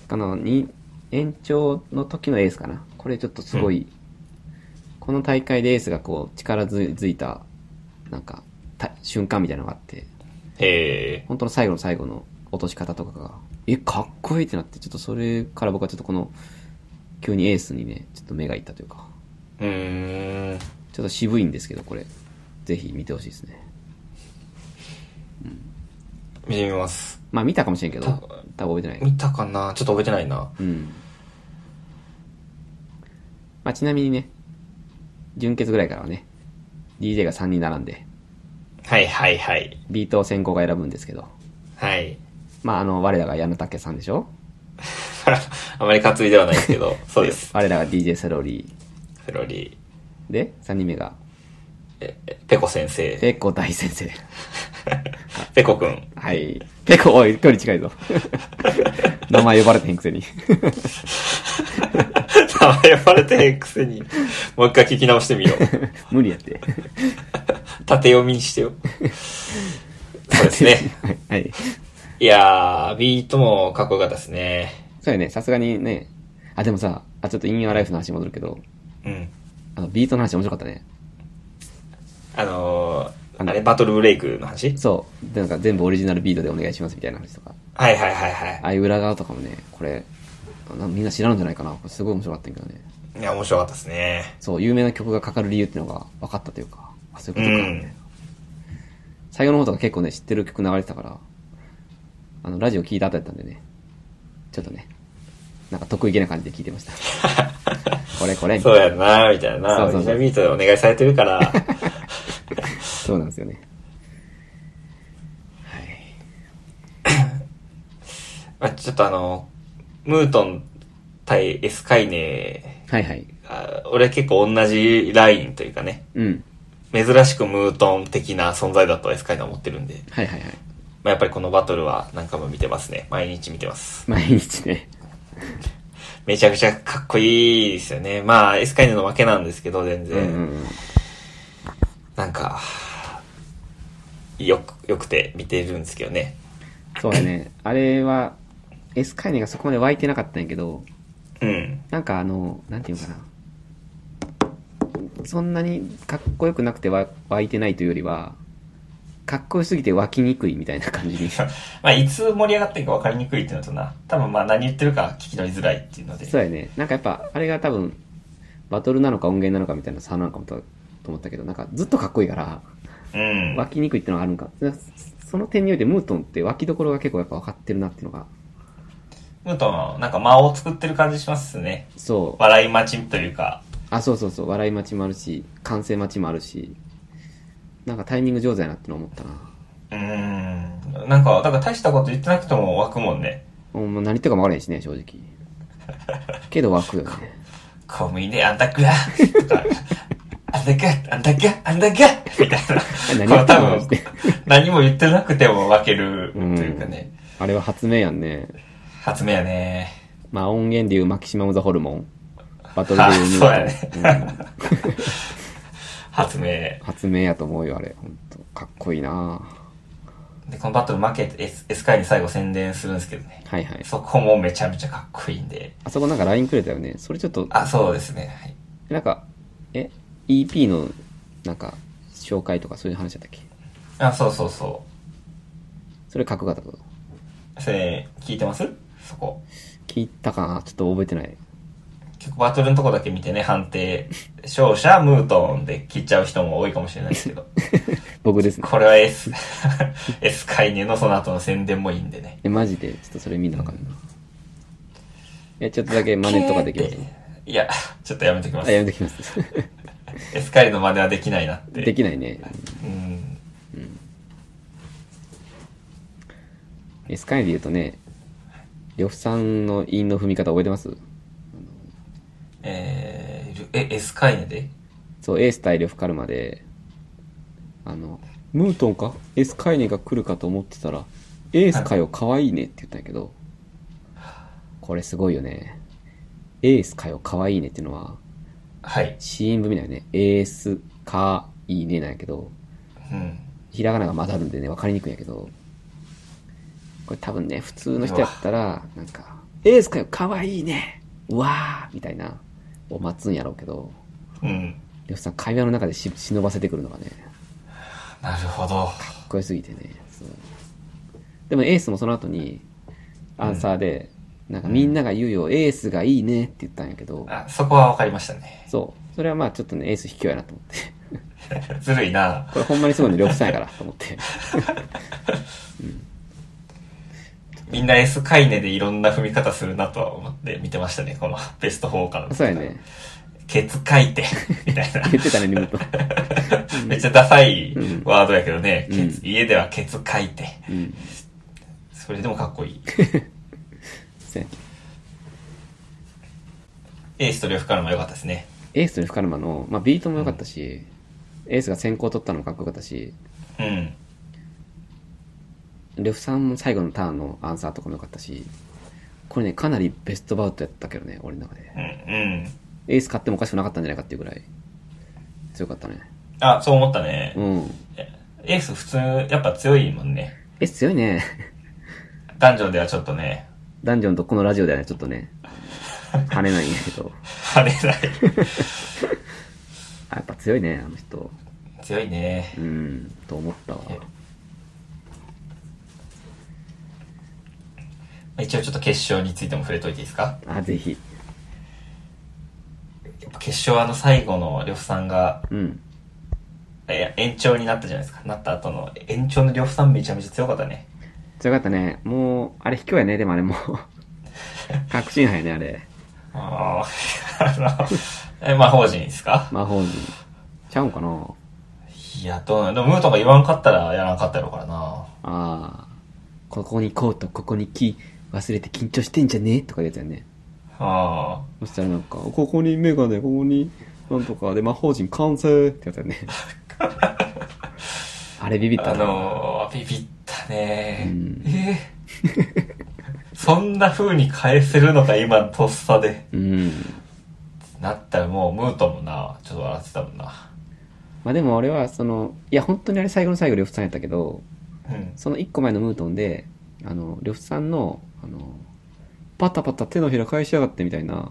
Speaker 1: あの、に、延長の時のエースかな。これちょっとすごい、この大会でエースがこう、力づいた、なんか、た瞬間みたいなのがあって、
Speaker 2: へえ。
Speaker 1: 本当の最後の最後の落とし方とかが、え、かっこいいってなって、ちょっとそれから僕はちょっとこの、急にエースにね、ちょっと目がいったというか、
Speaker 2: うーん。
Speaker 1: ちょっと渋いんですけど、これ、ぜひ見てほしいですね。
Speaker 2: 見てみます。
Speaker 1: まあ見たかもしれんけど、
Speaker 2: 多
Speaker 1: 多分覚えてない。
Speaker 2: 見たかなちょっと覚えてないな。
Speaker 1: うん。まあちなみにね、準決ぐらいからはね、DJ が3人並んで、
Speaker 2: はいはいはい。
Speaker 1: ビートを先行が選ぶんですけど、
Speaker 2: はい。
Speaker 1: まああの、我らが矢野武さんでしょ
Speaker 2: あまり担いではないですけ ど、そうです。
Speaker 1: 我らが DJ セロリ
Speaker 2: セロリ、
Speaker 1: ー。で、3人目が、
Speaker 2: えペコ先生、
Speaker 1: ペコ大先生。
Speaker 2: ペコくん。
Speaker 1: はい。ペコ、おい、距離近い ぞ。名前呼ばれてへんくせに。
Speaker 2: 名前呼ばれてへんくせに、もう一回聞き直してみよう。
Speaker 1: 無理やって。
Speaker 2: 縦読みに してよ。そうですね。
Speaker 1: はい。はい。
Speaker 2: いやー、ビートもかっこよかったですね。
Speaker 1: そうやね、さすがにね、あ、でもさ、あ、ちょっとインアライフの話に戻るけど、
Speaker 2: うん。
Speaker 1: あの、ビートの話面白かったね。
Speaker 2: あの
Speaker 1: あ
Speaker 2: ー、
Speaker 1: の
Speaker 2: あれ、バトルブレイクの話
Speaker 1: そう。で、なんか全部オリジナルビートでお願いしますみたいな話とか。
Speaker 2: はいはいはいは
Speaker 1: ああいう裏側とかもね、これ、なみんな知らんじゃないかな。これすごい面白かったんやけどね。
Speaker 2: い。いや、面白かったですね。
Speaker 1: そう、有名な曲がかかる理由っていうのが分かったというか、あ、そういう
Speaker 2: う
Speaker 1: ことか、
Speaker 2: ん。
Speaker 1: 最後の方とか結構ね、知ってる曲流れてたから、あ の、ラジオ聞いた後やったんでね、ちょっとね、なんか得意げな感じで聞いてました。これこれ。
Speaker 2: そうやんな、みたいな。
Speaker 1: そう
Speaker 2: オ
Speaker 1: そうそう
Speaker 2: リジナルビートでお願いされてる から。
Speaker 1: そうなんですよね。
Speaker 2: まあちょっとあの、ムートン対エスカイネ
Speaker 1: はいはい。
Speaker 2: あ俺結構同じラインというかね、
Speaker 1: うん。
Speaker 2: 珍しくムートン的な存在だとエスカイネは思ってるんで、
Speaker 1: はいはいはい。
Speaker 2: まあ、やっぱりこのバトルは何回も見てますね。毎日見てます。
Speaker 1: 毎日ね。
Speaker 2: めちゃくちゃかっこいいですよね。まあ、エスカイネの負けなんですけど、全
Speaker 1: うん
Speaker 2: 然。
Speaker 1: うんうん。
Speaker 2: なんか、よく、よくて見てるんですけどね。
Speaker 1: そうだね。あれは、エスカイネがそこまで湧いてなかったんやけど、
Speaker 2: うん。
Speaker 1: なんかあの、なんていうのかな。そんなにかっこよくなくてわ湧いてないというよりは、かっこよすぎて湧きにくいみたいな感じに。そ
Speaker 2: まあ、いつ盛り上がってるか分かりにくいっていうのとな、多分まあ何言ってるか聞き取りづらいっていうので。
Speaker 1: うやね。なんかやっぱ、あれが多分、バトルなのか音源なのかみたいな差なのかもとと思ったけど、なんかずっとかっこいいから、
Speaker 2: うん。
Speaker 1: 湧きにくいってのがあるんか。そその点においてムートンって湧きどころが結構やっぱ分かってるなっていうのが、
Speaker 2: ムートンはなんか間を作ってる感じしますね。
Speaker 1: そう。
Speaker 2: 笑い待ちというか。
Speaker 1: あ、そうそうそう。笑い待ちもあるし、歓声待ちもあるし、なんかタイミング上手やなっての思ったな。
Speaker 2: うーん。なんか、だから大したこと言ってなくても湧くもんね。
Speaker 1: もう何言ってるかも分からへんしね、正直。けど湧くよね。
Speaker 2: コムイであんたくらとか、あんたか、あんたか、あんたかみたい
Speaker 1: 何
Speaker 2: な。
Speaker 1: 言ってんの
Speaker 2: こう多分、何も言ってなくても分けるというかね。
Speaker 1: あれは発明やんね。
Speaker 2: 発明やね。
Speaker 1: まあ音源でいうマキシマム・ザ・ホルモン。バトルでいうムートン
Speaker 2: あそうやね
Speaker 1: うん
Speaker 2: 発明。
Speaker 1: 発明やと思うよ、あれ。ほんとかっこいいな
Speaker 2: で、このバトル負けて、エスエスカイに最後宣伝するんですけどね。
Speaker 1: はいはい。
Speaker 2: そこもめちゃめちゃかっこいいんで。
Speaker 1: あそこなんか LINE くれたよね。それちょっと、
Speaker 2: あ、そうですね。はい。
Speaker 1: なんか、え ?EP の、なんか、紹介とかそういう話だったっけ
Speaker 2: あ、そうそうそ
Speaker 1: それ格がったこと
Speaker 2: う。それ、聞いてますそこ。
Speaker 1: 聞いたかなちょっと覚えてない。
Speaker 2: 結構バトルのとこだけ見てね、判定、勝者、ムートンで切っちゃう人も多いかもしれないですけど。
Speaker 1: 僕ですね。
Speaker 2: これは S、S カイネのその後の宣伝もいいんでね。
Speaker 1: え、マジで、ちょっとそれ見なあかんな。え、ちょっとだけ真似とかできます
Speaker 2: いや、ちょっとやめときま
Speaker 1: あ、やめと
Speaker 2: す。
Speaker 1: きます。
Speaker 2: S カイネの真似はできないなって。
Speaker 1: できないね。
Speaker 2: うん。
Speaker 1: エスカイで言うとね、呂布さんの韻の踏み方覚えてます
Speaker 2: えー、え、S カイネで
Speaker 1: そう、エース対呂布カルマで、あの、ムートンかエスカイネが来るかと思ってたら、エースかよ、かわいいねって言ったんやけど、これすごいよね。エースかよ、かわいいねっていうのは、
Speaker 2: はい。
Speaker 1: シーン組だよね。エース、か、いいねなんやけど、
Speaker 2: うん。
Speaker 1: ひらがなが混ざるんでね、わかりにくいんやけど、これ多分ね、普通の人やったら、なんか、エースかよ、かわいいねうわーみたいな、を待つんやろうけど、
Speaker 2: うん。
Speaker 1: 呂布さん会話の中でし忍ばせてくるのがね、
Speaker 2: なるほど。
Speaker 1: かっこよすぎてね。そうでもエースもその後に、アンサーで、なんかみんなが言うよ、エースがいいねって言ったんやけど、
Speaker 2: あ、そこはわかりましたね。
Speaker 1: そう。それはまあちょっとね、エース卑怯やなと思って。
Speaker 2: ずるいな
Speaker 1: これほんまにすごいの、呂布さんやからと思 って。
Speaker 2: みんな S カイネでいろんな踏み方するなとは思って見てましたね。このベスト4からの。
Speaker 1: そうやね。
Speaker 2: ケツ書いて、みたいな。
Speaker 1: 言ってたね、リムと。
Speaker 2: めっちゃダサいワードやけどね。
Speaker 1: うん
Speaker 2: ケツ家ではケツ書いて。
Speaker 1: うん。
Speaker 2: それでもかっこいい。
Speaker 1: そうやね。
Speaker 2: エースと両フからも良かったですね。
Speaker 1: エースとルフカルマの、まあ、ビートも良かったし、エースが先行取ったのもかっこよかったし、
Speaker 2: うん。
Speaker 1: レフさんも最後のターンのアンサーとかも良かったし、これね、かなりベストバウトやったけどね、俺の中で
Speaker 2: う。ん。うん。
Speaker 1: エース買ってもおかしくなかったんじゃないかっていうぐらい、強かったね。
Speaker 2: あ、そう思ったね
Speaker 1: う。ん。
Speaker 2: エース普通、やっぱ強いもんね。
Speaker 1: エース強いね。
Speaker 2: ダンジョンではちょっとね、
Speaker 1: ダンジョンとこのラジオではね、ちょっとね、跳ねないんだけど、
Speaker 2: 跳ねない。
Speaker 1: あ、やっぱ強いね、あの人。
Speaker 2: 強いね。
Speaker 1: うん、と思ったわ。
Speaker 2: 一応ちょっと決勝についても触れといていいですか
Speaker 1: あ、ぜひ。
Speaker 2: やっぱ決勝はあの最後の呂布さんが、
Speaker 1: うん。
Speaker 2: え延長になったじゃないですか。なった後の延長の呂布さんめちゃめちゃ強かったね。
Speaker 1: 強かったね。もう、あれ卑怯やね、でもあれもう。確信犯やね、あれ。
Speaker 2: あー あの、え、魔法陣ですか
Speaker 1: 魔法陣。ちゃうんかない
Speaker 2: や、どうなんでもムートンが言わんかったらやらんかったやろうからな。
Speaker 1: ああ。ここにコート、ここに木、忘れて緊張してんじゃねえとか言うやつやね。
Speaker 2: あ
Speaker 1: そしたらなんか、ここにメガネ、ここに、なんとか、で、魔法陣完成ってやつやね。あれビビっ
Speaker 2: あ。
Speaker 1: た
Speaker 2: あ
Speaker 1: な。
Speaker 2: のー、ビビったね
Speaker 1: うん
Speaker 2: えー そんな風に返せるのか、今のとっさで。
Speaker 1: うん。
Speaker 2: なったらもう、ムートンもな、ちょっと笑ってたもんな。
Speaker 1: まあでも俺は、その、いや、本当にあれ最後の最後、呂布さんやったけど、
Speaker 2: うん。
Speaker 1: その一個前のムートンで、あの、呂布さんの、あの、パタパタ手のひら返しやがってみたいな、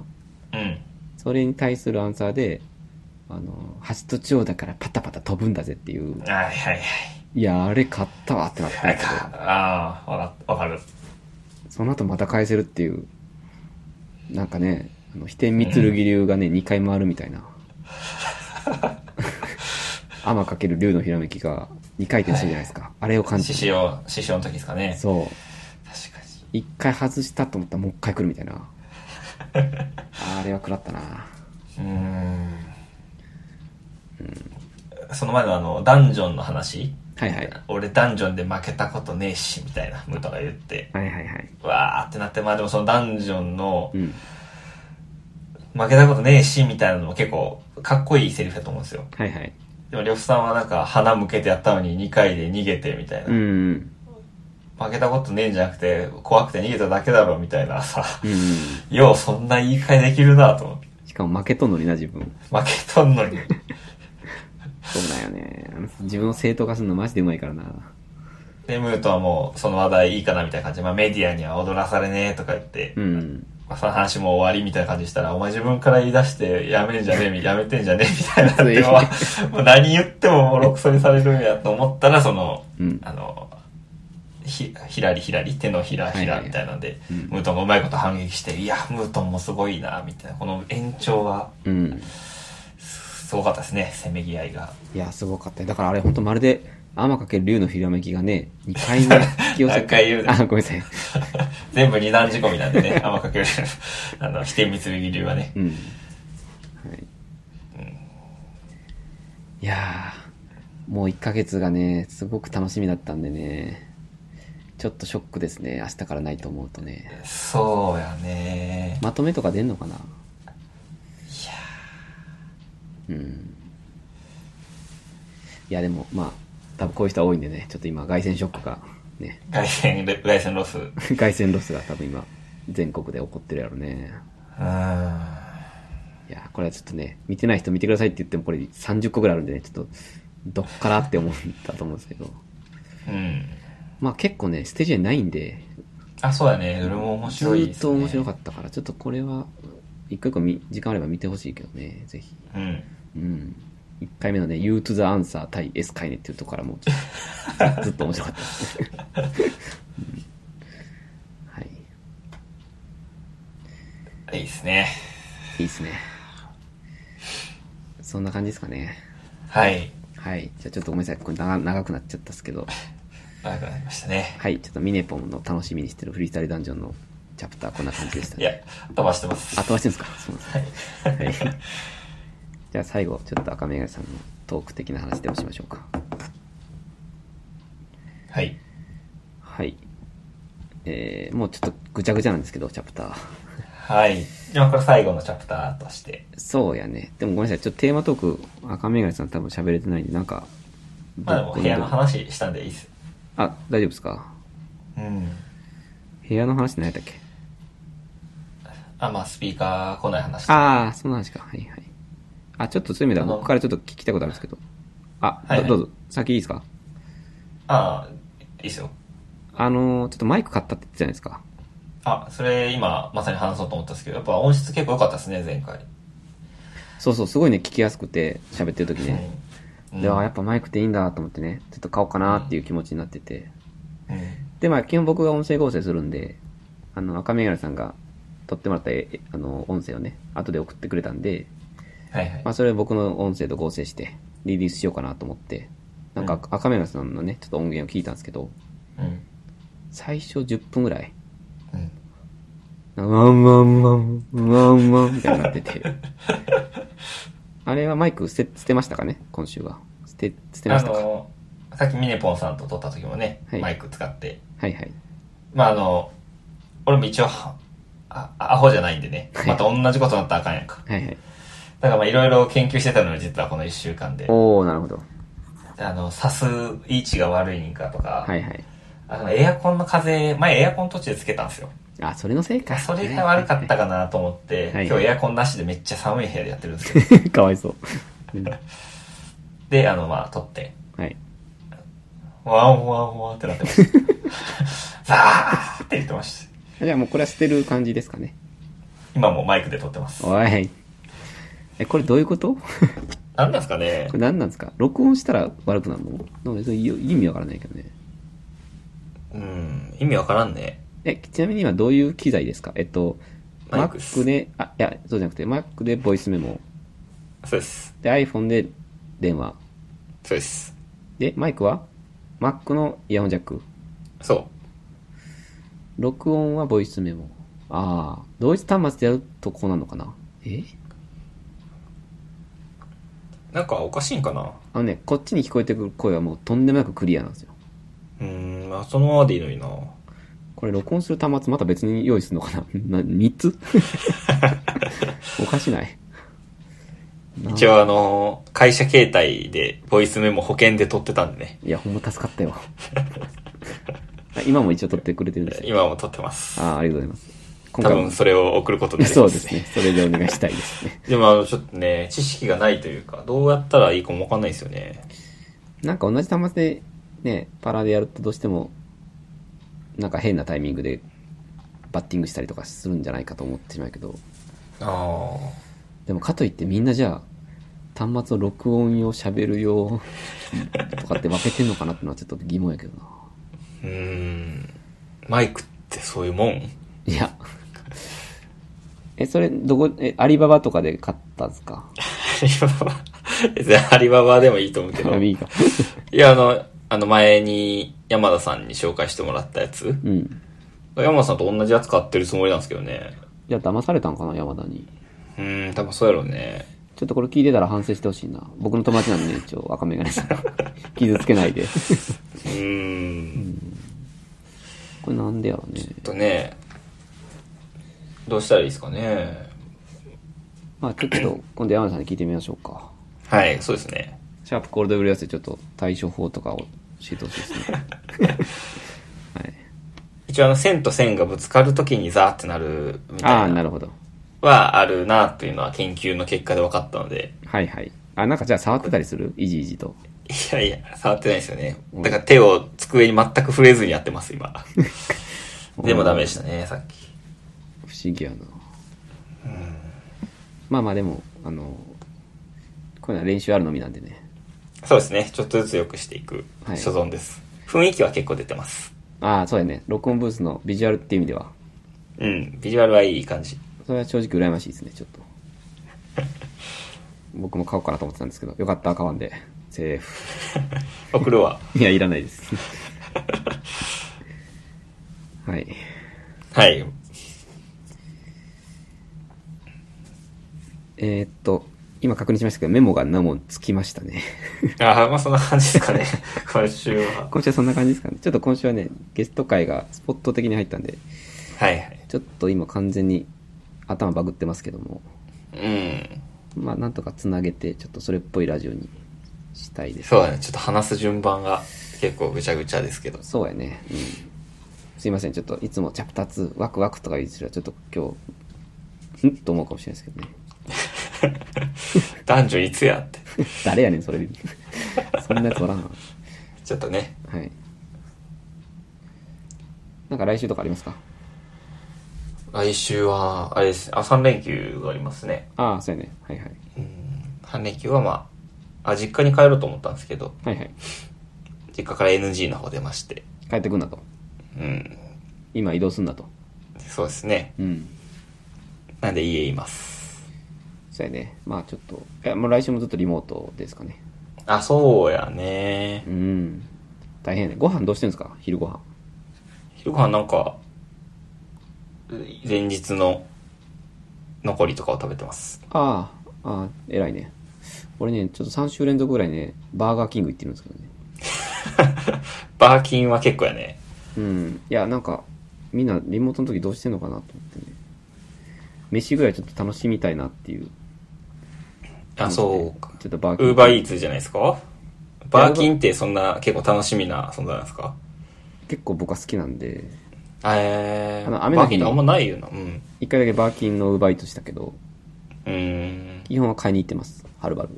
Speaker 2: うん。
Speaker 1: それに対するアンサーで、あの、橋と千代だからパタパタ飛ぶんだぜっていう、
Speaker 2: はいはいはい。
Speaker 1: いや、あれ勝ったわってなったん
Speaker 2: はい
Speaker 1: やけど、
Speaker 2: ああ、わかわかる。
Speaker 1: その後また返せるっていう、なんかね、あの、飛天三剣流がね、2回回るみたいな。天かける竜のひらめきが2回転するじゃないですか。あれを感
Speaker 2: 師
Speaker 1: じ
Speaker 2: 匠、師匠の時ですかね
Speaker 1: た。。そう。
Speaker 2: 確かに。
Speaker 1: 一回外したと思ったらもう一回来るみたいなあれは食らったな
Speaker 2: うーんその前のあの、ダンジョンの話。
Speaker 1: はいはい
Speaker 2: 俺ダンジョンで負けたことねえし、みたいな、ムートンが言って。
Speaker 1: はいはいはい
Speaker 2: わーってなって、まあでもそのダンジョンの
Speaker 1: う、ん
Speaker 2: 負けたことねえし、みたいなのも結構、かっこいいセリフだと思うんですよ。
Speaker 1: はいはい
Speaker 2: でも、呂布さんはなんか、鼻向けてやったのに2回で逃げて、みたいな。
Speaker 1: うんうん
Speaker 2: 負けたことねえんじゃなくて、怖くて逃げただけだろ、みたいなさ。
Speaker 1: うんうん
Speaker 2: よう、そんな言い換えできるなと思って。
Speaker 1: しかも負けとんのにな自分
Speaker 2: 負けとんのに。
Speaker 1: そうだよねあの自分を正当化するのマジでうまいからな
Speaker 2: で、ムートンはもう、その話題いいかなみたいな感じで、まあメディアには踊らされねえとか言って、
Speaker 1: うん
Speaker 2: まあその話もう終わりみたいな感じしたら、お前自分から言い出して、やめんじゃね えみ、やめてんじゃねえみたいなって、
Speaker 1: つい
Speaker 2: まあもう何言ってもボロクソにされるんやと思ったら、その、
Speaker 1: うん
Speaker 2: あの、ひ、ひらりひらり、手のひらひ
Speaker 1: はい
Speaker 2: ら
Speaker 1: はい
Speaker 2: みたいなんで、
Speaker 1: うん
Speaker 2: ムートンがうまいこと反撃して、いや、ムートンもすごいな、みたいな、この延長は、
Speaker 1: うん
Speaker 2: すごかったですね、せめぎ合いが。
Speaker 1: いやすごかったよだからあれほんとまるで天かける竜のひらめきがね2回目引き寄せ
Speaker 2: 何回言うね
Speaker 1: あごめんなさい
Speaker 2: 全部二段仕込みなんでね、天かける、 あの、否定三剣流はね。
Speaker 1: うんはいいやーもう1ヶ月がね、すごく楽しみだったんでね、ちょっとショックですね、明日からないと思うとね。
Speaker 2: そうやね。
Speaker 1: まとめとか出んのかないやうん。いや、でも、まあ、多分こういう人は多いんでね、ちょっと今、外線ショックが、ね、
Speaker 2: 外線、外線ロス。う
Speaker 1: 外線ロスが多分今、全国で起こってるやろね。
Speaker 2: ーん。
Speaker 1: いや、これはちょっとね、見てない人見てくださいって言っても、これ30個ぐらいあるんでね、ちょっと、どっからって思ったと思うんですけど。
Speaker 2: うん。
Speaker 1: まあ結構ね、ステージないんで、
Speaker 2: あ、そうやね。どれも面
Speaker 1: ず
Speaker 2: 白い
Speaker 1: ー
Speaker 2: で
Speaker 1: っ
Speaker 2: す、
Speaker 1: と
Speaker 2: ね。
Speaker 1: 面白か
Speaker 2: っ
Speaker 1: ったから、ちょっとこれは、一個一個見時間あれば見てほしいけどね、ぜひ。
Speaker 2: た。うん。
Speaker 1: うん。1回目のね、You to the Answer 対 S 会ねっていうところからもうちょっと、ずっと面白かったです、ねうんはい。
Speaker 2: いいですね。
Speaker 1: いいっすね。そんな感じですかね。
Speaker 2: はい。
Speaker 1: はい。じゃあちょっとごめんなさい。これ長長くなっちゃったっすけど。
Speaker 2: 長くなりましたね。
Speaker 1: はい。ちょっとミネポンの楽しみにしてるフリースタイルダンジョンのチャプターこんな感じでした
Speaker 2: い
Speaker 1: ね。
Speaker 2: や、飛ばしてます。
Speaker 1: あ、飛ばしてるんですかそうなんですね。はい。じゃあ最後、ちょっと赤メガネさんのトーク的な話でもしましょうか。
Speaker 2: はい。
Speaker 1: はい。えー、もうちょっとぐちゃぐちゃなんですけど、チャプター。
Speaker 2: はい。じゃあ、これ最後のチャプターとして。
Speaker 1: そうやね。でもごめんなさい、ちょっとテーマトーク、赤メガネさん多分喋れてないんで、なんか、
Speaker 2: まあでも、
Speaker 1: ど
Speaker 2: 部屋の話したんでいいです。
Speaker 1: あ、大丈夫ですか
Speaker 2: うん。
Speaker 1: 部屋の話って何やったっけ
Speaker 2: あ、まあ、スピーカー来ない話。
Speaker 1: ああ、その話か。はいはい。あ、ちょっとそういう意味では、
Speaker 2: あの
Speaker 1: 僕からちょっと聞きたいことあるんですけど。あ、
Speaker 2: はいはい
Speaker 1: どどうぞ、先いいですか
Speaker 2: あー、いいですよ。
Speaker 1: あのーちょっとマイク買ったって言ってたじゃないですか。
Speaker 2: あ、それ今、まさに話そうと思ったんですけど、やっぱ音質結構良かったですね、前回。
Speaker 1: そうそう、すごいね、聞きやすくて、喋ってる時ね。
Speaker 2: うん。
Speaker 1: で、あやっぱマイクっていいんだと思ってね、ちょっと買おうかなっていう気持ちになってて。
Speaker 2: うん
Speaker 1: で、まあ、基本僕が音声合成するんで、あの、赤目柄さんが撮ってもらった、えあの、音声をね、後で送ってくれたんで、
Speaker 2: はいはい
Speaker 1: ま。あ、それを僕の音声と合成して、リリースしようかなと思って、なんか赤目柄さんのね、ちょっと音源を聞いたんですけど、
Speaker 2: うん。
Speaker 1: 最初10分ぐらい、
Speaker 2: うん。
Speaker 1: なワンワンワン、ワンワンみたいになってて。あれはマイク捨て、捨てましたかね今週は。捨て、捨てま
Speaker 2: あ
Speaker 1: したか
Speaker 2: の、さっきミネポンさんと撮った時もね、
Speaker 1: はい
Speaker 2: マイク使って。
Speaker 1: はいはい。
Speaker 2: まああの、俺も一応、あアホじゃないんでね
Speaker 1: は。い
Speaker 2: また同じことになったらあかんやんか。
Speaker 1: はいはい。
Speaker 2: だからまあいろいろ研究してたのよ、実はこの一週間で。
Speaker 1: おー、なるほど。
Speaker 2: あの、刺す位置が悪いんかとか、
Speaker 1: はいはい。
Speaker 2: あのエアコンの風、前エアコン途中でつけたんですよ。
Speaker 1: あ、それのせいか。
Speaker 2: それが悪かったかなと思って、
Speaker 1: はいはい
Speaker 2: 今日エアコンなしでめっちゃ寒い部屋でやってるん ですけど、
Speaker 1: た。かわいそう。うん
Speaker 2: で、あの、まあ、撮って、
Speaker 1: はい。
Speaker 2: ワンワンワンってなってま した。ザーって言ってました。
Speaker 1: じゃあもうこれは捨てる感じですかね。
Speaker 2: 今もマイクで撮ってます。
Speaker 1: おい。え、これどういうこと こ
Speaker 2: 何なんですかね
Speaker 1: れ何なんですか録音したら悪くなるのなんか別に意味わからないけどね。
Speaker 2: うん、意味わからんね。
Speaker 1: え、ちなみに今どういう機材ですかえっと、
Speaker 2: マイクっす
Speaker 1: Mac で、あ、いや、そうじゃなくて、Mac でボイスメモ。
Speaker 2: そうです。
Speaker 1: で、iPhone で電話。
Speaker 2: そうです。
Speaker 1: で、マイクは ?Mac のイヤホンジャック。
Speaker 2: そ
Speaker 1: 録音はボイスメモ。ああ、同一端末でやるとこうなのかなえ
Speaker 2: う。なんかおかしいんかな
Speaker 1: あのね、こっちに聞こえてくる声はもうとんでもなくクリアなんですよ。
Speaker 2: うん、まあ、そのままでいいのにな。
Speaker 1: これ録音する端末また別に用意するのかな な ?3 つおかしない。
Speaker 2: 一応あの、会社携帯で、ボイスメモ保険で撮ってたんでね。
Speaker 1: いや、ほんま助かったよ。 今も一応撮ってくれてるんですよ。
Speaker 2: 今も撮ってます。
Speaker 1: ああ、ありがとうございます。今
Speaker 2: 多
Speaker 1: 回も
Speaker 2: 分。それを送ることになり
Speaker 1: そ
Speaker 2: ま
Speaker 1: う
Speaker 2: す
Speaker 1: で
Speaker 2: ね。
Speaker 1: すね。それでお願いしたいですね。
Speaker 2: でもあの、ちょっとね、知識がないというか、どうやったらいいかもわかんないですよね。
Speaker 1: なんか同じ端末でね、パラでやるとどうしても、なんか変なタイミングでバッティングしたりとかするんじゃないかと思ってしまうけど、
Speaker 2: あ
Speaker 1: でもかといってみんなじゃあ、端末を録音用、喋る用とかって分けてんのかなってのはちょっと疑問やけどな。
Speaker 2: あ。うーん。マイクってそういうもん
Speaker 1: いや。え、それ、どこ、え、アリババとかで買ったんですか
Speaker 2: アリババ別にアリババでもいいと思うけど。
Speaker 1: あい
Speaker 2: い
Speaker 1: いか。
Speaker 2: や、あの、あの前に山田さんに紹介してもらったやつ。
Speaker 1: うん。
Speaker 2: 山田さんと同じやつ買ってるつもりなんですけどね。
Speaker 1: じゃあ騙されたんかな、山田に。
Speaker 2: うーん、多分そうやろうね。
Speaker 1: ちょっとこれ聞いてたら反省してほしいな。僕の友達なんでね、一応、赤目がね、傷つけないで。
Speaker 2: うーん。
Speaker 1: これなんでやろうね。
Speaker 2: ちょっとね、どうしたらいいですかね。
Speaker 1: まあちょっと、今度山田さんに聞いてみましょうか。
Speaker 2: はい、そうですね。
Speaker 1: シャープコールドブリュアスでちょっと対処法とかを教えてほしいですね。はい。
Speaker 2: 一応あの、線と線がぶつかるときにザーってなるみ
Speaker 1: ああー、
Speaker 2: たい
Speaker 1: な
Speaker 2: な
Speaker 1: るほど。
Speaker 2: はあるなっていうのは研究の結果で分かったので、
Speaker 1: はいはい。あ、なんかじゃあ触ってたりするいじいじと。
Speaker 2: いやいや、触ってないですよね。だから手を机に全く触れずにやってます、 今。でもダメでしたね、さっき。
Speaker 1: 不思議やな、まあまあでもあのこういうのは練習あるのみなんでね
Speaker 2: そうですね、ちょっとずつ良くしていく
Speaker 1: はい
Speaker 2: 所存です。雰囲気は結構出てます。
Speaker 1: ああそうやね録音ブースのビジュアルっていう意味では
Speaker 2: うん、ビジュアルはいい感じ。
Speaker 1: それは正直羨ましいですねちょっと僕も買おうかなと思ってたんですけどよかった買わんでセーフ
Speaker 2: 送るわ。
Speaker 1: いやいらないですはい
Speaker 2: はい。
Speaker 1: えー、っと今確認しましたけどメモが何もつきましたね
Speaker 2: ああ、まあそんな感じですかね、 今週は。
Speaker 1: 今週はそんな感じですかねちょっと今週はねゲスト会がスポット的に入ったんで
Speaker 2: はいはい。
Speaker 1: ちょっと今完全に頭バグってますけども、
Speaker 2: うん。
Speaker 1: まあなんとかつなげて、ちょっとそれっぽいラジオにしたいです。
Speaker 2: そうだね、ちょっと話す順番が結構ぐちゃぐちゃです けど。
Speaker 1: そうやね。うん。すいません、ちょっといつもチャプター2、ワクワクとか言うてるちょっと今日、んと思うかもしれないですけどね。
Speaker 2: 男女いつやって。
Speaker 1: 誰やねん、それ。 そんなやつおらんわ。
Speaker 2: ちょっとね、
Speaker 1: はい。なんか来週とかありますか
Speaker 2: 来週は、あれですね、あ、3連休がありますね。
Speaker 1: ああ、そうやね。はいはい。
Speaker 2: うん、半連休はまあ、あ、実家に帰ろうと思ったんですけど、
Speaker 1: はいはい。
Speaker 2: 実家から NG の方出まして。
Speaker 1: 帰ってくんなと。
Speaker 2: うん、
Speaker 1: 今移動すんなと。
Speaker 2: そうですね。
Speaker 1: うん。
Speaker 2: なんで家います。
Speaker 1: そうやね。まあちょっと、いやもう来週もずっとリモートですかね。
Speaker 2: あ、そうやね
Speaker 1: う。ん。大変やね。ご飯どうしてるんですか昼ご飯。
Speaker 2: 昼ご飯なんか、前日の残りとかを食べてます。
Speaker 1: ああ、ああ、偉いね。俺ね、ちょっと3週連続ぐらいね、バーガーキング行ってるんですけどね。
Speaker 2: バーキンは結構やね。
Speaker 1: うん。いや、なんか、みんなリモートの時どうしてんのかなと思ってね。飯ぐらいちょっと楽しみたいなっていう。
Speaker 2: あ、そうか。
Speaker 1: ちょっとバーキン
Speaker 2: ウ
Speaker 1: グ。
Speaker 2: ーバーイーツじゃないですかバーキンってそんな結構楽しみな存在なんですか
Speaker 1: 結構僕は好きなんで、
Speaker 2: え
Speaker 1: あ
Speaker 2: ー、
Speaker 1: の雨の
Speaker 2: バーキ
Speaker 1: 日に
Speaker 2: ンってあんまないよな。うん。
Speaker 1: 一回だけバーキンのウーバーイートしたけど、
Speaker 2: うーん。
Speaker 1: 基本は買いに行ってます。はるばる。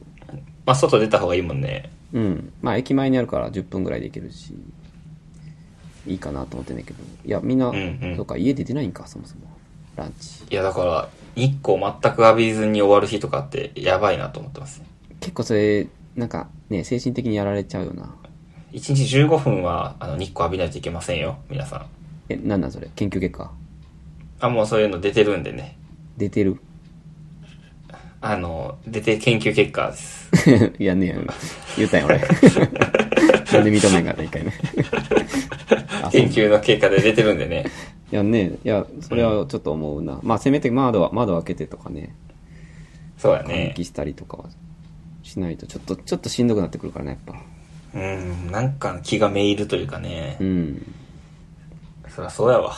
Speaker 2: まあ、外出た方がいいもんね。
Speaker 1: うん。まあ、駅前にあるから10分ぐらいで行けるし、いいかなと思ってんだけど。いや、みんな、
Speaker 2: うんうん
Speaker 1: そうか、家出てないんか、そもそも。ランチ。
Speaker 2: いや、だから、日光全く浴びずに終わる日とかって、やばいなと思ってますね。
Speaker 1: 結構それ、なんかね、精神的にやられちゃうよな。
Speaker 2: 1日15分は、あの、日光浴びないといけませんよ、皆さん。
Speaker 1: え、なんなんそれ研究結果
Speaker 2: あ、もうそういうの出てるんでね。
Speaker 1: 出てる
Speaker 2: あの、出て研究結果です。
Speaker 1: いやねえ、言ったんや俺。 なんで認めんかった、一回目。あそう
Speaker 2: 研究の結果で出てるんでね。
Speaker 1: いやねえ、いや、それはちょっと思うな。まあ、せめて窓は、窓を開けてとかね、
Speaker 2: そうや
Speaker 1: 換
Speaker 2: ね
Speaker 1: 気。したりとかはしないと、ちょっと、ちょっとしんどくなってくるからね、やっぱ。
Speaker 2: うん、なんか気がめいるというかね
Speaker 1: う。ん。
Speaker 2: そりゃそうやわ。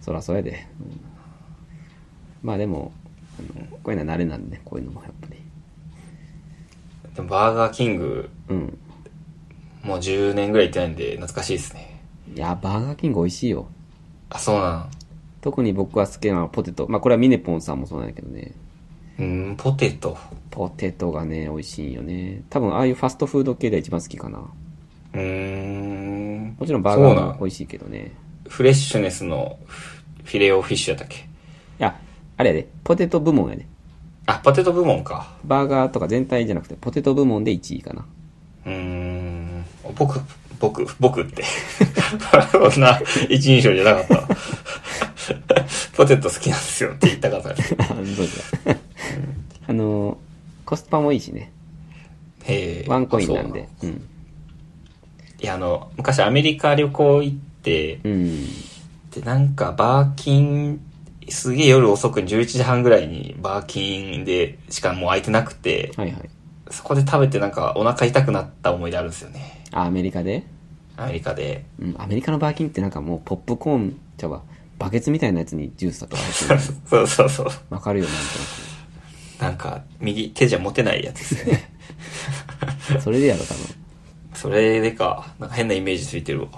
Speaker 1: そらそれで、うんまあでもあのこういうのは慣れなんでねこういうのもやっぱり
Speaker 2: でもバーガーキング、
Speaker 1: うん
Speaker 2: もう10年ぐらい行ってないんで、懐かしいですね。
Speaker 1: いやバーガーキング美味しいよ
Speaker 2: あ、そうなん。
Speaker 1: 特に僕が好きなのはポテトまあこれはミネポンさんもそうなんだけどね
Speaker 2: うん、ポテト。
Speaker 1: ポテトがね美味しいよね多分ああいうファストフード系で一番好きかな
Speaker 2: うーん。
Speaker 1: もちろんバーガ
Speaker 2: そう
Speaker 1: ー
Speaker 2: な
Speaker 1: も
Speaker 2: ん
Speaker 1: 美味しいけどね
Speaker 2: フレッシュネスのフフィレオフィッシュやったっけ
Speaker 1: いやあれやでポテト部門やで
Speaker 2: あ、ポテト部門か。
Speaker 1: バーガーとか全体じゃなくてポテト部門で1位かな
Speaker 2: うーん。僕、僕、僕って。そんな一人称じゃなかった。ポテト好きなんですよって言ったかった。
Speaker 1: あそうですか あのコスパもいいしね
Speaker 2: へー
Speaker 1: ワンコインなん
Speaker 2: あ
Speaker 1: で
Speaker 2: そう
Speaker 1: うん
Speaker 2: いや、あの、昔アメリカ旅行行って、
Speaker 1: うん
Speaker 2: で、なんかバーキン、すげえ夜遅くに11時半ぐらいにバーキンで、しかもう空いてなくて、
Speaker 1: はいはい
Speaker 2: そこで食べてなんかお腹痛くなった思い出あるんですよね。
Speaker 1: あアメリカで
Speaker 2: アメリカで。
Speaker 1: うん、アメリカのバーキンってなんかもうポップコーンちゃうわバケツみたいなやつにジュースだとか入ってる
Speaker 2: そうそうそう。
Speaker 1: わかるよなん
Speaker 2: なんか、右手じゃ持てないやつですね。
Speaker 1: となくそれでやろ多分
Speaker 2: それでか、なんか変なイメージついてるわ。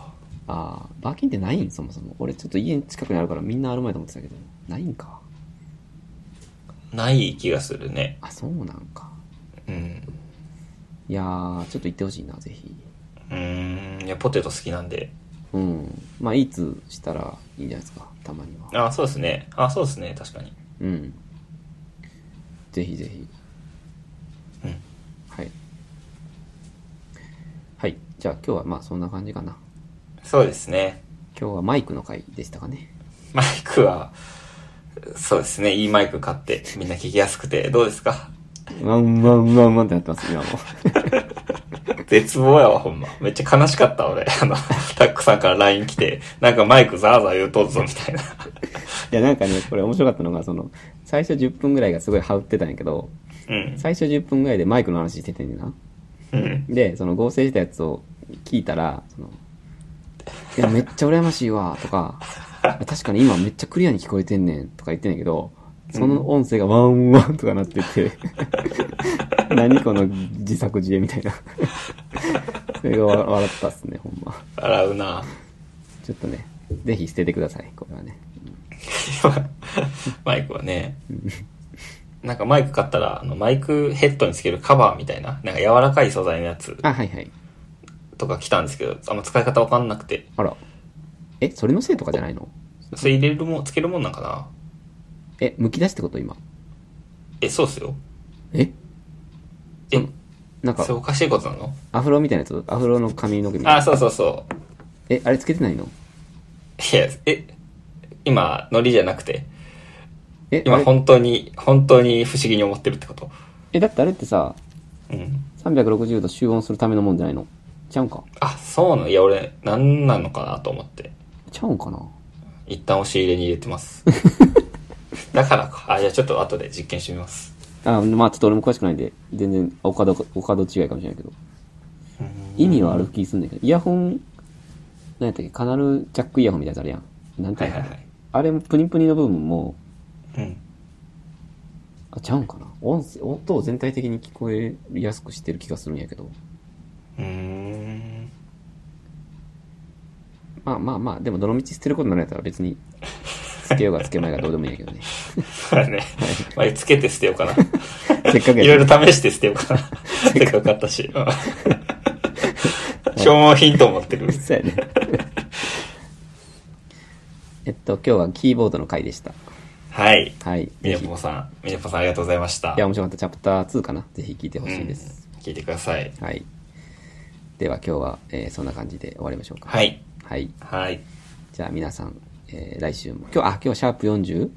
Speaker 1: ああバーキンってないんそもそも俺ちょっと家近くにあるからみんなあるまいと思ってたけどないんか
Speaker 2: ない気がするね。
Speaker 1: あそうなんか
Speaker 2: うん。
Speaker 1: いやーちょっと行ってほしいなぜひ
Speaker 2: うーん。いや、ポテト好きなんで。
Speaker 1: うんまあイーツしたらいいんじゃないですかたまには
Speaker 2: あ、そうですね。あ、そうですね。確かに。
Speaker 1: うんぜひぜひ
Speaker 2: うん。
Speaker 1: はいはいじゃあ今日はまあそんな感じかな
Speaker 2: そうですね。
Speaker 1: 今日はマイクの回でしたかね
Speaker 2: マイクは、そうですね。いいマイク買って、みんな聞きやすくて、どうですか
Speaker 1: ワンワンワンワンってなってます、今 も。
Speaker 2: 絶望やわ、ほんま。めっちゃ悲しかった、俺。あの、タックさんから LINE 来て、なんかマイクザーザー言うとるぞ、みたいな。
Speaker 1: いや、なんかね、これ面白かったのが、その、最初10分ぐらいがすごい羽打ってたんやけど、
Speaker 2: うん。
Speaker 1: 最初10分ぐらいでマイクの話しててんねんな。
Speaker 2: うん。
Speaker 1: で、その合成したやつを聞いたら、その、いや、めっちゃ羨ましいわ、とか、確かに今めっちゃクリアに聞こえてんねん、とか言ってんねんけど、その音声がワンワンとかなって て、何この自作自演みたいな。それがわ笑ったっすね、ほんま。
Speaker 2: 笑うな。
Speaker 1: ちょっとね、ぜひ捨ててください、これはね。
Speaker 2: マイクはね。なんかマイク買ったら、あの、マイクヘッドにつけるカバーみたいな、なんか柔らかい素材のやつ
Speaker 1: あ、はいはい。
Speaker 2: とか来たんですけど、あんま使い方わかんなくて。
Speaker 1: あら。え、それのせいとかじゃないの
Speaker 2: それ入れるもん、つけるもんなんかな
Speaker 1: え、剥き出しってこと今。
Speaker 2: え、そうっすよ。
Speaker 1: え
Speaker 2: え、
Speaker 1: なんか
Speaker 2: それ、おかしいことなの
Speaker 1: アフロみたいなやつ、アフロの髪の毛みたい
Speaker 2: あ、
Speaker 1: な。
Speaker 2: そうそうそう。
Speaker 1: え、あれつけてないの
Speaker 2: いや、え、今、ノリじゃなくて、
Speaker 1: え、あ
Speaker 2: 今
Speaker 1: れ
Speaker 2: 本当に、本当に不思議に思ってるってこと。
Speaker 1: え、だってあれってさ、
Speaker 2: うん。
Speaker 1: 360度集音するためのもんじゃないのちゃうんか
Speaker 2: あ、そうなのいや、俺、なんなのかなと思って。
Speaker 1: ちゃうんかな
Speaker 2: 一旦押し入れに入れて ます。だからか。あ、じゃあちょっと後で実験してみます。
Speaker 1: あ、まあちょっと俺も詳しくないんで、全然、おかど、おかど違いかもしれないけど。意味はある気すんだけど、イヤホン、なんやったっけ、カナルジャックイヤホンみたいなやつあるやん。なんて
Speaker 2: は
Speaker 1: いう
Speaker 2: い
Speaker 1: の、
Speaker 2: はいはい。
Speaker 1: あれもプニプニの部分も、
Speaker 2: うん。
Speaker 1: あ、ちゃうんかな音声、音を全体的に聞こえやすくしてる気がするんやけど。
Speaker 2: うーん。
Speaker 1: まあまあまあ、でもどの道捨てることになるやったら別に、つけようがつけまいがどうでもいいんや けどね。
Speaker 2: そうだね。まあ、つけて捨てようか な。
Speaker 1: せっかく
Speaker 2: いろ
Speaker 1: や
Speaker 2: いろ
Speaker 1: った
Speaker 2: 試して捨てよう かな。せっかく買ったし。うん消耗品と思ってる
Speaker 1: ら。。そうやね。 えっと、今日はキーボードの回でした。
Speaker 2: はい。
Speaker 1: はい。ぜ
Speaker 2: みね
Speaker 1: ひい
Speaker 2: ぽんさん、みねぽんさんありがとうございました。
Speaker 1: や、面白かった。チャプター2かな。ぜひ聞いてほ
Speaker 2: うん
Speaker 1: しいです。
Speaker 2: 聞いてください。
Speaker 1: はい。では今日は、えーそんな感じで終わりましょうか。
Speaker 2: は。い。
Speaker 1: はい。
Speaker 2: はい。
Speaker 1: じゃあ皆さん、えー来週も。今日、あ、今日はシャープ 40?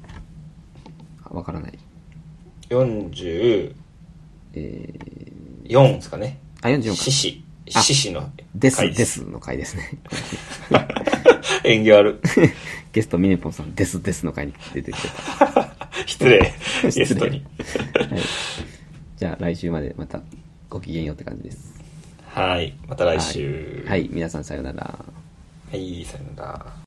Speaker 1: あわからない。
Speaker 2: 44
Speaker 1: え
Speaker 2: ですかね。
Speaker 1: ー、あ、44
Speaker 2: 獅
Speaker 1: か。
Speaker 2: 子。獅子の
Speaker 1: です、
Speaker 2: 回
Speaker 1: で。すの回ですね。
Speaker 2: 演技悪。
Speaker 1: ゲスト、ミネポンさん、です、ですの回に出てきてた。
Speaker 2: 失礼。ゲ
Speaker 1: 失礼
Speaker 2: ストに。
Speaker 1: はい。じゃあ来週までまたごきげんようって感じです。
Speaker 2: はい。また来週。
Speaker 1: はい、皆さんさようなら。
Speaker 2: はい。さよなら。